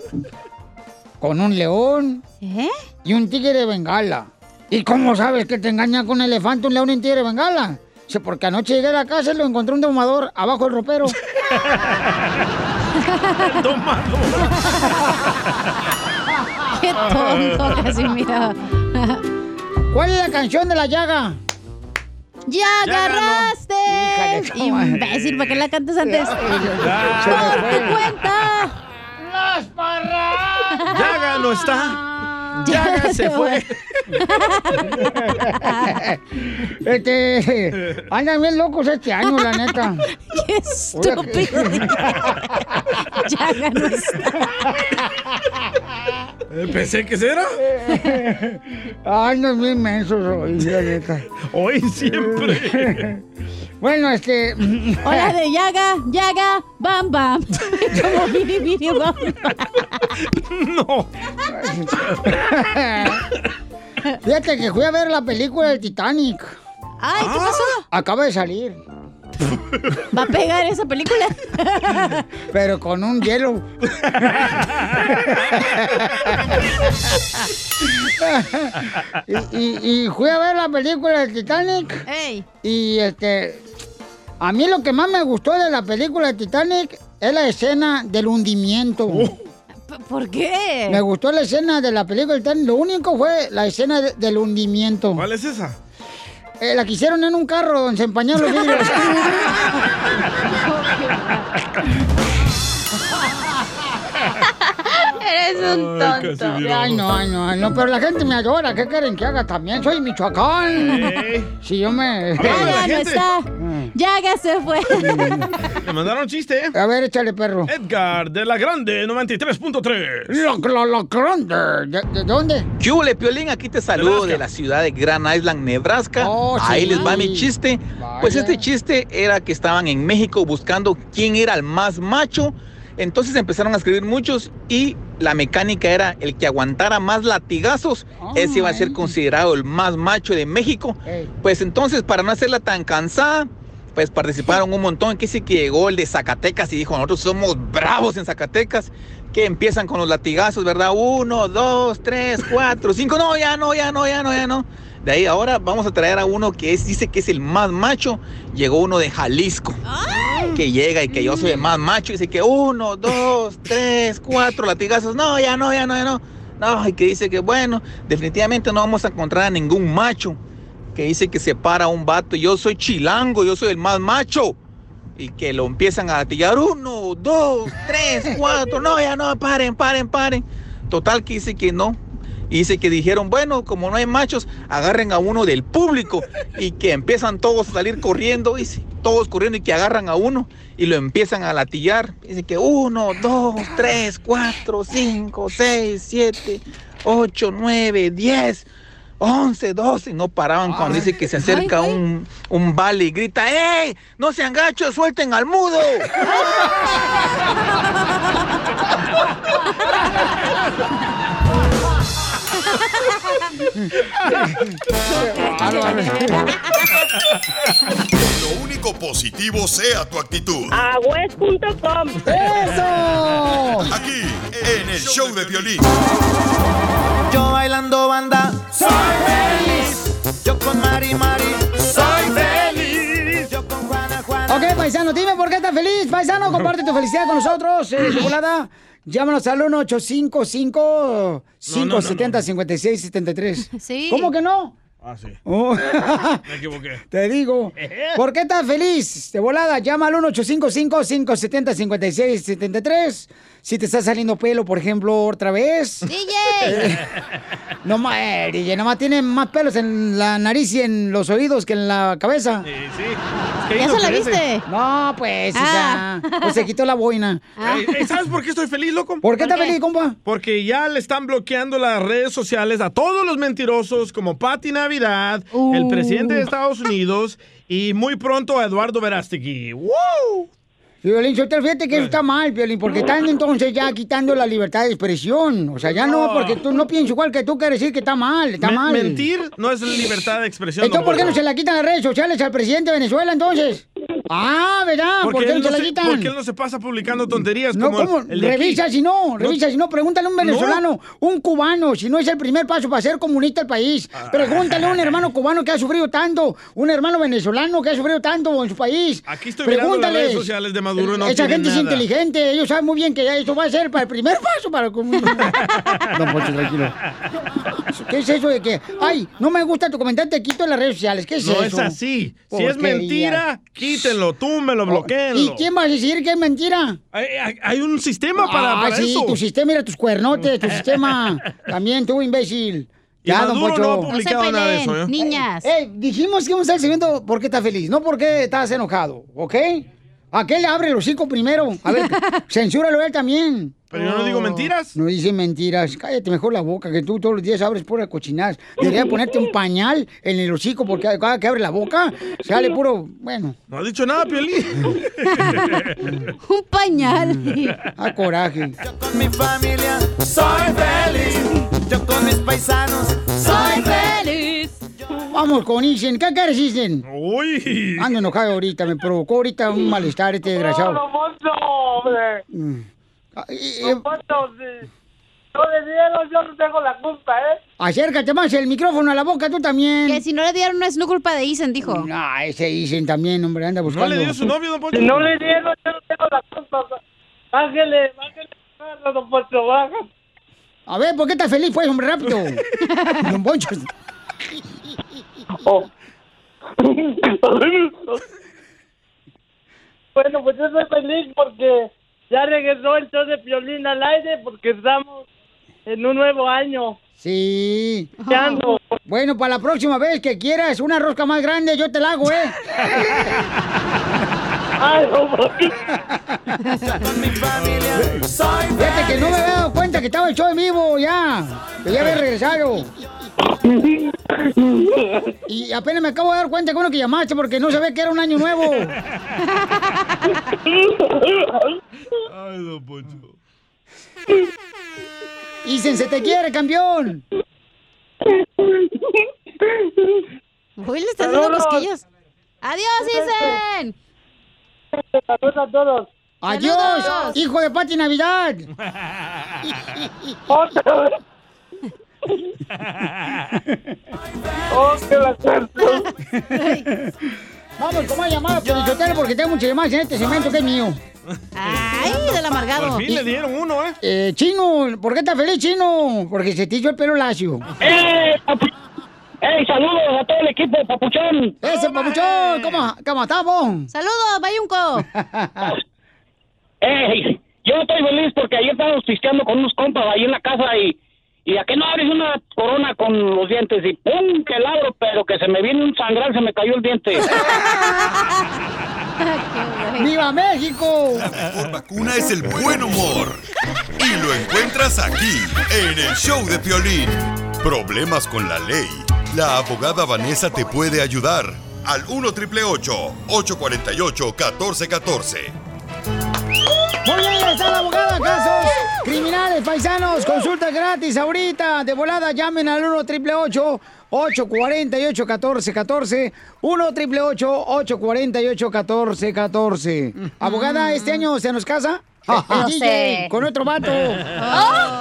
[SPEAKER 1] con un león
[SPEAKER 2] ¿Eh?
[SPEAKER 1] y un tigre de bengala. ¿Y cómo sabes que te engaña con un elefante, un león y un tigre de bengala? Dice, porque anoche llegué a la casa y lo encontré un domador abajo del ropero.
[SPEAKER 2] Qué tonto, Casimiro.
[SPEAKER 1] ¿Cuál es la canción de la llaga?
[SPEAKER 2] ¡Ya agarraste! Imbécil, ¿para qué la cantas antes? ¡Por tu cuenta!
[SPEAKER 1] ¡Las parras!
[SPEAKER 3] Yaga no está.
[SPEAKER 1] Ya
[SPEAKER 3] Yaga se fue.
[SPEAKER 1] Este, andan bien locos este año, la neta. ¡Qué estúpido!
[SPEAKER 2] Ya ganó
[SPEAKER 3] Eh, Pensé que será.
[SPEAKER 1] Andan bien mensos hoy, la neta.
[SPEAKER 3] Hoy siempre.
[SPEAKER 1] Bueno, este...
[SPEAKER 2] Hola de Yaga, Yaga, Bam Bam. Como Biri Biri Bam
[SPEAKER 3] No.
[SPEAKER 1] Fíjate que fui a ver la película del Titanic.
[SPEAKER 2] Ay, ¿qué pasó?
[SPEAKER 1] Acaba de salir.
[SPEAKER 2] Va a pegar esa película.
[SPEAKER 1] Pero con un hielo. y, y- y fui a ver la película del Titanic. Y este. A mí lo que más me gustó de la película del Titanic es la escena del hundimiento.
[SPEAKER 2] ¿Por qué?
[SPEAKER 1] Me gustó la escena de la película del Titanic. Lo único fue la escena de- del hundimiento.
[SPEAKER 3] ¿Cuál es esa?
[SPEAKER 1] Eh, la que hicieron en un carro donde se empañaron los vidrios.
[SPEAKER 11] Eres un
[SPEAKER 1] Ay,
[SPEAKER 11] tonto.
[SPEAKER 1] Ay, no, ay, no, ay, no, pero la gente me adora. ¿Qué quieren que haga también? Soy Michoacán. Si yo me. Mm.
[SPEAKER 2] Yaga no está. Yaga se fue.
[SPEAKER 3] Le mandaron chiste, ¿eh?
[SPEAKER 1] A ver, échale, perro.
[SPEAKER 3] Edgar de la Grande, 93.3.
[SPEAKER 1] Lo, lo, lo grande. ¿De, de dónde?
[SPEAKER 24] Yule Piolín, aquí te saludo de la ciudad de Grand Island, Nebraska. Ahí
[SPEAKER 1] Oh, sí.
[SPEAKER 24] les va mi chiste. Pues este chiste era que estaban en México buscando quién era el más macho. Entonces empezaron a escribir muchos y la mecánica era el que aguantara más latigazos, ese iba a ser considerado el más macho de México. Pues entonces, para no hacerla tan cansada, pues participaron un montón. Que sí que llegó el de Zacatecas y dijo, nosotros somos bravos en Zacatecas. Que empiezan con los latigazos, ¿verdad? Uno, dos, tres, cuatro, cinco. No, ya no, ya no, ya no, ya no. De ahí ahora vamos a traer a uno que es, dice que es el más macho. Llegó uno de Jalisco. Que llega y que yo soy el más macho. Y dice que uno, dos, tres, cuatro latigazos. No, ya no, ya no, ya no. No, y que dice que bueno, definitivamente no vamos a encontrar a ningún macho que dice que se para un vato, yo soy chilango, yo soy el más macho. Y que lo empiezan a latillar, uno, dos, tres, cuatro, no, ya no, paren, paren, paren. Total que dice que no. Y dice que dijeron, bueno, como no hay machos, agarren a uno del público. Y que empiezan todos a salir corriendo, dice, todos corriendo y que agarran a uno y lo empiezan a latillar. Dice que uno, dos, tres, cuatro, cinco, seis, siete, ocho, nueve, diez. 11, 12, y no paraban cuando dice que se acerca un, un vale y grita, ¡Ey! ¡No sean gachos, suelten al mudo!
[SPEAKER 5] Lo único positivo sea tu actitud. Agüez.com.
[SPEAKER 1] ¡Eso!
[SPEAKER 5] Aquí, en el show de violín.
[SPEAKER 25] Yo bailando banda soy feliz. Yo con Mari Mari soy feliz. Yo con Juana Juana.
[SPEAKER 1] Ok, paisano, dime por qué estás feliz. Paisano, comparte tu felicidad con nosotros. Eh, chocolada. Llámanos al 1-855-570-5673.
[SPEAKER 2] Sí.
[SPEAKER 1] ¿Cómo que no?
[SPEAKER 3] Ah, sí.
[SPEAKER 1] Oh.
[SPEAKER 3] Me equivoqué.
[SPEAKER 1] Te digo. ¿Por qué estás feliz? De volada, llama al 1-855-570-5673. Si te está saliendo pelo, por ejemplo, otra vez.
[SPEAKER 2] DJ.
[SPEAKER 1] no más, eh, DJ, nomás tiene más pelos en la nariz y en los oídos que en la cabeza.
[SPEAKER 3] Sí, sí.
[SPEAKER 2] que ¿Ya ahí no se la crece. viste?
[SPEAKER 1] No, pues,
[SPEAKER 3] Ah.
[SPEAKER 1] hija, pues se quitó la boina.
[SPEAKER 3] Ey, ey, Eh, ¿Sabes por qué estoy feliz, loco?
[SPEAKER 1] Ah. ¿Por qué ¿Por estás qué? feliz, compa?
[SPEAKER 3] Porque ya le están bloqueando las redes sociales a todos los mentirosos como Patti Navidad, el
[SPEAKER 1] Uh.
[SPEAKER 3] presidente de Estados Unidos y muy pronto a Eduardo Verástegui. ¡Wow!
[SPEAKER 1] Violín, Sotelo, fíjate que eso está mal, Violín, porque están entonces ya quitando la libertad de expresión. O sea, ya no,
[SPEAKER 3] No.
[SPEAKER 1] porque tú no piensas igual que tú, quiere decir que está mal, está
[SPEAKER 3] Me-
[SPEAKER 1] mal.
[SPEAKER 3] mentir no es libertad de expresión.
[SPEAKER 1] Entonces,
[SPEAKER 3] don
[SPEAKER 1] ¿por qué no
[SPEAKER 3] Poncho.
[SPEAKER 1] se la quitan las redes sociales al presidente de Venezuela entonces? Ah, ¿verdad? ¿Por
[SPEAKER 3] Porque
[SPEAKER 1] qué
[SPEAKER 3] él
[SPEAKER 1] no se la
[SPEAKER 3] se- porque él
[SPEAKER 1] quitan?
[SPEAKER 3] no se pasa publicando tonterías
[SPEAKER 1] No,
[SPEAKER 3] como
[SPEAKER 1] ¿cómo?
[SPEAKER 3] el de aquí.
[SPEAKER 1] Revisa si no, revisa si no. Pregúntale a un venezolano, un cubano, si no es el primer paso para ser comunista el país.
[SPEAKER 3] Ah.
[SPEAKER 1] Pregúntale a un hermano cubano que ha sufrido tanto, un hermano venezolano que ha sufrido tanto en su país.
[SPEAKER 3] Aquí estoy mirando las redes sociales de Maduro, no
[SPEAKER 1] Esa
[SPEAKER 3] tienen
[SPEAKER 1] gente es
[SPEAKER 3] nada.
[SPEAKER 1] inteligente, ellos saben muy bien que ya eso va a ser para el primer paso para el comunismo. Don Poncho, tranquilo. ¿Qué es eso de que, ay, no me gusta tu comentario, te quito las redes sociales? ¿Qué es
[SPEAKER 3] no es
[SPEAKER 1] eso?
[SPEAKER 3] así. Si
[SPEAKER 1] Porquería.
[SPEAKER 3] es mentira, quítenlo, túmbenlo,
[SPEAKER 1] Oh, ¿Y
[SPEAKER 3] bloqueenlo.
[SPEAKER 1] quién va a decir que es mentira?
[SPEAKER 3] Hay, hay- hay un sistema para,
[SPEAKER 1] ah,
[SPEAKER 3] para
[SPEAKER 1] sí,
[SPEAKER 3] eso.
[SPEAKER 1] tu sistema, mira tus cuernotes, tu sistema. También tú, imbécil.
[SPEAKER 3] Y Maduro no ha No se publicado nada de peleen, eso, ¿eh?
[SPEAKER 2] niñas.
[SPEAKER 1] Eh, eh, dijimos que íbamos a estar siguiendo por qué estás feliz, no por qué estás enojado, ¿ok? Aquel abre el hocico primero. A ver, censúralo él también. Oh.
[SPEAKER 3] Pero yo no digo mentiras.
[SPEAKER 1] No dice mentiras. Cállate mejor la boca, que tú todos los días abres pura cochinada. Debería ponerte un pañal en el hocico porque cada que abre la boca sale puro. Bueno.
[SPEAKER 3] No ha dicho nada, Piolín.
[SPEAKER 1] Un pañal. A coraje.
[SPEAKER 25] Con mi familia soy feliz. Yo con mis paisanos soy feliz.
[SPEAKER 1] Vamos con Isen. ¿Qué quieres, Isen?
[SPEAKER 3] Uy.
[SPEAKER 1] Ando enojado ahorita, me provocó ahorita un malestar este desgraciado.
[SPEAKER 14] hombre!
[SPEAKER 1] Mm. eh,
[SPEAKER 14] Don Poncho, si no le dieron, yo no tengo la culpa, ¿eh?
[SPEAKER 1] Acércate más el micrófono a la boca, tú también.
[SPEAKER 2] Que si no le dieron no es no culpa de Isen, dijo.
[SPEAKER 1] Ah, ese Isen también, hombre, anda buscando.
[SPEAKER 14] Si no le dieron, yo no tengo la culpa. Ángele, ángele, ángele, don Poncho, baja.
[SPEAKER 1] A ver, ¿por qué estás feliz, pues, hombre, rápido? Don Poncho.
[SPEAKER 14] Oh. Bueno, pues yo estoy feliz porque ya regresó el show de Piolín al aire porque estamos en un nuevo año.
[SPEAKER 1] Sí. Bueno, para la próxima vez que quieras una rosca más grande, yo te la hago, ¿eh? Fíjate que no me había dado cuenta que estaba el show en vivo ya. Que ya había regresado. Y apenas me acabo de dar cuenta que uno que llamaste porque no sabía que era un año nuevo.
[SPEAKER 3] Ay, don Poncho.
[SPEAKER 1] Y se se te quiere, campeón.
[SPEAKER 2] Uy, le estás haciendo
[SPEAKER 1] Saludos.
[SPEAKER 2] cosquillas. ¡Adiós, Isen!
[SPEAKER 14] Saludos a todos.
[SPEAKER 1] Adiós,
[SPEAKER 2] Saludos.
[SPEAKER 1] hijo de Pati Navidad. Vamos con más llamadas por el hotel porque tengo muchas llamadas en este segmento que es mío.
[SPEAKER 2] Ay, del amargado.
[SPEAKER 1] Por fin Pues le dieron uno, ¿eh? Eh, chino, ¿por qué estás feliz, chino? Porque se te hizo el pelo lacio.
[SPEAKER 13] ¡Eh! papu- ¡Eh! Saludos a todo el equipo, papuchón.
[SPEAKER 1] ¡Ese papuchón! ¿Cómo, cómo estamos?
[SPEAKER 2] ¡Saludos, Bayunco!
[SPEAKER 13] ¡Eh! Yo estoy feliz porque ayer estábamos pisteando con unos compas ahí en la casa y. Y a qué no abres una corona con los dientes y ¡pum! que la abro, pero que se me viene un sangrar, se me cayó el diente.
[SPEAKER 1] ¡Viva México!
[SPEAKER 5] Una es el buen humor. Y lo encuentras aquí, en el show de Piolín. Problemas con la ley. La abogada Vanessa te puede ayudar. Al 1 triple 848 1414.
[SPEAKER 1] Muy bien, está la abogada, casos criminales, paisanos, consulta gratis ahorita, de volada, llamen al 1 triple 848 1414 1 triple 848 1414 Abogada, ¿este año se nos casa?
[SPEAKER 18] No
[SPEAKER 1] DJ,
[SPEAKER 18] sé.
[SPEAKER 1] Con otro vato.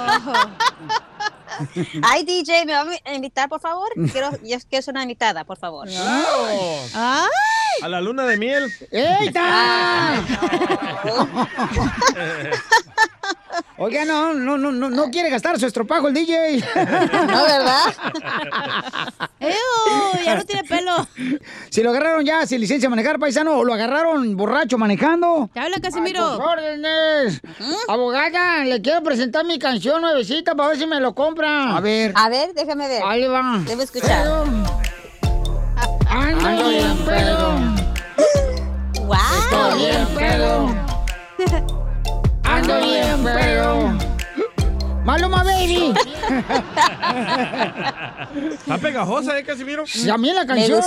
[SPEAKER 18] Ay, DJ, ¿me va a invitar, por favor? Quiero, yo quiero ser una invitada, por favor.
[SPEAKER 3] A la luna de
[SPEAKER 18] Ah,
[SPEAKER 3] miel.
[SPEAKER 1] ¡Eita! Oiga, no, no, no, no, no quiere gastar su estropajo el DJ.
[SPEAKER 18] No, ¿verdad?
[SPEAKER 2] ¡Ew! Ya no tiene pelo.
[SPEAKER 1] Si lo agarraron ya sin licencia a manejar, paisano, o lo agarraron borracho manejando.
[SPEAKER 2] Te habla Casimiro.
[SPEAKER 1] A tus órdenes. Abogada, le quiero presentar mi canción nuevecita para ver si me lo compra. A ver.
[SPEAKER 18] A ver, déjame ver.
[SPEAKER 1] Ahí va.
[SPEAKER 18] Debo escuchar.
[SPEAKER 1] Ando bien pedo.
[SPEAKER 18] ¡Wow!
[SPEAKER 1] Estoy bien pedo. Ando bien pedo. Maluma Baby.
[SPEAKER 3] Está pegajosa, ¿eh, Casimiro?
[SPEAKER 1] Sí, a mí la canción.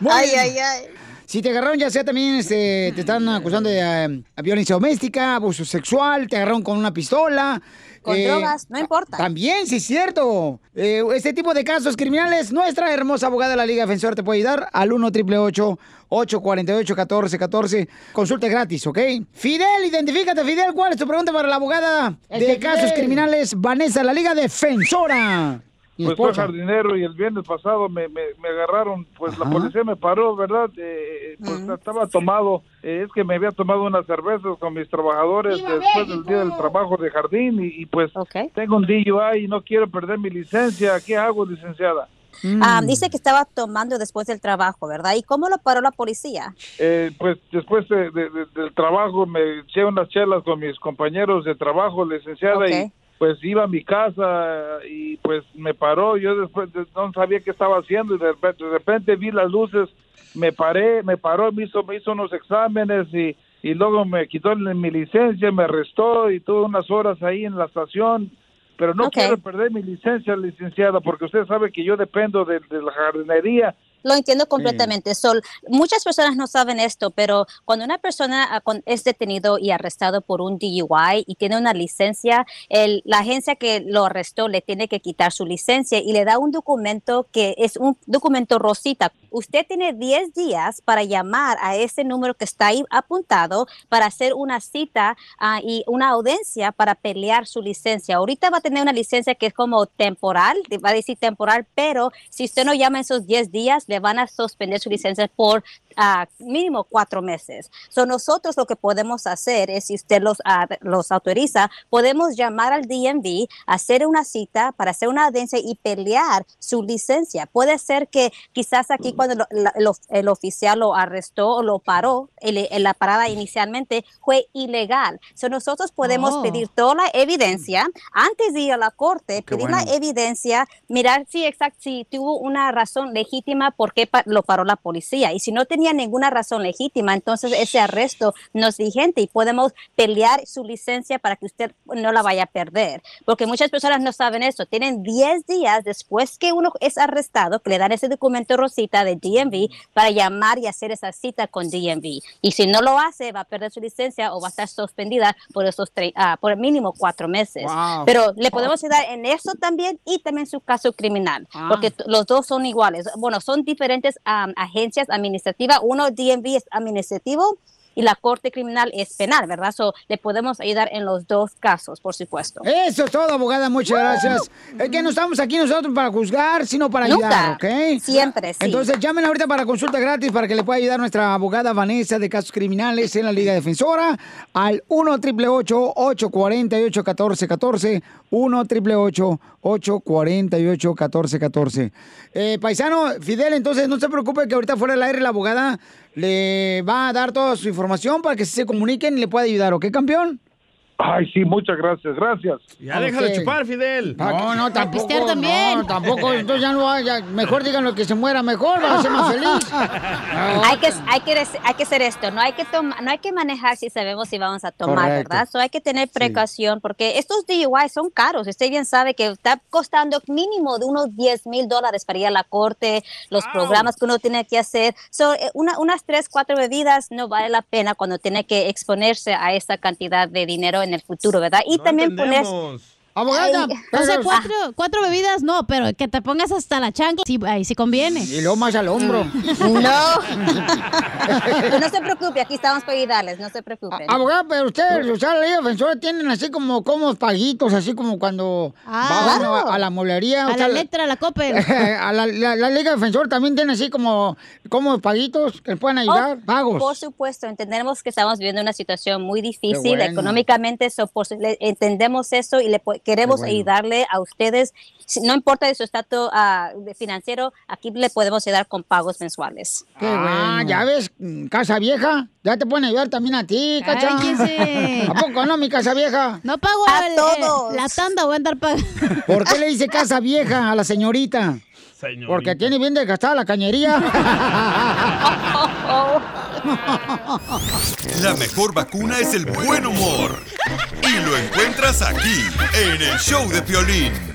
[SPEAKER 1] Bueno,
[SPEAKER 18] Ay, ay, ay.
[SPEAKER 1] Si te agarraron, ya sea también este, te están acusando de eh, violencia doméstica, abuso sexual, te agarraron con una pistola.
[SPEAKER 18] Con
[SPEAKER 1] Eh,
[SPEAKER 18] drogas, no importa.
[SPEAKER 1] También, sí, es cierto. Eh, este tipo de casos criminales, nuestra hermosa abogada de la Liga Defensor te puede ayudar al 1 888 848 1414 Consulta gratis, ¿ok? Fidel, identifícate, Fidel. ¿Cuál es tu pregunta para la abogada de
[SPEAKER 26] Este,
[SPEAKER 1] casos
[SPEAKER 26] Fidel.
[SPEAKER 1] criminales, Vanessa, la Liga Defensora? Mi
[SPEAKER 26] Pues fue
[SPEAKER 1] esposa.
[SPEAKER 26] jardinero y el viernes pasado me, me, me agarraron, pues la policía me paró, ¿verdad? Eh, eh, pues estaba tomado, eh, es que me había tomado unas cervezas con mis trabajadores después del día del trabajo de jardín y, y, pues tengo un DUI y no quiero perder mi licencia. ¿Qué hago, licenciada?
[SPEAKER 18] Ah, dice que estaba tomando después del trabajo, ¿verdad? ¿Y cómo lo paró la policía?
[SPEAKER 26] Eh, pues después de- de- de- del trabajo me eché unas chelas con mis compañeros de trabajo, licenciada,
[SPEAKER 18] Ok.
[SPEAKER 26] y pues iba a mi casa y pues me paró. Yo después de- no sabía qué estaba haciendo y de repente, de repente vi las luces, me paré, me paró, me hizo, me hizo unos exámenes y, y luego me quitó la- mi licencia, me arrestó y tuve unas horas ahí en la estación. Pero no quiero perder mi licencia, licenciada, porque usted sabe que yo dependo de- de la jardinería.
[SPEAKER 18] Lo entiendo completamente. Sol, muchas personas no saben esto, pero cuando una persona ah, con- es detenido y arrestado por un DUI y tiene una licencia, el- la agencia que lo arrestó le tiene que quitar su licencia y le da un documento que es un documento rosita. Usted tiene 10 días para llamar a ese número que está ahí apuntado para hacer una cita ah, y una audiencia para pelear su licencia. Ahorita va a tener una licencia que es como temporal, te va a decir temporal, pero si usted no llama en esos 10 días, le van a suspender su licencia por ah, mínimo cuatro meses. So nosotros lo que podemos hacer es, si usted los, ah, los autoriza, podemos llamar al DMV, hacer una cita para hacer una audiencia y pelear su licencia. Puede ser que quizás aquí cuando lo- la- el of- el oficial lo arrestó o lo paró, el- el- la parada inicialmente fue ilegal. So nosotros podemos
[SPEAKER 2] Oh.
[SPEAKER 18] pedir toda la evidencia antes de ir a la corte,
[SPEAKER 2] Qué
[SPEAKER 18] pedir la
[SPEAKER 2] bueno.
[SPEAKER 18] evidencia, mirar si exact, si tuvo una razón legítima por qué pa- lo paró la policía. Y si no tenía ninguna razón legítima, entonces ese arresto no es vigente y podemos pelear su licencia para que usted no la vaya a perder. Porque muchas personas no saben eso. Tienen 10 días después que uno es arrestado, que le dan ese documento rosita de DMV para llamar y hacer esa cita con DMV. Y si no lo hace, va a perder su licencia o va a estar suspendida por esos tre- ah, por mínimo cuatro meses.
[SPEAKER 27] Wow.
[SPEAKER 18] Pero le podemos ayudar en eso también y también su caso criminal,
[SPEAKER 27] Ah.
[SPEAKER 18] porque t- los dos son iguales. Bueno, son diferentes am, agencias administrativas. Uno DMV es administrativo y la corte criminal es penal, ¿verdad? So, le podemos ayudar en los dos casos, por supuesto.
[SPEAKER 1] Eso es todo, abogada. Muchas gracias. Es que no estamos aquí nosotros para juzgar, sino para ayudar,
[SPEAKER 18] Nunca.
[SPEAKER 1] ¿ok?
[SPEAKER 18] Siempre, sí.
[SPEAKER 1] Entonces llamen ahorita para consulta gratis para que le pueda ayudar nuestra abogada Vanessa de casos criminales en la Liga Defensora al 1 888 848 1414 1 888 848 1414 eh, Paisano, Fidel, entonces no se preocupe que ahorita fuera del aire la abogada le va a dar toda su información para que se comuniquen y le pueda ayudar, ¿ok, campeón?
[SPEAKER 26] Ay, sí, muchas gracias, gracias.
[SPEAKER 1] Ya déjalo Ok. chupar,
[SPEAKER 3] Fidel.
[SPEAKER 1] No, no, tampoco.
[SPEAKER 2] pistear también.
[SPEAKER 1] No, tampoco. Entonces ya no haya. Mejor díganlo que se muera mejor, va a ser más feliz.
[SPEAKER 18] Hay que, hay, que, des- hay que hacer esto, no hay que, toma- no hay que manejar si sabemos si vamos a tomar,
[SPEAKER 28] Correcto.
[SPEAKER 18] ¿verdad? So hay que tener precaución porque estos DUI son caros. Usted bien sabe que está costando mínimo de unos 10 mil dólares para ir a la corte, los programas que uno tiene que hacer. So, eh, una- unas tres, cuatro bebidas no vale la pena cuando tiene que exponerse a esa cantidad de dinero en el futuro, ¿verdad? Y también poner
[SPEAKER 1] Abogada,
[SPEAKER 2] O sea, cuatro, cuatro bebidas no, pero que te pongas hasta la chancla, sí, ahí sí conviene.
[SPEAKER 1] Y luego más al hombro.
[SPEAKER 18] No. no se preocupe, aquí estamos para ayudarles, no se preocupen.
[SPEAKER 1] Abogada, pero ustedes, o sea, la ley defensora tienen así como, como paguitos, así como cuando
[SPEAKER 18] Ah.
[SPEAKER 1] va uno a, a la mueblería.
[SPEAKER 2] A la letra, a la Coppel.
[SPEAKER 1] a la, la- la Liga Defensora también tiene así como, como paguitos que les pueden ayudar,
[SPEAKER 18] Oh,
[SPEAKER 1] pagos.
[SPEAKER 18] Por supuesto, entendemos que estamos viviendo una situación muy difícil
[SPEAKER 1] Qué bueno.
[SPEAKER 18] económicamente, so, por su- le- entendemos eso y le po- queremos
[SPEAKER 1] Qué bueno.
[SPEAKER 18] ayudarle a ustedes. Si- No importa de su estatus ah, de financiero, aquí le podemos ayudar con pagos mensuales.
[SPEAKER 1] Qué ah, ya ves, mm, casa vieja, ya te pueden ayudar también a ti, cacha.
[SPEAKER 2] Cállense.
[SPEAKER 1] ¿A poco no, mi casa vieja?
[SPEAKER 2] No pago
[SPEAKER 1] A
[SPEAKER 2] el- el-
[SPEAKER 1] todos.
[SPEAKER 2] la tanda, voy a andar pagando.
[SPEAKER 1] ¿Por qué le dice casa vieja a la señorita? Porque tiene bien desgastada la cañería.
[SPEAKER 5] La mejor vacuna es el buen humor. Y lo encuentras aquí, en el show de Piolín.